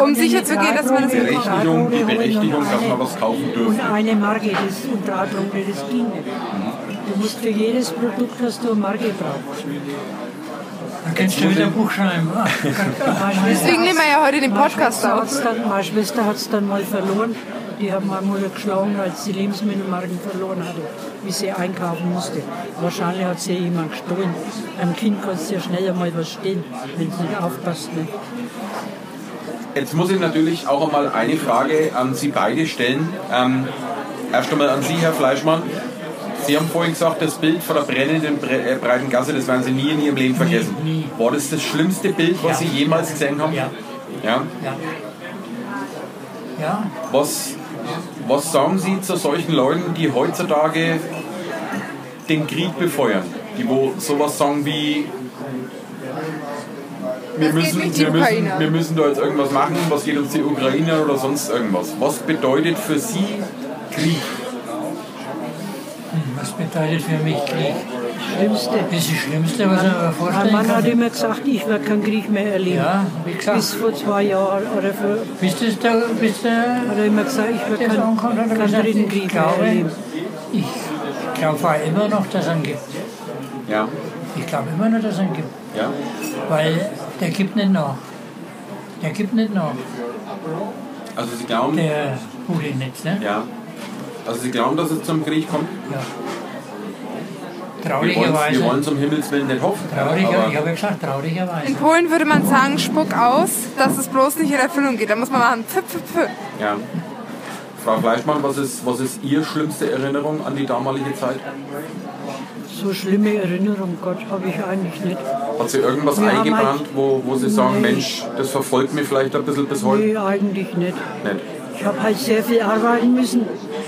[SPEAKER 2] um sicher zu gehen, dass man das
[SPEAKER 3] Die
[SPEAKER 2] bekommt.
[SPEAKER 3] Berechtigung, die Berechtigung, dass man was kaufen
[SPEAKER 5] Und
[SPEAKER 3] dürfen.
[SPEAKER 5] eine Marke, das und drei Produkte, das ging nicht. Du musst für jedes Produkt, das du eine Marke brauchst.
[SPEAKER 4] Da kannst du wieder ein Buch schreiben. Ah,
[SPEAKER 2] Deswegen nehmen wir ja heute den
[SPEAKER 5] Meine
[SPEAKER 2] Podcast
[SPEAKER 5] Schwester
[SPEAKER 2] auf.
[SPEAKER 5] hat's dann, meine Schwester hat es dann mal verloren. Die hat meine Mutter geschlagen, als sie Lebensmittelmarken verloren hatte, wie sie einkaufen musste. Wahrscheinlich hat sie jemand gestohlen. Einem Kind kannst du ja schnell einmal was stehen, wenn es nicht aufpasst. Ne?
[SPEAKER 3] Jetzt muss ich natürlich auch einmal eine Frage an Sie beide stellen. Ähm, erst einmal an Sie, Herr Fleischmann. Sie haben vorhin gesagt, das Bild von der brennenden Bre äh, breiten Gasse, das werden Sie nie in Ihrem Leben vergessen. War das das schlimmste Bild, was
[SPEAKER 4] Ja.
[SPEAKER 3] Sie jemals gesehen haben?
[SPEAKER 4] Ja.
[SPEAKER 3] Ja?
[SPEAKER 4] Ja. Ja,
[SPEAKER 3] Was, was sagen Sie zu solchen Leuten, die heutzutage den Krieg befeuern? Die wo sowas sagen wie wir
[SPEAKER 2] geht
[SPEAKER 3] müssen,
[SPEAKER 2] nicht die
[SPEAKER 3] wir, müssen,
[SPEAKER 2] Ukraine.
[SPEAKER 3] wir müssen da jetzt irgendwas machen, was geht uns die Ukraine oder sonst irgendwas. Was bedeutet für Sie Krieg?
[SPEAKER 4] Hm, was bedeutet für mich Krieg?
[SPEAKER 5] Schlimmste.
[SPEAKER 4] Das ist das Schlimmste, was man mir
[SPEAKER 5] Mein
[SPEAKER 4] vorstellen
[SPEAKER 5] Mann hat
[SPEAKER 4] kann.
[SPEAKER 5] immer gesagt, ich werde keinen Krieg mehr erleben.
[SPEAKER 4] Ja, wie gesagt.
[SPEAKER 5] Bis vor zwei Jahren oder vor,
[SPEAKER 4] Bis das da, bis da
[SPEAKER 5] hat er immer gesagt, ich werde
[SPEAKER 4] das
[SPEAKER 5] keinen,
[SPEAKER 4] ankommt, hat er
[SPEAKER 5] keinen
[SPEAKER 4] gesagt,
[SPEAKER 5] dritten
[SPEAKER 4] ich
[SPEAKER 5] Krieg mehr erleben.
[SPEAKER 4] glaube, ich glaube auch immer noch, dass es einen gibt.
[SPEAKER 3] Ja,
[SPEAKER 4] Ich glaube immer noch, dass es einen gibt.
[SPEAKER 3] ja.
[SPEAKER 4] Weil der gibt nicht nach. Der gibt nicht nach.
[SPEAKER 3] Also Sie glauben,
[SPEAKER 4] Der Putin Äh, nicht, ne?
[SPEAKER 3] ja. Also Sie glauben, dass es zum Krieg kommt?
[SPEAKER 4] Ja.
[SPEAKER 3] Wir wollen
[SPEAKER 4] Traurigerweise.
[SPEAKER 3] wir wollen zum Himmels Willen nicht hoffen.
[SPEAKER 4] Trauriger,
[SPEAKER 3] aber-
[SPEAKER 4] ich habe ja gesagt,
[SPEAKER 2] In
[SPEAKER 4] traurigerweise.
[SPEAKER 2] Polen würde man sagen, spuck aus, dass es bloß nicht in Erfüllung geht. Da muss man machen, pf, pf, pf.
[SPEAKER 3] Ja. Frau Fleischmann, was ist, was ist Ihre schlimmste Erinnerung an die damalige Zeit?
[SPEAKER 5] So schlimme Erinnerung, Gott, habe ich eigentlich nicht.
[SPEAKER 3] Hat sie irgendwas
[SPEAKER 5] Ja,
[SPEAKER 3] eingebrannt,
[SPEAKER 5] mein-
[SPEAKER 3] wo, wo Sie sagen,
[SPEAKER 5] Nee.
[SPEAKER 3] Mensch, das verfolgt mich vielleicht ein bisschen bis heute?
[SPEAKER 5] Nee, eigentlich nicht.
[SPEAKER 3] Nicht.
[SPEAKER 5] Ich habe halt sehr viel arbeiten müssen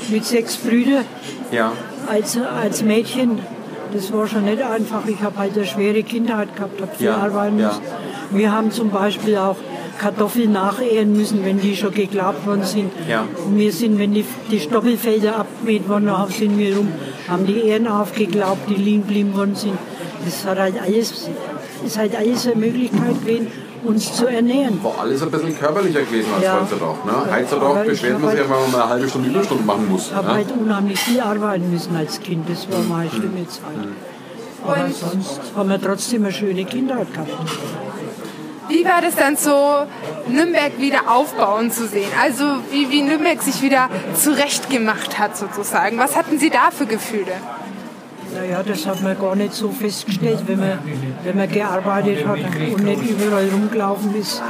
[SPEAKER 5] mit sechs Brüdern
[SPEAKER 3] Ja,
[SPEAKER 5] als, als Mädchen. Das war schon nicht einfach. Ich habe halt eine schwere Kindheit gehabt, habe viel
[SPEAKER 3] Ja,
[SPEAKER 5] arbeiten
[SPEAKER 3] ja.
[SPEAKER 5] müssen. Wir haben zum Beispiel auch Kartoffeln nachähren müssen, wenn die schon geklappt worden sind.
[SPEAKER 3] Ja.
[SPEAKER 5] Wir sind, wenn die, die Stoppelfelder abgemäht worden haben, sind wir rum, haben die Ähren aufgeglaubt, die liegen geblieben worden sind. Das hat halt alles, ist halt alles eine Möglichkeit gewesen, uns zu ernähren.
[SPEAKER 3] war alles ein bisschen körperlicher gewesen als
[SPEAKER 5] Ja.
[SPEAKER 3] heutzutage. Ne?
[SPEAKER 5] Ja,
[SPEAKER 3] Heutzutage
[SPEAKER 5] aber ich
[SPEAKER 3] beschwert man
[SPEAKER 5] hab
[SPEAKER 3] sich, wenn
[SPEAKER 5] halt-
[SPEAKER 3] man mal eine halbe Stunde Überstunden machen muss.
[SPEAKER 5] Ich habe
[SPEAKER 3] Ne?
[SPEAKER 5] halt unheimlich viel arbeiten müssen als Kind. Das war
[SPEAKER 3] Hm.
[SPEAKER 5] mal eine schlimme Zeit. Aber sonst haben wir trotzdem eine schöne Kindheit gehabt.
[SPEAKER 2] Wie war das dann so, Nürnberg wieder aufbauen zu sehen? Also wie, wie Nürnberg sich wieder zurechtgemacht hat sozusagen. Was hatten Sie da für Gefühle?
[SPEAKER 5] Naja, das hat man gar nicht so festgestellt, wenn man, wenn man gearbeitet hat und nicht überall rumgelaufen ist.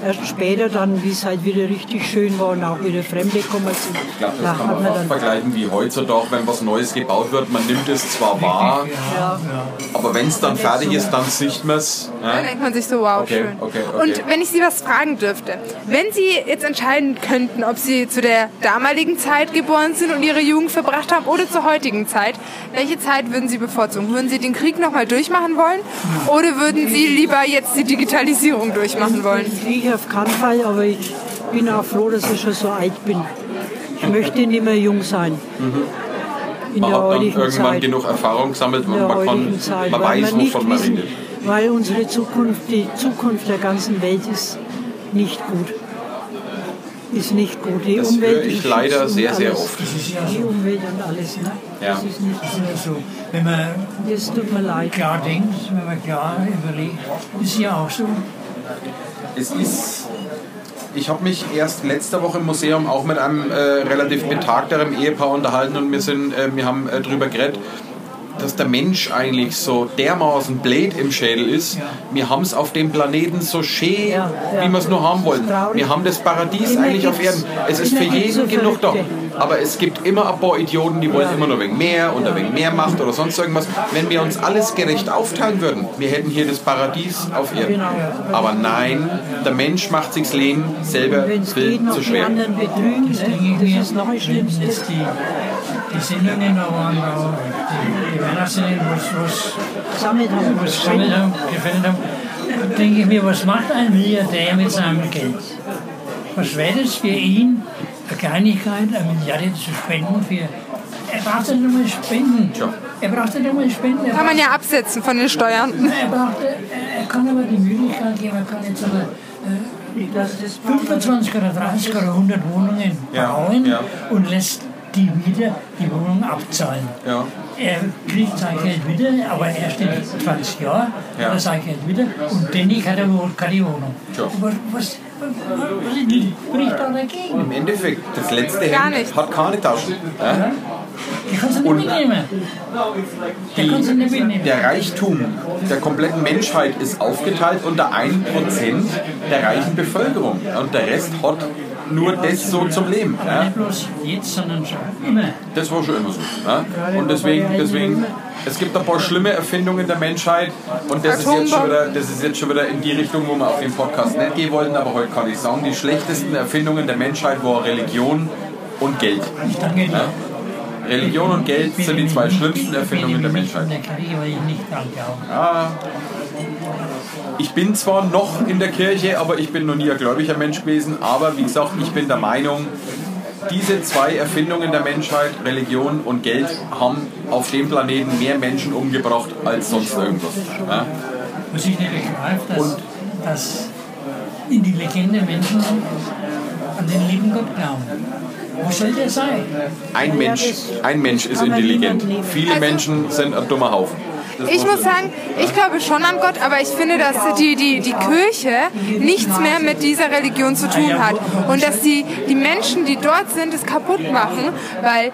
[SPEAKER 5] Erst später dann, wie es halt wieder richtig schön war und auch wieder Fremde gekommen sind,
[SPEAKER 3] Ich glaube, das
[SPEAKER 5] da
[SPEAKER 3] kann man
[SPEAKER 5] hat man
[SPEAKER 3] fast
[SPEAKER 5] dann
[SPEAKER 3] vergleichen wie heutzutage, wenn was Neues gebaut wird. Man nimmt es zwar wahr, aber wenn es dann fertig ist, dann sieht man es.
[SPEAKER 2] Dann
[SPEAKER 3] Ne?
[SPEAKER 2] denkt man sich so, wow,
[SPEAKER 3] Okay,
[SPEAKER 2] schön.
[SPEAKER 3] okay, okay.
[SPEAKER 2] Und wenn ich Sie was fragen dürfte, wenn Sie jetzt entscheiden könnten, ob Sie zu der damaligen Zeit geboren sind und Ihre Jugend verbracht haben oder zur heutigen Zeit, welche Zeit würden Sie bevorzugen? Würden Sie den Krieg nochmal durchmachen wollen oder würden Sie lieber jetzt die Digitalisierung durchmachen wollen?
[SPEAKER 5] Ich auf keinen Fall, aber ich bin auch froh, dass ich schon so alt bin. Ich möchte nicht mehr jung sein. In
[SPEAKER 3] Mhm. Man hat
[SPEAKER 5] der
[SPEAKER 3] dann
[SPEAKER 5] heutigen
[SPEAKER 3] irgendwann
[SPEAKER 5] Zeit.
[SPEAKER 3] genug Erfahrung gesammelt und
[SPEAKER 5] der
[SPEAKER 3] man,
[SPEAKER 5] heutigen
[SPEAKER 3] kann,
[SPEAKER 5] Zeit,
[SPEAKER 3] man
[SPEAKER 5] weil
[SPEAKER 3] weiß,
[SPEAKER 5] man nicht
[SPEAKER 3] wovon man
[SPEAKER 5] wissen,
[SPEAKER 3] redet.
[SPEAKER 5] weil unsere Zukunft, die Zukunft der ganzen Welt ist nicht gut. Ist nicht gut. Die
[SPEAKER 3] Das
[SPEAKER 5] Umwelt
[SPEAKER 3] höre ich
[SPEAKER 5] ist
[SPEAKER 3] leider
[SPEAKER 5] und
[SPEAKER 3] sehr, sehr
[SPEAKER 5] alles.
[SPEAKER 3] oft.
[SPEAKER 4] Das ist ja
[SPEAKER 5] Die
[SPEAKER 4] so.
[SPEAKER 5] Umwelt und alles, ne?
[SPEAKER 3] Ja.
[SPEAKER 5] Das ist nicht
[SPEAKER 4] Das ist ja so. Wenn man
[SPEAKER 5] gut. Das tut mir leid.
[SPEAKER 4] klar denkt, wenn man klar überlegt, ist ja auch so.
[SPEAKER 3] Es ist. Ich habe mich erst letzte Woche im Museum auch mit einem äh, relativ betagterem Ehepaar unterhalten und wir, sind, äh, wir haben äh, drüber geredet, dass der Mensch eigentlich so dermaßen blöd im Schädel ist. Wir haben es auf dem Planeten so schön,
[SPEAKER 5] Ja, ja.
[SPEAKER 3] wie wir es nur haben wollen.
[SPEAKER 5] Traurig.
[SPEAKER 3] Wir haben das Paradies
[SPEAKER 5] Immer
[SPEAKER 3] eigentlich auf
[SPEAKER 5] gibt's-
[SPEAKER 3] Erden. Es ist
[SPEAKER 5] immer
[SPEAKER 3] für
[SPEAKER 5] gibt's so
[SPEAKER 3] jeden genug da.
[SPEAKER 5] Verrückte.
[SPEAKER 3] Aber es gibt immer ein paar Idioten, die wollen immer nur wegen mehr und ein wegen mehr Macht oder sonst irgendwas. Wenn wir uns alles gerecht aufteilen würden, wir hätten hier das Paradies auf Erden. Aber nein, der Mensch macht sich's Leben selber
[SPEAKER 5] Wenn es
[SPEAKER 3] viel
[SPEAKER 5] geht, noch
[SPEAKER 3] zu
[SPEAKER 5] die
[SPEAKER 3] schwer.
[SPEAKER 5] anderen betrügen,
[SPEAKER 4] Das denke ich
[SPEAKER 5] ne?
[SPEAKER 4] mir,
[SPEAKER 5] das ist noch das
[SPEAKER 4] schlimmste
[SPEAKER 5] Schlimmste.
[SPEAKER 4] ist die, die Sendungen, da waren da die, die Weihnachtssendungen, was,
[SPEAKER 5] Damit haben wir
[SPEAKER 4] was,
[SPEAKER 5] es
[SPEAKER 4] was damit haben, gefällt haben, denke ich mir, was macht ein Milliardär mit seinem Geld? Was wäre es für ihn, eine Kleinigkeit, eine Milliarde zu spenden für... Er braucht ja nicht mal spenden. Er braucht ja nicht mal spenden. Er
[SPEAKER 2] Kann man ja absetzen von den Steuern.
[SPEAKER 4] er, braucht, er, er kann aber die Möglichkeit geben, er kann jetzt aber äh, 25 oder 30 oder 100 Wohnungen
[SPEAKER 3] Ja,
[SPEAKER 4] bauen
[SPEAKER 3] ja.
[SPEAKER 4] und lässt die wieder die Wohnung abzahlen.
[SPEAKER 3] Ja.
[SPEAKER 4] Er kriegt sein Geld wieder, aber erst in 20 Jahren
[SPEAKER 3] Ja.
[SPEAKER 4] hat er sein Geld wieder und ständig hat er wohl keine Wohnung.
[SPEAKER 3] Ja.
[SPEAKER 4] Was, was, was bricht da dagegen?
[SPEAKER 3] Im Endeffekt, das letzte
[SPEAKER 2] Gar
[SPEAKER 3] Hemd
[SPEAKER 2] nicht.
[SPEAKER 3] hat keine Taschen. Ja?
[SPEAKER 4] Die kannst du nicht mitnehmen. Die kannst du nicht mitnehmen.
[SPEAKER 3] Der Reichtum der kompletten Menschheit ist aufgeteilt unter 1% der reichen Bevölkerung. Und der Rest hat nur das so zum Leben.
[SPEAKER 4] Aber
[SPEAKER 3] Ja?
[SPEAKER 4] nicht bloß jetzt, sondern schon immer.
[SPEAKER 3] Das war schon immer so. Ja? Und deswegen, deswegen, es gibt ein paar schlimme Erfindungen der Menschheit. Und das ist, jetzt schon wieder, das ist jetzt schon wieder in die Richtung, wo wir auf den Podcast nicht gehen wollten. Aber heute kann ich sagen, die schlechtesten Erfindungen der Menschheit waren Religion und Geld.
[SPEAKER 4] Ich danke dir.
[SPEAKER 3] Ja? Religion und Geld sind die zwei schlimmsten Erfindungen der Menschheit.
[SPEAKER 4] Der Karriere, weil ich nicht dran glaube.
[SPEAKER 3] Ich bin zwar noch in der Kirche, aber ich bin noch nie ein gläubiger Mensch gewesen. Aber wie gesagt, ich bin der Meinung, diese zwei Erfindungen der Menschheit, Religion und Geld, haben auf dem Planeten mehr Menschen umgebracht als sonst irgendwas. Ja?
[SPEAKER 4] Was ich nicht begreife, dass, dass in die Legende Menschen an den lieben Gott glauben. Wo soll der sein?
[SPEAKER 3] Ein Mensch, ein Mensch ist intelligent. Viele Menschen sind ein dummer Haufen. Das
[SPEAKER 2] Also, Ich
[SPEAKER 3] war's.
[SPEAKER 2] muss sagen, ich glaube schon an Gott, aber ich finde, dass die, die, die Kirche nichts mehr mit dieser Religion zu tun hat. Und dass die, die Menschen, die dort sind, es kaputt machen, weil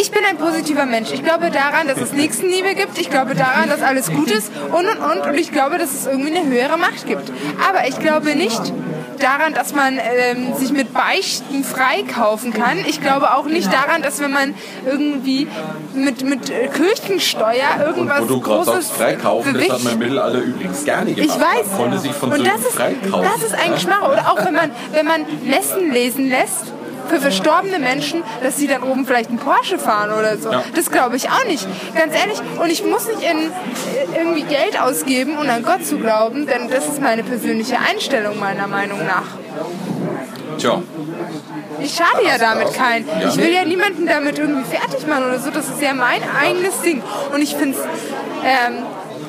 [SPEAKER 2] ich bin ein positiver Mensch. Ich glaube daran, dass es Nächstenliebe gibt. Ich glaube daran, dass alles gut ist und und und. Und ich glaube, dass es irgendwie eine höhere Macht gibt. Aber ich glaube nicht daran, dass man ähm, sich mit Beichten freikaufen kann. Ich glaube auch nicht daran, dass wenn man irgendwie mit, mit äh, Kirchensteuer
[SPEAKER 3] Und
[SPEAKER 2] irgendwas
[SPEAKER 3] wo du gerade
[SPEAKER 2] Großes
[SPEAKER 3] sagst, freikaufen, das hat
[SPEAKER 2] bewegt.
[SPEAKER 3] man im Mittelalter übrigens gerne
[SPEAKER 2] Ich
[SPEAKER 3] gemacht.
[SPEAKER 2] weiß.
[SPEAKER 3] Man konnte sich von
[SPEAKER 2] und
[SPEAKER 3] Sünden
[SPEAKER 2] das ist,
[SPEAKER 3] freikaufen.
[SPEAKER 2] das ist ein Schmarr. Oder auch wenn man, wenn man Messen lesen lässt für verstorbene Menschen, dass sie dann oben vielleicht einen Porsche fahren oder so.
[SPEAKER 3] Ja.
[SPEAKER 2] Das glaube ich auch nicht. Ganz ehrlich. Und ich muss nicht in, äh, irgendwie Geld ausgeben, um an Gott zu glauben, denn das ist meine persönliche Einstellung meiner Meinung nach.
[SPEAKER 3] Tja,
[SPEAKER 2] Ich schade ja damit keinen.
[SPEAKER 3] Ja.
[SPEAKER 2] Ich will ja niemanden damit irgendwie fertig machen oder so. Das ist ja mein eigenes Ding. Und ich finde es ähm,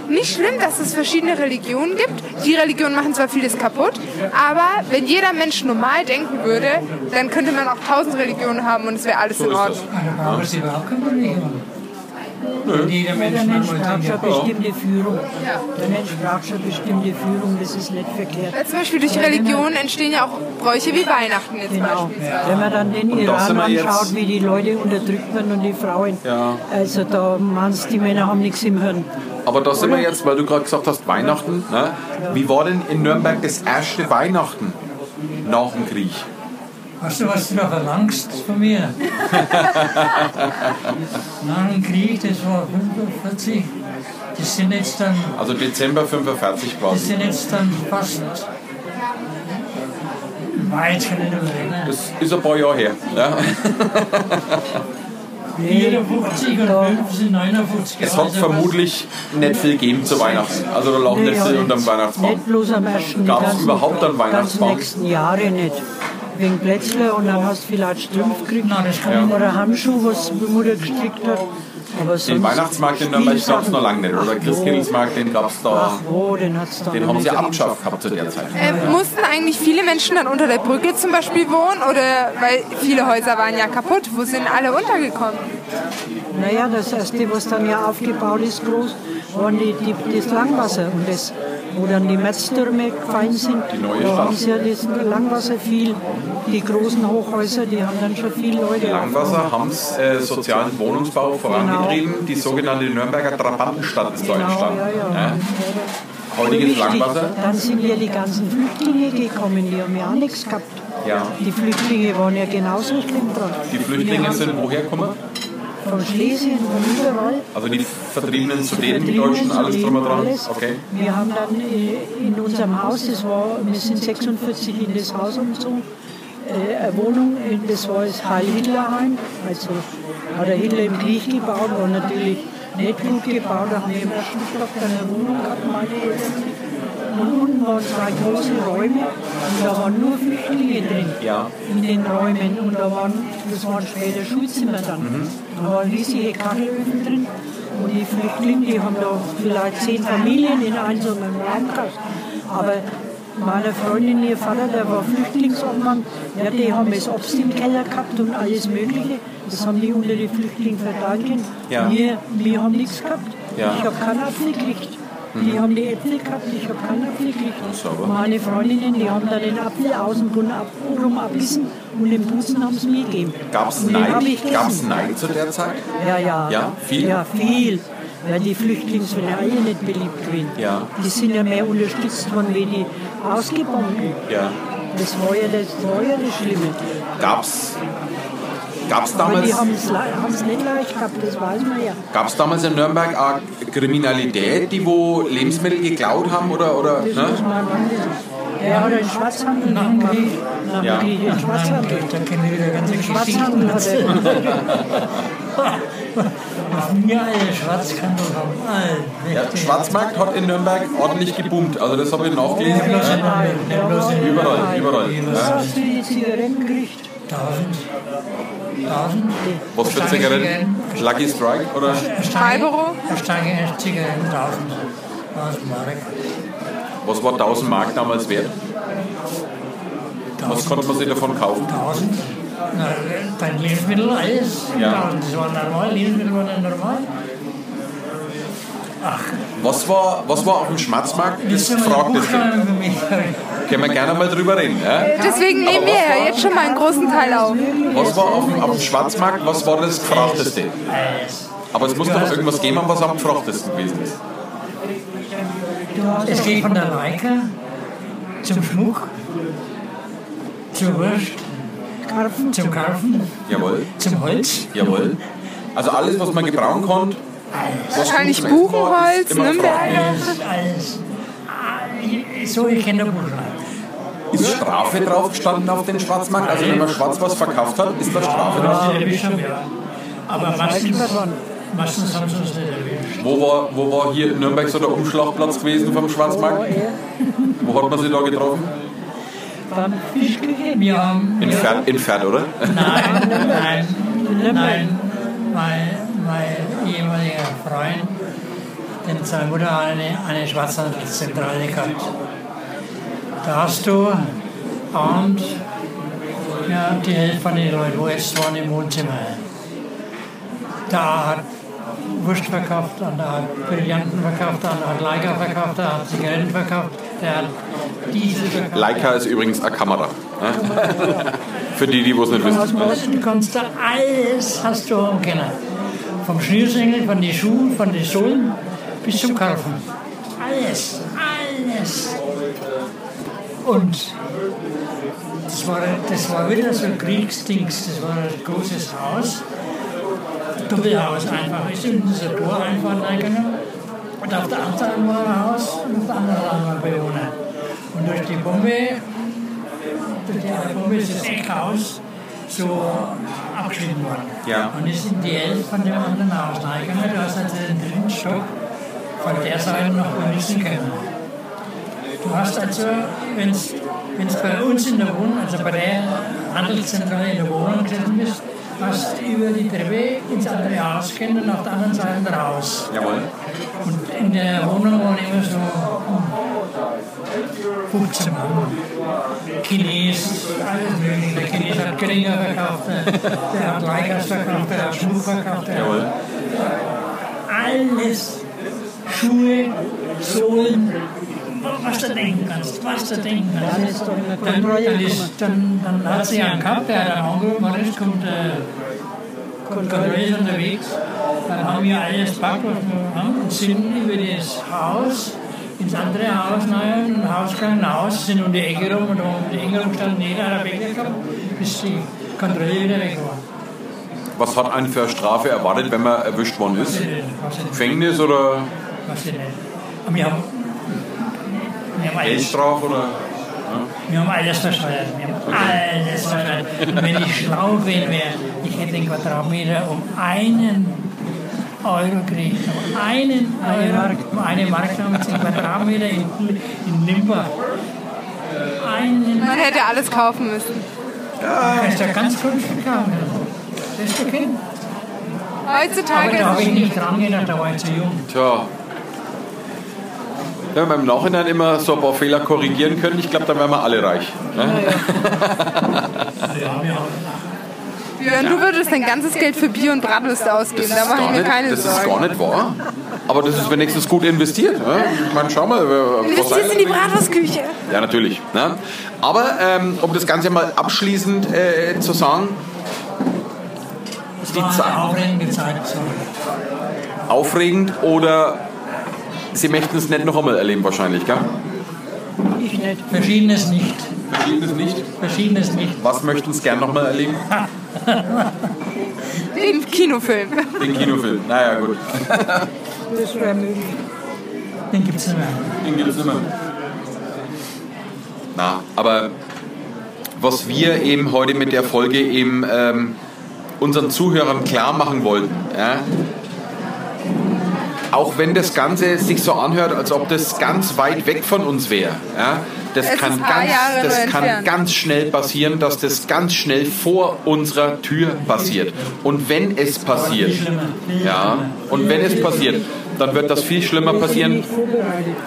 [SPEAKER 2] nicht schlimm, dass es verschiedene Religionen gibt. Die Religionen machen zwar vieles kaputt, aber wenn jeder Mensch normal denken würde, dann könnte man auch tausend Religionen haben und es wäre alles in
[SPEAKER 3] ist das.
[SPEAKER 2] Ordnung.
[SPEAKER 4] Aber braucht es überhaupt kein Problem. Nö. Jeder Mensch
[SPEAKER 5] Der Mensch
[SPEAKER 4] hat
[SPEAKER 5] braucht schon
[SPEAKER 4] ja.
[SPEAKER 5] eine bestimmte Führung. Der Mensch braucht schon eine bestimmte Führung, das ist nicht verkehrt.
[SPEAKER 2] Weil zum Beispiel durch Religion entstehen ja auch Bräuche wie Weihnachten jetzt
[SPEAKER 5] Genau.
[SPEAKER 2] beispielsweise.
[SPEAKER 5] Wenn man dann den
[SPEAKER 3] da sind
[SPEAKER 5] Iran
[SPEAKER 3] wir
[SPEAKER 5] anschaut,
[SPEAKER 3] jetzt-
[SPEAKER 5] wie die Leute unterdrückt werden und die Frauen.
[SPEAKER 3] Ja.
[SPEAKER 5] Also da meinst du, die Männer haben nichts im Hirn.
[SPEAKER 3] Aber da sind wir jetzt, weil du gerade gesagt hast, Weihnachten. Ne? Wie war denn in Nürnberg das erste Weihnachten nach dem Krieg?
[SPEAKER 4] Weißt du, was du da verlangst von mir? Nach dem Krieg, das war 45, das sind jetzt dann
[SPEAKER 3] Also Dezember 45
[SPEAKER 4] Das
[SPEAKER 3] quasi.
[SPEAKER 4] sind jetzt dann fast. Weit von den Überlegungen.
[SPEAKER 3] Das ist ein paar Jahre her. Ne?
[SPEAKER 4] 54 und 5 sind 59.
[SPEAKER 3] Es hat
[SPEAKER 4] Also was-
[SPEAKER 3] vermutlich nicht viel gegeben zu Weihnachten. Also da lag nicht viel unterm Weihnachtsbaum.
[SPEAKER 5] Nicht bloß am ersten
[SPEAKER 3] Gab's
[SPEAKER 5] die ganzen-
[SPEAKER 3] überhaupt einen Weihnachtsbaum?
[SPEAKER 5] ganzen nächsten Jahre nicht. Wegen Plätzle und dann hast du vielleicht Strümpf gekriegt
[SPEAKER 4] Nein, das kann man
[SPEAKER 5] oder Handschuh, was die Mutter gestrickt hat. Aber sonst
[SPEAKER 3] Den Weihnachtsmarkt in Nürnberg gab es noch lange nicht. Oder Christkindlesmarkt, den gab es da.
[SPEAKER 5] Ach wo, den hat's da.
[SPEAKER 3] Den haben sie abgeschafft gehabt zu der Zeit.
[SPEAKER 2] Äh, mussten eigentlich viele Menschen dann unter der Brücke zum Beispiel wohnen? Oder weil viele Häuser waren ja kaputt. Wo sind alle untergekommen?
[SPEAKER 5] Naja, das erste, was dann ja aufgebaut ist, groß, waren die, die, das Langwasser und das, wo dann die Metztürme gefallen sind.
[SPEAKER 3] Die neue
[SPEAKER 5] da
[SPEAKER 3] Stadt.
[SPEAKER 5] ist ja das Langwasser viel. Die großen Hochhäuser, die haben dann schon viele Leute.
[SPEAKER 3] Langwasser haben äh, sozialen Wohnungsbau vorangetrieben. Die sogenannte Nürnberger Trabantenstadt ist da entstanden.
[SPEAKER 5] Genau, ja, ja.
[SPEAKER 3] Ja. Heutiges
[SPEAKER 5] Richtig.
[SPEAKER 3] Langwasser.
[SPEAKER 5] Dann sind ja die ganzen Flüchtlinge gekommen, die haben ja auch nichts gehabt.
[SPEAKER 3] Ja.
[SPEAKER 5] Die Flüchtlinge waren ja genauso schlimm dran.
[SPEAKER 3] Die Flüchtlinge sind woher gekommen?
[SPEAKER 5] Von Schlesien, von überall.
[SPEAKER 3] Also die Vertriebenen Sudeten, die
[SPEAKER 5] Vertriebenen,
[SPEAKER 3] Deutschen, alles drum und dran.
[SPEAKER 5] alles.
[SPEAKER 3] Okay.
[SPEAKER 5] Wir haben dann äh, in unserem Haus, das war, wir sind 46 in das Haus umgezogen, äh, eine Wohnung, in- das war das Heil Hitlerheim, also hat der Hitler im Krieg gebaut, war natürlich nicht gut gebaut, da haben wir im ersten Stock dann eine Wohnung gehabt, meine Eltern. Und unten waren äh, zwei große Räume und da waren nur Flüchtlinge drin
[SPEAKER 3] Ja.
[SPEAKER 5] in den Räumen und da waren, das waren später Schulzimmer dann.
[SPEAKER 3] Mhm.
[SPEAKER 5] Da waren riesige Kachelöfen drin und die Flüchtlinge, die haben da vielleicht zehn Familien in einem so einem Raum gehabt. Aber meine Freundin, ihr Vater, der war Flüchtlingsobmann, ja, die haben das Obst im Keller gehabt und alles Mögliche. Das haben die unter die Flüchtlinge verteilt. können.
[SPEAKER 3] Ja.
[SPEAKER 5] Wir, wir haben nichts gehabt.
[SPEAKER 3] Ja. Mhm.
[SPEAKER 5] Ich habe keinen Apfel gekriegt. Die haben die Äpfel gehabt, ich habe keinen Apfel gekriegt. Meine Freundinnen, die haben dann den Apfel außen rum ab- rum abbissen und den Busen haben sie mir gegeben.
[SPEAKER 3] Gab es
[SPEAKER 5] Und den hab ich
[SPEAKER 3] Neid? Gab es
[SPEAKER 5] gegessen.
[SPEAKER 3] Neid zu der Zeit?
[SPEAKER 5] Ja, ja.
[SPEAKER 3] Ja, viel?
[SPEAKER 5] Ja, viel. Weil die Flüchtlingswelle alle nicht beliebt gewesen.
[SPEAKER 3] Ja.
[SPEAKER 5] Die sind ja mehr unterstützt worden, wie die ausgebombten.
[SPEAKER 3] Ja.
[SPEAKER 5] Das war ja das, war ja das Schlimme.
[SPEAKER 3] Gab es gab's
[SPEAKER 5] Aber die
[SPEAKER 3] damals,
[SPEAKER 5] haben es nicht leicht gehabt, das weiß man ja.
[SPEAKER 3] gab's damals in Nürnberg auch Kriminalität, die wo Lebensmittel geklaut haben? Oder, oder,
[SPEAKER 5] Das
[SPEAKER 3] ne?
[SPEAKER 5] muss man mal wissen. Der hat einen Schwarzhandel gemacht. Nach
[SPEAKER 3] Ja.
[SPEAKER 5] dem Krieg einen Schwarzhandel.
[SPEAKER 4] Dann kennen wir wieder ganze
[SPEAKER 5] Einen Schwarzhandel hat er gemacht.
[SPEAKER 4] Was mir alle Schwarzkante haben. Alter,
[SPEAKER 3] Ja,
[SPEAKER 4] richtig.
[SPEAKER 3] Schwarzmarkt hat in Nürnberg ordentlich geboomt. Also das habe ich nachgelesen. Überall,
[SPEAKER 5] Überall,
[SPEAKER 3] überall.
[SPEAKER 5] Was
[SPEAKER 3] Ja.
[SPEAKER 5] hast du die Zigaretten gekriegt?
[SPEAKER 4] Tausend. Tausend.
[SPEAKER 3] Was für Zigaretten? Lucky Strike oder?
[SPEAKER 2] Marlboro?
[SPEAKER 4] Eine Stange erst Zigaretten, tausend. Aus Marek.
[SPEAKER 3] Was war 1000 Mark damals wert? Was konnte man sich davon kaufen?
[SPEAKER 4] Tausend. Na, dein Lebensmittel, alles.
[SPEAKER 3] Ja.
[SPEAKER 4] Tausend. Das war normal. Lebensmittel war dann normal.
[SPEAKER 3] Was war, was war auf dem Schwarzmarkt? Das
[SPEAKER 4] Willst du mal
[SPEAKER 3] fragt
[SPEAKER 4] die
[SPEAKER 3] jetzt.
[SPEAKER 4] Buchstaben für mich.
[SPEAKER 3] Können wir gerne mal drüber reden. Ja?
[SPEAKER 2] Deswegen nehmen wir ja jetzt schon mal einen großen Teil auf.
[SPEAKER 3] Was war auf dem, auf dem Schwarzmarkt, was war das Gefragteste?
[SPEAKER 4] Alles.
[SPEAKER 3] Aber es muss doch irgendwas geben, was am gefragtesten gewesen ist.
[SPEAKER 4] Es geht von der Leica zum Schmuck, zur Wurst,
[SPEAKER 5] Karpfen?
[SPEAKER 4] zum Karpfen,
[SPEAKER 3] Jawohl,
[SPEAKER 4] zum Holz.
[SPEAKER 3] jawohl. Also alles, was man gebrauchen konnte. was
[SPEAKER 2] Wahrscheinlich
[SPEAKER 3] gut schmeckt, war,
[SPEAKER 2] Buchenholz,
[SPEAKER 3] ist immer
[SPEAKER 2] Nürnberger.
[SPEAKER 4] Alles, alles. Ah, So, ich kenne den Buchstaben.
[SPEAKER 3] Ist Strafe drauf gestanden auf den Schwarzmarkt? Also wenn man schwarz was verkauft hat, ist da Strafe drauf?
[SPEAKER 4] Das ist der Bischof, ja. Aber meistens, meistens haben sie uns nicht erwischt.
[SPEAKER 3] Wo war, wo war hier in Nürnberg so der Umschlagplatz gewesen vom Schwarzmarkt? Wo hat man sich da getroffen?
[SPEAKER 5] Beim Fischküche?
[SPEAKER 4] Wir haben.
[SPEAKER 3] In Pferd, in Pferd oder?
[SPEAKER 4] Nein, nein, nein. Mein, mein ehemaliger Freund, denn seine Mutter hat eine, eine Schwarzhandelszentrale gehabt. Da hast du abends ja, die Hälfte von den Leuten, wo es waren, im Wohnzimmer. Da hat Wurst verkauft, dann der hat Brillanten verkauft, dann hat Leica verkauft, der hat Zigaretten verkauft, der hat Diesel verkauft.
[SPEAKER 3] Leica ist übrigens eine Kamera. ne? Für die, die es nicht wissen.
[SPEAKER 4] Aus dem Osten kommst du, alles hast du am Keller. Vom Schnürsenkel, von den Schuhen, von den Sohlen bis zum Karpfen. Alles, alles. Und das war, das war wieder so ein Kriegsdings, das war ein großes Haus. Doppelhaus einfach, ist in dieser Tor einfahren können. Und auf der einen Seite war ein Haus und auf der anderen Seite waren Bewohner. Und durch die Bombe der Bombe ist das Eckhaus so abgeschnitten worden.
[SPEAKER 3] Ja.
[SPEAKER 4] Und ist in die Hälfte von dem anderen Haus reingegangen. Du hast also den dritten Stock von der Seite noch benutzen können. Du hast also, wenn es bei uns in der Wohnung, also bei der Handelszentrale in der Wohnung gesessen bist, hast über die Treppe ins andere Haus können und auf der anderen Seite raus.
[SPEAKER 3] Jawohl.
[SPEAKER 4] Und in der Wohnung waren immer so hm, 15 Mann. Chines, alles mögliche. Der Chines hat Geringer verkauft, der- der hat Leicas verkauft, der hat Schmuck verkauft. Der
[SPEAKER 3] Jawohl.
[SPEAKER 4] Alles. Schuhe, Sohlen, was du denken kannst, was du denken kannst. Dann, dann, ist, dann, dann hat sie einen gehabt, der hat einen angerufen, Maris kommt, äh, kommt Kontrolle unterwegs. Dann haben wir alles gepackt, was wir haben, und sind über das Haus ins andere Haus rein, im Hausgang raus, sind um die Ecke rum und um die Ecke rum stand jeder einer Bäcker gehabt, bis die Kontrolle wieder weg war.
[SPEAKER 3] Was hat einen für eine Strafe erwartet, wenn man erwischt worden ist? Gefängnis oder
[SPEAKER 4] Was denn? Und wir haben, wir haben alles
[SPEAKER 3] Geldstrafe oder?
[SPEAKER 4] Wir haben alles verscheuert. Wir haben alles verscheuert. Und wenn ich schlau gewesen wäre, ich hätte den Quadratmeter um einen Euro gekriegt. Um einen Euro, um eine Mark damals den Quadratmeter in, in Limburg. Einen
[SPEAKER 2] Man hätte alles kaufen müssen.
[SPEAKER 4] Mark ist ja ganz gut gegangen. Das ist okay. Aber genau.
[SPEAKER 2] Heutzutage
[SPEAKER 4] da habe
[SPEAKER 2] ist
[SPEAKER 4] ich
[SPEAKER 2] es
[SPEAKER 4] nicht dran gedacht, da war ich zu jung.
[SPEAKER 3] Tja. Ja, Wenn wir im Nachhinein immer so ein paar Fehler korrigieren können, ich glaube, dann wären wir alle reich. Ne?
[SPEAKER 4] Ja, wir haben
[SPEAKER 2] Björn, du würdest dein ganzes Geld für Bier und Bratwürste ausgeben. Da mache ich
[SPEAKER 3] Gar
[SPEAKER 2] mir
[SPEAKER 3] nicht,
[SPEAKER 2] keine
[SPEAKER 3] das ist
[SPEAKER 2] Sorgen.
[SPEAKER 3] gar nicht wahr. Aber das ist wenigstens gut investiert. Ne? Ich meine, schau mal. wer- was
[SPEAKER 2] Investierst in die Bratwurstküche.
[SPEAKER 3] Ja, natürlich. Ne? Aber ähm, um das Ganze mal abschließend äh, zu sagen,
[SPEAKER 4] es
[SPEAKER 3] Die
[SPEAKER 4] war
[SPEAKER 3] Zeit.
[SPEAKER 4] eine aufregende Zeit. So.
[SPEAKER 3] aufregend oder Sie möchten es nicht noch einmal erleben wahrscheinlich, gell?
[SPEAKER 5] Ich nicht.
[SPEAKER 4] Verschiedenes nicht.
[SPEAKER 3] Verschiedenes nicht.
[SPEAKER 4] Verschiedenes nicht.
[SPEAKER 3] Was möchten Sie gern noch mal erleben?
[SPEAKER 2] Den Kinofilm.
[SPEAKER 3] Den Kinofilm. Naja, gut.
[SPEAKER 5] Das wäre möglich.
[SPEAKER 4] Den gibt es nicht mehr.
[SPEAKER 3] Den gibt es immer. Na, aber was wir eben heute mit der Folge eben ähm, unseren Zuhörern klar machen wollten, ja, auch wenn das Ganze sich so anhört, als ob das ganz weit weg von uns wäre, ja, das,
[SPEAKER 2] Es ist
[SPEAKER 3] kann,
[SPEAKER 2] ein paar
[SPEAKER 3] ganz,
[SPEAKER 2] Jahre
[SPEAKER 3] das
[SPEAKER 2] nur
[SPEAKER 3] kann
[SPEAKER 2] entfernt.
[SPEAKER 3] ganz schnell passieren, dass das ganz schnell vor unserer Tür passiert. Und wenn es passiert, ja, und wenn es passiert, dann wird das viel schlimmer passieren,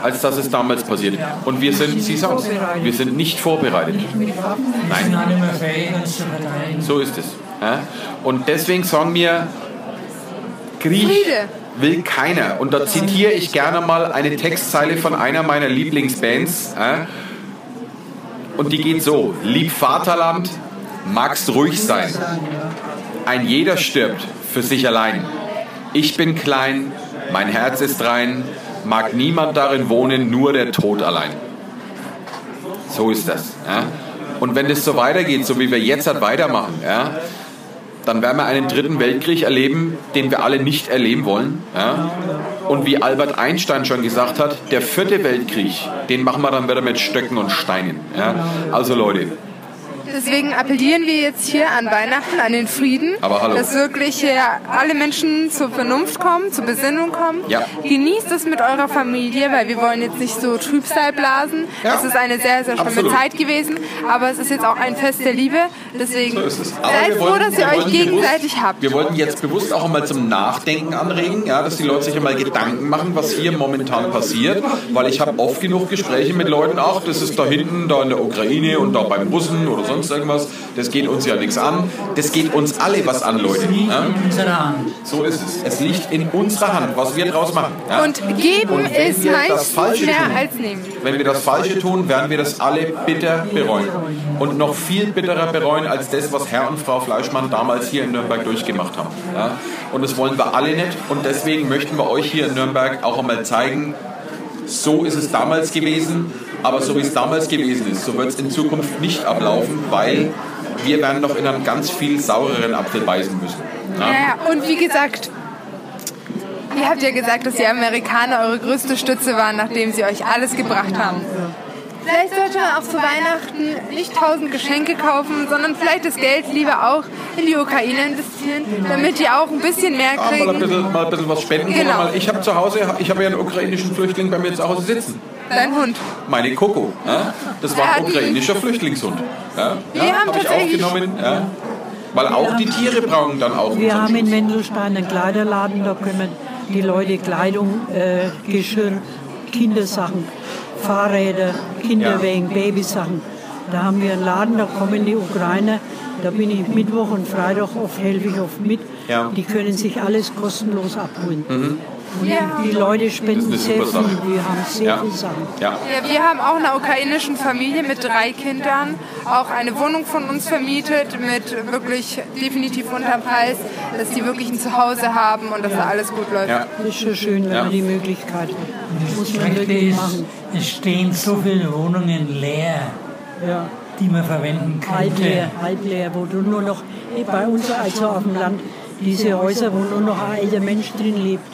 [SPEAKER 3] als dass es damals passiert. Und wir sind, Sie sagen wir sind nicht vorbereitet.
[SPEAKER 4] Wir sind auch nicht mehr fähig, uns zu verteidigen.
[SPEAKER 3] So ist es. Ja? Und deswegen sagen wir, Krieg
[SPEAKER 2] Friede.
[SPEAKER 3] will keiner. Und da zitiere ich gerne mal eine Textzeile von einer meiner Lieblingsbands. Ja? Und die geht so, lieb Vaterland, magst ruhig sein. Ein jeder stirbt für sich allein. Ich bin klein, mein Herz ist rein, mag niemand darin wohnen, nur der Tod allein. So ist das. Ja? Und wenn das so weitergeht, so wie wir jetzt halt weitermachen, ja, dann werden wir einen dritten Weltkrieg erleben, den wir alle nicht erleben wollen. Ja? Und wie Albert Einstein schon gesagt hat, der vierte Weltkrieg, den machen wir dann wieder mit Stöcken und Steinen. Ja? Also Leute,
[SPEAKER 2] Deswegen appellieren wir jetzt hier an Weihnachten, an den Frieden,
[SPEAKER 3] Aber hallo.
[SPEAKER 2] dass wirklich hier alle Menschen zur Vernunft kommen, zur Besinnung kommen.
[SPEAKER 3] Ja.
[SPEAKER 2] Genießt es mit eurer Familie, weil wir wollen jetzt nicht so Trübsal blasen.
[SPEAKER 3] Ja.
[SPEAKER 2] Es ist eine sehr, sehr schlimme
[SPEAKER 3] Absolut.
[SPEAKER 2] Zeit gewesen, aber es ist jetzt auch ein Fest der Liebe. Deswegen
[SPEAKER 3] Aber
[SPEAKER 2] seid
[SPEAKER 3] wir
[SPEAKER 2] froh,
[SPEAKER 3] wollten-
[SPEAKER 2] dass
[SPEAKER 3] wir
[SPEAKER 2] ihr euch
[SPEAKER 3] wollten
[SPEAKER 2] gegenseitig
[SPEAKER 3] bewusst,
[SPEAKER 2] habt.
[SPEAKER 3] Wir wollten jetzt bewusst auch einmal zum Nachdenken anregen, ja, dass die Leute sich einmal Gedanken machen, was hier momentan passiert, weil ich habe oft genug Gespräche mit Leuten, ach, das ist da hinten, da in der Ukraine und da beim Russen oder sonst irgendwas, das geht uns ja nichts an. Das geht uns alle was an, Leute. Ja?
[SPEAKER 4] In unserer Hand.
[SPEAKER 3] So ist es. Es liegt in unserer Hand, was wir draus machen. Ja?
[SPEAKER 2] Und geben
[SPEAKER 3] Und wenn
[SPEAKER 2] ist
[SPEAKER 3] wir das
[SPEAKER 2] meistens
[SPEAKER 3] Falsche
[SPEAKER 2] mehr
[SPEAKER 3] tun,
[SPEAKER 2] als nehmen.
[SPEAKER 3] Wenn wir das Falsche tun, werden wir das alle bitter bereuen. Und noch viel bitterer bereuen als das, was Herr und Frau Fleischmann damals hier in Nürnberg durchgemacht haben. Ja? Und das wollen wir alle nicht. Und deswegen möchten wir euch hier in Nürnberg auch einmal zeigen, so ist es damals gewesen, aber so wie es damals gewesen ist, so wird es in Zukunft nicht ablaufen, weil wir werden noch in einen ganz viel saureren Apfel beißen müssen. Ja?
[SPEAKER 2] Ja, ja, und wie gesagt, ihr habt ja gesagt, dass die Amerikaner eure größte Stütze waren, nachdem sie euch alles gebracht haben. Vielleicht sollte man auch zu Weihnachten nicht tausend Geschenke kaufen, sondern vielleicht das Geld lieber auch in die Ukraine investieren, damit die auch ein bisschen mehr
[SPEAKER 3] Ah, Mal ein,
[SPEAKER 2] kriegen.
[SPEAKER 3] bisschen, mal ein bisschen was spenden.
[SPEAKER 2] Genau.
[SPEAKER 3] Mal- Ich habe zu Hause, ich habe ja einen ukrainischen Flüchtling bei mir zu Hause sitzen.
[SPEAKER 2] Dein Hund.
[SPEAKER 3] Meine Coco. Ja? Das war ein ukrainischer Flüchtlingshund. Ja?
[SPEAKER 2] Wir
[SPEAKER 3] ja,
[SPEAKER 2] haben
[SPEAKER 3] hab ich
[SPEAKER 2] tatsächlich-
[SPEAKER 3] aufgenommen. Ja? Weil auch die Tiere brauchen dann auch
[SPEAKER 5] Wir
[SPEAKER 3] unseren
[SPEAKER 5] haben in Wendelstein einen Kleiderladen, da können die Leute Kleidung, äh, Geschirr, Kindersachen, Fahrräder, Kinderwägen, Babysachen. Da haben wir einen Laden, da kommen die Ukrainer, da bin ich Mittwoch und Freitag oft, helfe ich oft mit.
[SPEAKER 3] Ja. Mhm.
[SPEAKER 5] Die können sich alles kostenlos abholen.
[SPEAKER 2] Ja.
[SPEAKER 5] Die Leute spenden
[SPEAKER 3] Das ist eine
[SPEAKER 5] sehr
[SPEAKER 3] super
[SPEAKER 5] viel,
[SPEAKER 3] Sache.
[SPEAKER 5] die haben sehr
[SPEAKER 3] Ja.
[SPEAKER 5] viel Sachen.
[SPEAKER 3] Ja.
[SPEAKER 2] Ja, wir haben auch einer ukrainischen Familie mit drei Kindern auch eine Wohnung von uns vermietet mit wirklich definitiv unterm Preis, dass die wirklich ein Zuhause haben und dass da alles gut läuft.
[SPEAKER 3] Ja.
[SPEAKER 5] Das ist schon schön, wenn man die Möglichkeit hat. Muss man
[SPEAKER 6] Schlechte
[SPEAKER 5] wirklich
[SPEAKER 6] ist,
[SPEAKER 5] machen.
[SPEAKER 6] es stehen so viele Wohnungen leer,
[SPEAKER 5] Ja.
[SPEAKER 6] die man verwenden könnte.
[SPEAKER 5] Halbleer, halbleer, wo du nur noch, eh, bei uns also auf dem Land, diese Häuser, wo nur noch ein alter Mensch drin lebt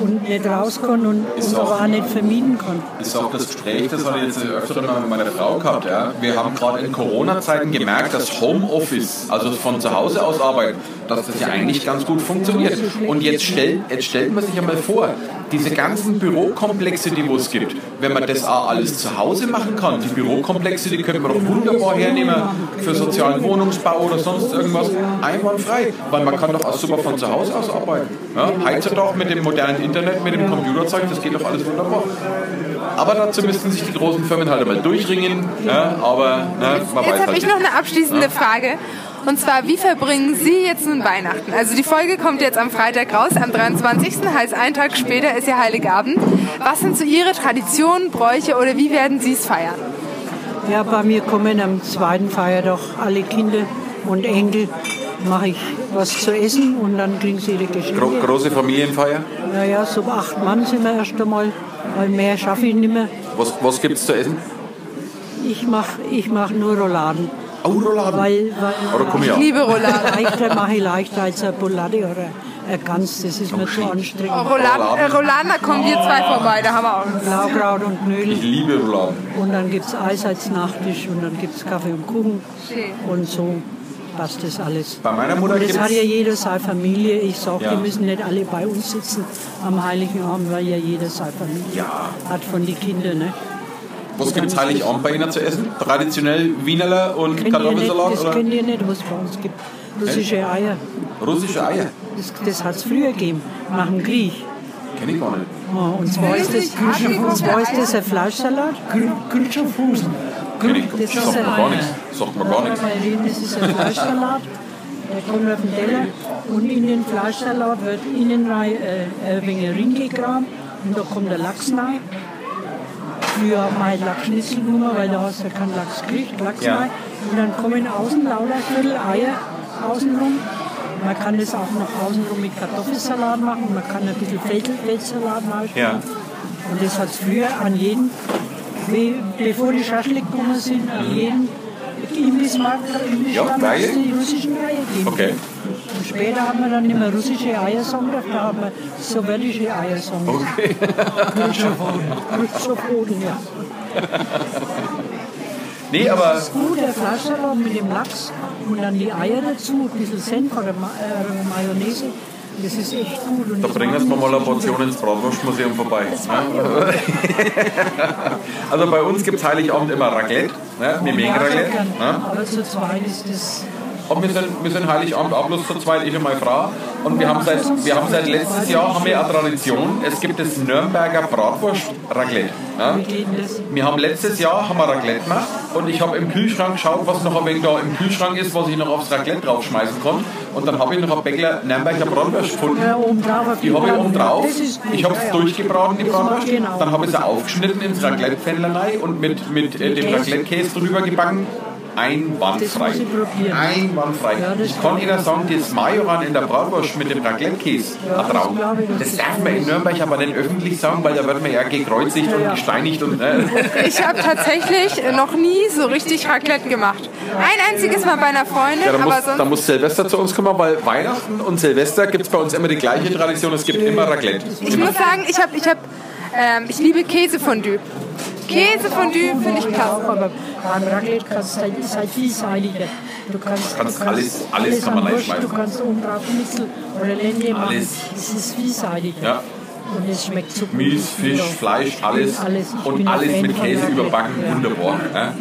[SPEAKER 5] und nicht raus kann und, und aber auch nicht vermieden kann.
[SPEAKER 3] ist auch das Gespräch, das wir jetzt äh, öfter mal mit meiner Frau gehabt. Ja. Wir haben gerade in Corona-Zeiten gemerkt, dass Homeoffice, also von zu Hause aus arbeiten, dass das ja eigentlich ganz gut funktioniert. Und jetzt, stell, jetzt stellt man sich einmal vor, diese ganzen Bürokomplexe, die wo es gibt, wenn man das auch alles zu Hause machen kann, Genau, die Bürokomplexe, die könnte man doch wunderbar hernehmen für sozialen Wohnungsbau oder sonst irgendwas, einwandfrei, weil man kann doch auch super von zu Hause aus arbeiten. Ja, heutzutage mit dem modernen Internet, mit dem Computerzeug, das geht doch alles wunderbar. Aber dazu müssten sich die großen Firmen halt einmal durchringen. Ja, aber ne, man
[SPEAKER 2] Jetzt
[SPEAKER 3] weiß
[SPEAKER 2] habe
[SPEAKER 3] halt
[SPEAKER 2] ich
[SPEAKER 3] nicht.
[SPEAKER 2] noch eine abschließende Frage. Und zwar, wie verbringen Sie jetzt nun Weihnachten? Also die Folge kommt jetzt am Freitag raus, am 23. heißt ein Tag später ist ja Heiligabend. Was sind so Ihre Traditionen, Bräuche oder wie werden Sie es feiern?
[SPEAKER 5] Ja, bei mir kommen am zweiten Feiertag alle Kinder und Enkel, mache ich was zu essen und dann kriegen sie ihre
[SPEAKER 3] Gro
[SPEAKER 5] Geschenke.
[SPEAKER 3] große Familienfeier.
[SPEAKER 5] Naja, so acht Mann sind wir erst einmal, weil mehr schaffe ich nicht mehr.
[SPEAKER 3] Was, was gibt es zu essen?
[SPEAKER 5] Ich mache ich mach nur Rouladen,
[SPEAKER 3] Oh, Auroladen.
[SPEAKER 5] weil,
[SPEAKER 3] Oder
[SPEAKER 5] weil
[SPEAKER 3] komm her.
[SPEAKER 2] Liebe Roulade.
[SPEAKER 5] leichter mache ich leichter als eine Boulade oder eine Gans, das ist mir zu anstrengend.
[SPEAKER 2] Rouladen, äh, Rouladen, da kommen wir zwei vorbei, da haben wir auch.
[SPEAKER 5] Blaukraut und
[SPEAKER 3] Ich
[SPEAKER 5] Knödel
[SPEAKER 3] liebe Rouladen.
[SPEAKER 5] und dann gibt es Eis als Nachtisch und dann gibt es Kaffee und Kuchen
[SPEAKER 2] Schön.
[SPEAKER 5] und so passt das alles.
[SPEAKER 3] Bei meiner Mutter
[SPEAKER 5] Und
[SPEAKER 3] gibt
[SPEAKER 5] das hat ja
[SPEAKER 3] es
[SPEAKER 5] jeder seine Familie. Ich sage,
[SPEAKER 3] Ja.
[SPEAKER 5] die müssen nicht alle bei uns sitzen am Heiligen Abend, weil ja jeder seine Familie
[SPEAKER 3] Ja.
[SPEAKER 5] hat von den Kindern. Ne?
[SPEAKER 3] was gibt's Heiligabend bei Ihnen zu essen? Traditionell Wienerler und
[SPEAKER 5] Kennt ihr nicht,
[SPEAKER 3] Kartoffelsalat
[SPEAKER 5] das
[SPEAKER 3] oder
[SPEAKER 5] kennt ihr nicht, was es bei uns gibt. Russische Eier.
[SPEAKER 3] russische Eier?
[SPEAKER 5] Das, das hat es früher gegeben, nach dem Krieg.
[SPEAKER 3] Kenne ich gar nicht.
[SPEAKER 5] Oh, und zwar ist das, und zwar ist das ein Fleischsalat.
[SPEAKER 6] Grünscherfusen.
[SPEAKER 3] Kenn ich.
[SPEAKER 5] Das
[SPEAKER 3] Sagt
[SPEAKER 5] ist
[SPEAKER 3] mir
[SPEAKER 5] ein-
[SPEAKER 3] gar nichts. Sagt mir gar nichts.
[SPEAKER 5] Mal reden, Das ist ein Fleischsalat. Der kommt auf den Teller und in den Fleischsalat wird innen rein äh, ein wenig Ring gegraben und da kommt der Lachs rein. Früher haben wir halt Lachsschnitzel genommen, weil da hast du keinen Lachs gekriegt, Lachs
[SPEAKER 3] Ja.
[SPEAKER 5] rein. Und dann kommen außen lauter Viertel Eier außenrum. Man kann das auch noch außenrum mit Kartoffelsalat machen, man kann ein bisschen Fettel- Feldsalat machen.
[SPEAKER 3] Ja.
[SPEAKER 5] Und das hat früher an jeden, wie, bevor die Schaschlik gekommen sind, an jeden Imbissmarkt oder Imbissstand
[SPEAKER 3] Mhm. Ja,
[SPEAKER 5] hat
[SPEAKER 3] Eier?
[SPEAKER 5] es die russischen Eier gegeben.
[SPEAKER 3] Okay.
[SPEAKER 5] Und später haben wir dann nicht mehr russische Eier sagen dürfen, da haben wir sowjetische Eier sagen Okay. Kultschofoden, ja.
[SPEAKER 3] Nee, aber
[SPEAKER 5] Das ist gut, der Fleischsalat mit dem Lachs und dann die Eier dazu, ein bisschen Senf oder Ma äh, Mayonnaise. Das ist echt gut. Und
[SPEAKER 3] da
[SPEAKER 5] das
[SPEAKER 3] bringen wir
[SPEAKER 5] machen
[SPEAKER 3] mal eine Portion ins Bratwurstmuseum vorbei. ne? also bei uns gibt es Heiligabend immer Raclette, ne?
[SPEAKER 5] wir auch
[SPEAKER 3] Mimeng-Raclette.
[SPEAKER 5] gern.
[SPEAKER 3] Ne?
[SPEAKER 5] Aber zu zweit ist das
[SPEAKER 3] Und wir sind, wir sind Heiligabend auch bloß zu zweit, ich und meine Frau. Und wir haben seit, wir haben seit letztes Jahr haben wir eine Tradition. Es gibt das Nürnberger Bratwurst-Raclette. Ne?
[SPEAKER 5] wie geht denn das?
[SPEAKER 3] Wir haben letztes Jahr haben wir Raclette gemacht und ich habe im Kühlschrank geschaut, was noch ein wenig da im Kühlschrank ist, was ich noch aufs Raclette draufschmeißen kann. Und dann habe ich noch ein Bäckler Nürnberger Bratwurst gefunden.
[SPEAKER 5] Ja, oben drauf auf
[SPEAKER 3] Die habe ich
[SPEAKER 5] Brand.
[SPEAKER 3] oben drauf.
[SPEAKER 5] Das ist gut,
[SPEAKER 3] Ich habe
[SPEAKER 5] ja,
[SPEAKER 3] es
[SPEAKER 5] ja.
[SPEAKER 3] durchgebraten, die
[SPEAKER 5] Das
[SPEAKER 3] Bratwurst.
[SPEAKER 5] macht genau.
[SPEAKER 3] Dann habe ich sie aufgeschnitten ins Raclette-Pfännlein rein und mit, mit äh, dem
[SPEAKER 5] Käse.
[SPEAKER 3] Raclette-Käse drüber gebacken.
[SPEAKER 5] Das
[SPEAKER 3] Einwandfrei.
[SPEAKER 5] muss ich probieren.
[SPEAKER 3] Einwandfrei.
[SPEAKER 5] Ja, das
[SPEAKER 3] ich kann
[SPEAKER 5] glaub
[SPEAKER 3] Ihnen
[SPEAKER 5] ich.
[SPEAKER 3] sagen, das Majoran in der Bratwurst mit dem Raclette-Käse
[SPEAKER 5] Ja,
[SPEAKER 3] hat Raum.
[SPEAKER 5] das glaub ich, das
[SPEAKER 3] Das
[SPEAKER 5] ist
[SPEAKER 3] darf man in Nürnberg aber nicht öffentlich sagen, weil da wird man ja gekreuzigt und
[SPEAKER 5] ja.
[SPEAKER 3] gesteinigt. Und, ne.
[SPEAKER 2] Ich habe tatsächlich noch nie so richtig Raclette gemacht. Ein einziges Mal bei einer Freundin,
[SPEAKER 3] Ja, da, muss,
[SPEAKER 2] aber sonst.
[SPEAKER 3] da muss Silvester zu uns kommen, weil Weihnachten und Silvester gibt es bei uns immer die gleiche Tradition. Es gibt immer Raclette.
[SPEAKER 2] Ich muss sagen, ich habe, ich habe, ähm, ich liebe Käsefondue. Käsefondue finde ich klasse.
[SPEAKER 5] Auch, aber beim Raclette kannst du halt, ist halt vielseitiger. Du
[SPEAKER 3] Kannst
[SPEAKER 5] kannst, du kannst
[SPEAKER 3] alles- alles kann man
[SPEAKER 5] an
[SPEAKER 3] reinschmeißen.
[SPEAKER 5] Wurst, Du kannst oben drauf Schnitzel oder Lende machen.
[SPEAKER 3] Alles.
[SPEAKER 5] Es ist vielseitiger.
[SPEAKER 3] Ja.
[SPEAKER 5] Und es schmeckt so gut.
[SPEAKER 3] Milch,
[SPEAKER 5] Ich bin
[SPEAKER 3] Fisch,
[SPEAKER 5] auch-
[SPEAKER 3] Fleisch, alles.
[SPEAKER 5] alles. Ich
[SPEAKER 3] Und
[SPEAKER 5] bin ein
[SPEAKER 3] alles
[SPEAKER 5] Fan
[SPEAKER 3] mit
[SPEAKER 5] von
[SPEAKER 3] Käse
[SPEAKER 5] Raclette.
[SPEAKER 3] überbacken.
[SPEAKER 5] Ja.
[SPEAKER 3] Wunderbar. Ja.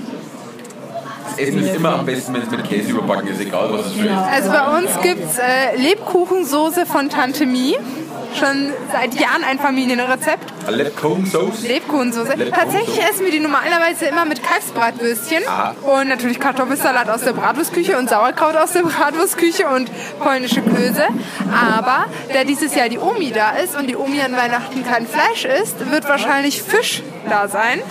[SPEAKER 3] Das Essen ist immer am besten, wenn es mit Käse überbacken ist, egal was es für ist.
[SPEAKER 2] Also bei uns gibt es äh, Lebkuchensoße von Tante Mie. schon seit Jahren ein Familienrezept.
[SPEAKER 3] Lebkuchensoße.
[SPEAKER 2] Lebkuchensoße.
[SPEAKER 3] Lebkuchensoße.
[SPEAKER 2] Tatsächlich essen wir die normalerweise immer mit Kalbsbratwürstchen und natürlich Kartoffelsalat aus der Bratwurstküche und Sauerkraut aus der Bratwurstküche und polnische Klöße. Aber da dieses Jahr die Omi da ist und die Omi an Weihnachten kein Fleisch isst, wird wahrscheinlich Fisch da sein.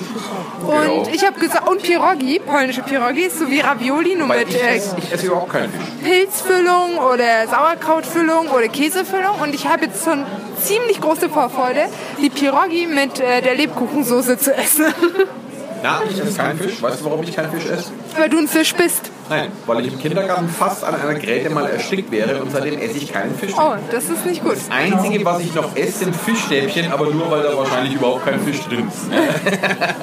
[SPEAKER 2] Und
[SPEAKER 3] Genau.
[SPEAKER 2] ich habe gesagt, und Pierogi, polnische Pierogi, sowie Ravioli nur
[SPEAKER 3] Weil
[SPEAKER 2] mit
[SPEAKER 3] ich
[SPEAKER 2] äh,
[SPEAKER 3] esse, ich esse überhaupt keinen Fisch.
[SPEAKER 2] Pilzfüllung oder Sauerkrautfüllung oder Käsefüllung und ich habe jetzt schon ziemlich große Vorfreude, die Pierogi mit äh, der Lebkuchensoße zu essen.
[SPEAKER 3] Na, ich esse keinen Fisch. Weißt du, warum ich keinen Fisch esse?
[SPEAKER 2] Weil du ein Fisch bist.
[SPEAKER 3] Nein, weil ich im Kindergarten fast an einer Gräte mal erstickt wäre und seitdem esse ich keinen Fisch.
[SPEAKER 2] Oh, das ist nicht gut.
[SPEAKER 3] Einzige, was ich noch esse, sind Fischstäbchen, aber nur, weil da wahrscheinlich überhaupt kein Fisch drin ist.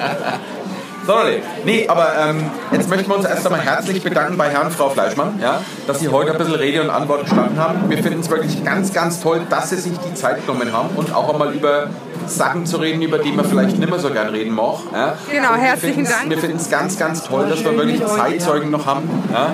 [SPEAKER 3] Sorry. Nee, aber ähm, jetzt möchten wir uns erst einmal herzlich bedanken bei Herrn und Frau Fleischmann, ja, dass Sie heute ein bisschen Rede und Antwort gestanden haben. Wir finden es wirklich ganz, ganz toll, dass Sie sich die Zeit genommen haben und auch einmal über Sachen zu reden, über die man vielleicht nicht mehr so gern reden mag. Ja.
[SPEAKER 2] Genau,
[SPEAKER 3] Und wir
[SPEAKER 2] herzlichen
[SPEAKER 3] finden's-
[SPEAKER 2] Dank.
[SPEAKER 3] Wir finden es ganz, ganz toll, dass wir wirklich Zeitzeugen noch haben. Ja.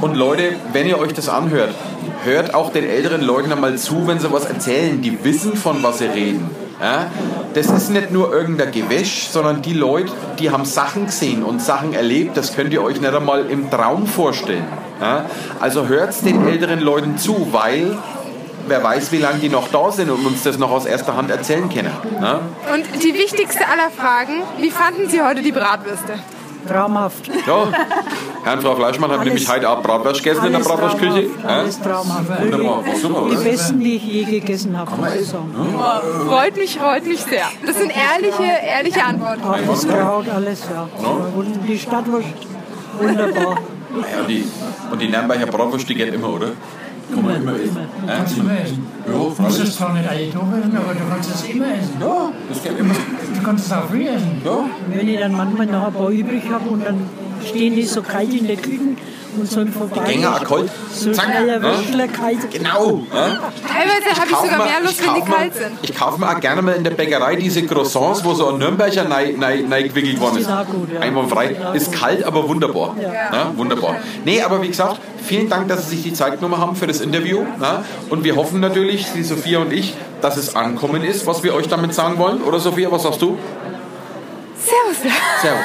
[SPEAKER 3] Und Leute, wenn ihr euch das anhört, hört auch den älteren Leuten einmal zu, wenn sie was erzählen. Die wissen, von was sie reden. Ja. Das ist nicht nur irgendein Gewäsch, sondern die Leute, die haben Sachen gesehen und Sachen erlebt, das könnt ihr euch nicht einmal im Traum vorstellen. Ja. Also hört den älteren Leuten zu, weil wer weiß, wie lange die noch da sind und uns das noch aus erster Hand erzählen können. Ja.
[SPEAKER 2] Und die wichtigste aller Fragen, wie fanden Sie heute die Bratwürste?
[SPEAKER 5] Traumhaft.
[SPEAKER 3] Ja, Herr und Frau Fleischmann haben
[SPEAKER 5] Alles-
[SPEAKER 3] nämlich heute Abend Bratwurst gegessen in der
[SPEAKER 5] Alles
[SPEAKER 3] Bratwurstküche.
[SPEAKER 5] traumhaft.
[SPEAKER 3] Ja?
[SPEAKER 5] Alles traumhaft.
[SPEAKER 3] Wunderbar,
[SPEAKER 5] Wirklich.
[SPEAKER 3] super,
[SPEAKER 5] Die
[SPEAKER 3] oder?
[SPEAKER 5] besten, die ich je gegessen also habe, muss ich
[SPEAKER 3] Hm?
[SPEAKER 5] sagen.
[SPEAKER 2] Freut mich, freut mich sehr. Das sind ehrliche, ehrliche Antworten.
[SPEAKER 5] Alles Kraut, alles, ja. Und die Stadt war wunderbar.
[SPEAKER 3] Ja, und, die, und die Nürnberger Bratwurst, die geht immer, oder? Kann man immer essen. Ja,
[SPEAKER 6] Kannst du immer essen.
[SPEAKER 3] Ja,
[SPEAKER 6] Du musst es zwar nicht alle Tage essen, aber du kannst es immer essen.
[SPEAKER 3] ja, das geht immer.
[SPEAKER 6] Du kannst es auch früh essen.
[SPEAKER 3] Ja.
[SPEAKER 5] Wenn ich dann manchmal noch ein paar übrig habe und dann stehen die so kalt in der Küche und so im Vorbei.
[SPEAKER 3] Gänger auch kalt.
[SPEAKER 5] So
[SPEAKER 3] Zack,
[SPEAKER 5] schneller,
[SPEAKER 3] ne?
[SPEAKER 5] Wäschler kalt.
[SPEAKER 3] Genau. Ja?
[SPEAKER 2] Teilweise habe ich sogar mehr Lust, wenn die kalt sind.
[SPEAKER 3] Ich kaufe mir auch gerne mal in der Bäckerei diese Croissants, wo so ein Nürnberger neigewickelt worden ist.
[SPEAKER 5] sind auch gut, ja.
[SPEAKER 3] Einwandfrei. Ist kalt, aber wunderbar. Ja, wunderbar. Nee, aber wie gesagt, vielen Dank, dass Sie sich die Zeit genommen haben für das Interview. Ja? Und wir hoffen natürlich, die Sophia und ich, dass es ankommen ist, was wir euch damit sagen wollen. Oder Sophia, was sagst du?
[SPEAKER 2] Servus.
[SPEAKER 3] Servus.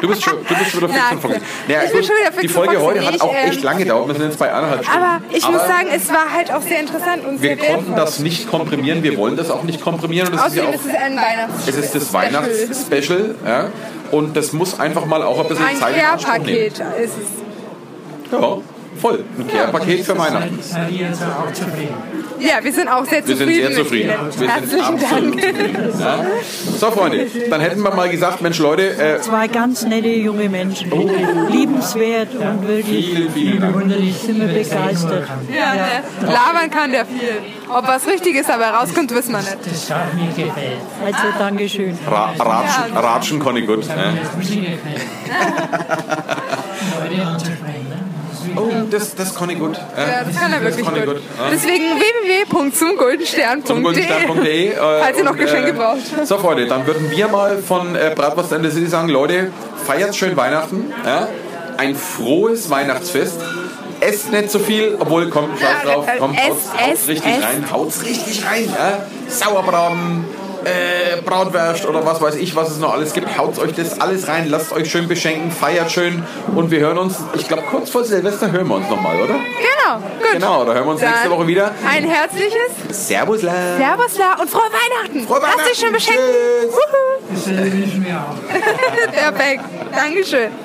[SPEAKER 3] Du bist schon, du bist schon wieder fix
[SPEAKER 2] Nein.
[SPEAKER 3] und vergessen. Naja,
[SPEAKER 2] Ich bin
[SPEAKER 3] gut,
[SPEAKER 2] schon wieder fix
[SPEAKER 3] Die
[SPEAKER 2] und
[SPEAKER 3] Folge
[SPEAKER 2] vergessen.
[SPEAKER 3] heute hat
[SPEAKER 2] Ich,
[SPEAKER 3] auch
[SPEAKER 2] ähm,
[SPEAKER 3] echt lange gedauert. Wir sind jetzt bei eineinhalb Stunden.
[SPEAKER 2] Aber ich muss
[SPEAKER 3] Aber-
[SPEAKER 2] sagen, es war halt auch sehr interessant und sehr
[SPEAKER 3] wir konnten
[SPEAKER 2] wertvoll.
[SPEAKER 3] das nicht komprimieren, wir wollen das auch nicht komprimieren. Und das ist ja
[SPEAKER 2] Außerdem
[SPEAKER 3] auch
[SPEAKER 2] ist es ein Weihnachts.
[SPEAKER 3] Es ist das Weihnachtsspecial, ja. Und das muss einfach mal auch ein bisschen
[SPEAKER 2] Ein
[SPEAKER 3] Zeit in Anspruch
[SPEAKER 2] Care-Paket ist es.
[SPEAKER 3] nehmen. Ja, voll. Ein Care-Paket für Weihnachten.
[SPEAKER 6] Seid ihr jetzt auch zufrieden?
[SPEAKER 2] Ja, wir sind auch sehr
[SPEAKER 3] Wir
[SPEAKER 2] zufrieden.
[SPEAKER 3] sind sehr
[SPEAKER 2] mit
[SPEAKER 3] zufrieden.
[SPEAKER 2] Ihnen.
[SPEAKER 3] Wir sind
[SPEAKER 2] Herzlichen
[SPEAKER 3] absolut
[SPEAKER 2] Dank.
[SPEAKER 3] zufrieden. Ja. So, Freunde, dann hätten wir mal gesagt, Mensch, Leute, äh,
[SPEAKER 5] Zwei ganz nette junge Menschen.
[SPEAKER 3] Oh.
[SPEAKER 5] Liebenswert und wirklich
[SPEAKER 3] vielen, vielen Dank.
[SPEAKER 5] wunderlich. Sind wir begeistert.
[SPEAKER 2] Ja, ne? Labern kann der viel. Ob was richtig ist, aber rauskommt, wissen wir nicht.
[SPEAKER 6] Das hat mir gefällt.
[SPEAKER 5] Also Dankeschön.
[SPEAKER 3] Ra ratschen, ratschen kann ich gut.
[SPEAKER 6] Das
[SPEAKER 3] Ja.
[SPEAKER 6] hat mir gefällt. Leute anzusprechen. Ne? Das ist
[SPEAKER 3] Oh, das, das kann ich gut.
[SPEAKER 2] Ja, das kann er wirklich
[SPEAKER 3] kann ich
[SPEAKER 2] gut.
[SPEAKER 3] gut, ja.
[SPEAKER 2] Deswegen www.zumgoldenstern.de.
[SPEAKER 3] www.stern.de.
[SPEAKER 2] E. Falls ihr noch Geschenke braucht.
[SPEAKER 3] äh, So, Freunde, dann würden wir mal von äh, Bratwurst and the City sagen: Leute, feiert schön Weihnachten. Ja? Ein frohes Weihnachtsfest. Esst nicht zu viel, obwohl kommt scheiß
[SPEAKER 2] Ja,
[SPEAKER 3] drauf,
[SPEAKER 2] äh,
[SPEAKER 3] kommt
[SPEAKER 2] ess,
[SPEAKER 3] haut's, haut's
[SPEAKER 2] ess,
[SPEAKER 3] richtig
[SPEAKER 2] ess.
[SPEAKER 3] rein, haut's richtig rein. Ja? Sauerbraten, äh, Braunwurst oder was weiß ich, was es noch alles gibt. Haut's euch das alles rein, lasst euch schön beschenken, feiert schön und wir hören uns, ich glaube kurz vor Silvester hören wir uns nochmal, oder?
[SPEAKER 2] Genau, gut.
[SPEAKER 3] Genau, da hören wir uns nächste
[SPEAKER 2] Dann
[SPEAKER 3] Woche wieder.
[SPEAKER 2] Ein herzliches
[SPEAKER 3] Servus, Leute.
[SPEAKER 2] Servusla und frohe Weihnachten.
[SPEAKER 3] Frohe
[SPEAKER 2] Lasst euch schön
[SPEAKER 3] Weihnachten.
[SPEAKER 2] beschenken.
[SPEAKER 3] Tschüss.
[SPEAKER 2] Wuhu.
[SPEAKER 6] Das wünschen wir auch.
[SPEAKER 2] Perfekt. Dankeschön.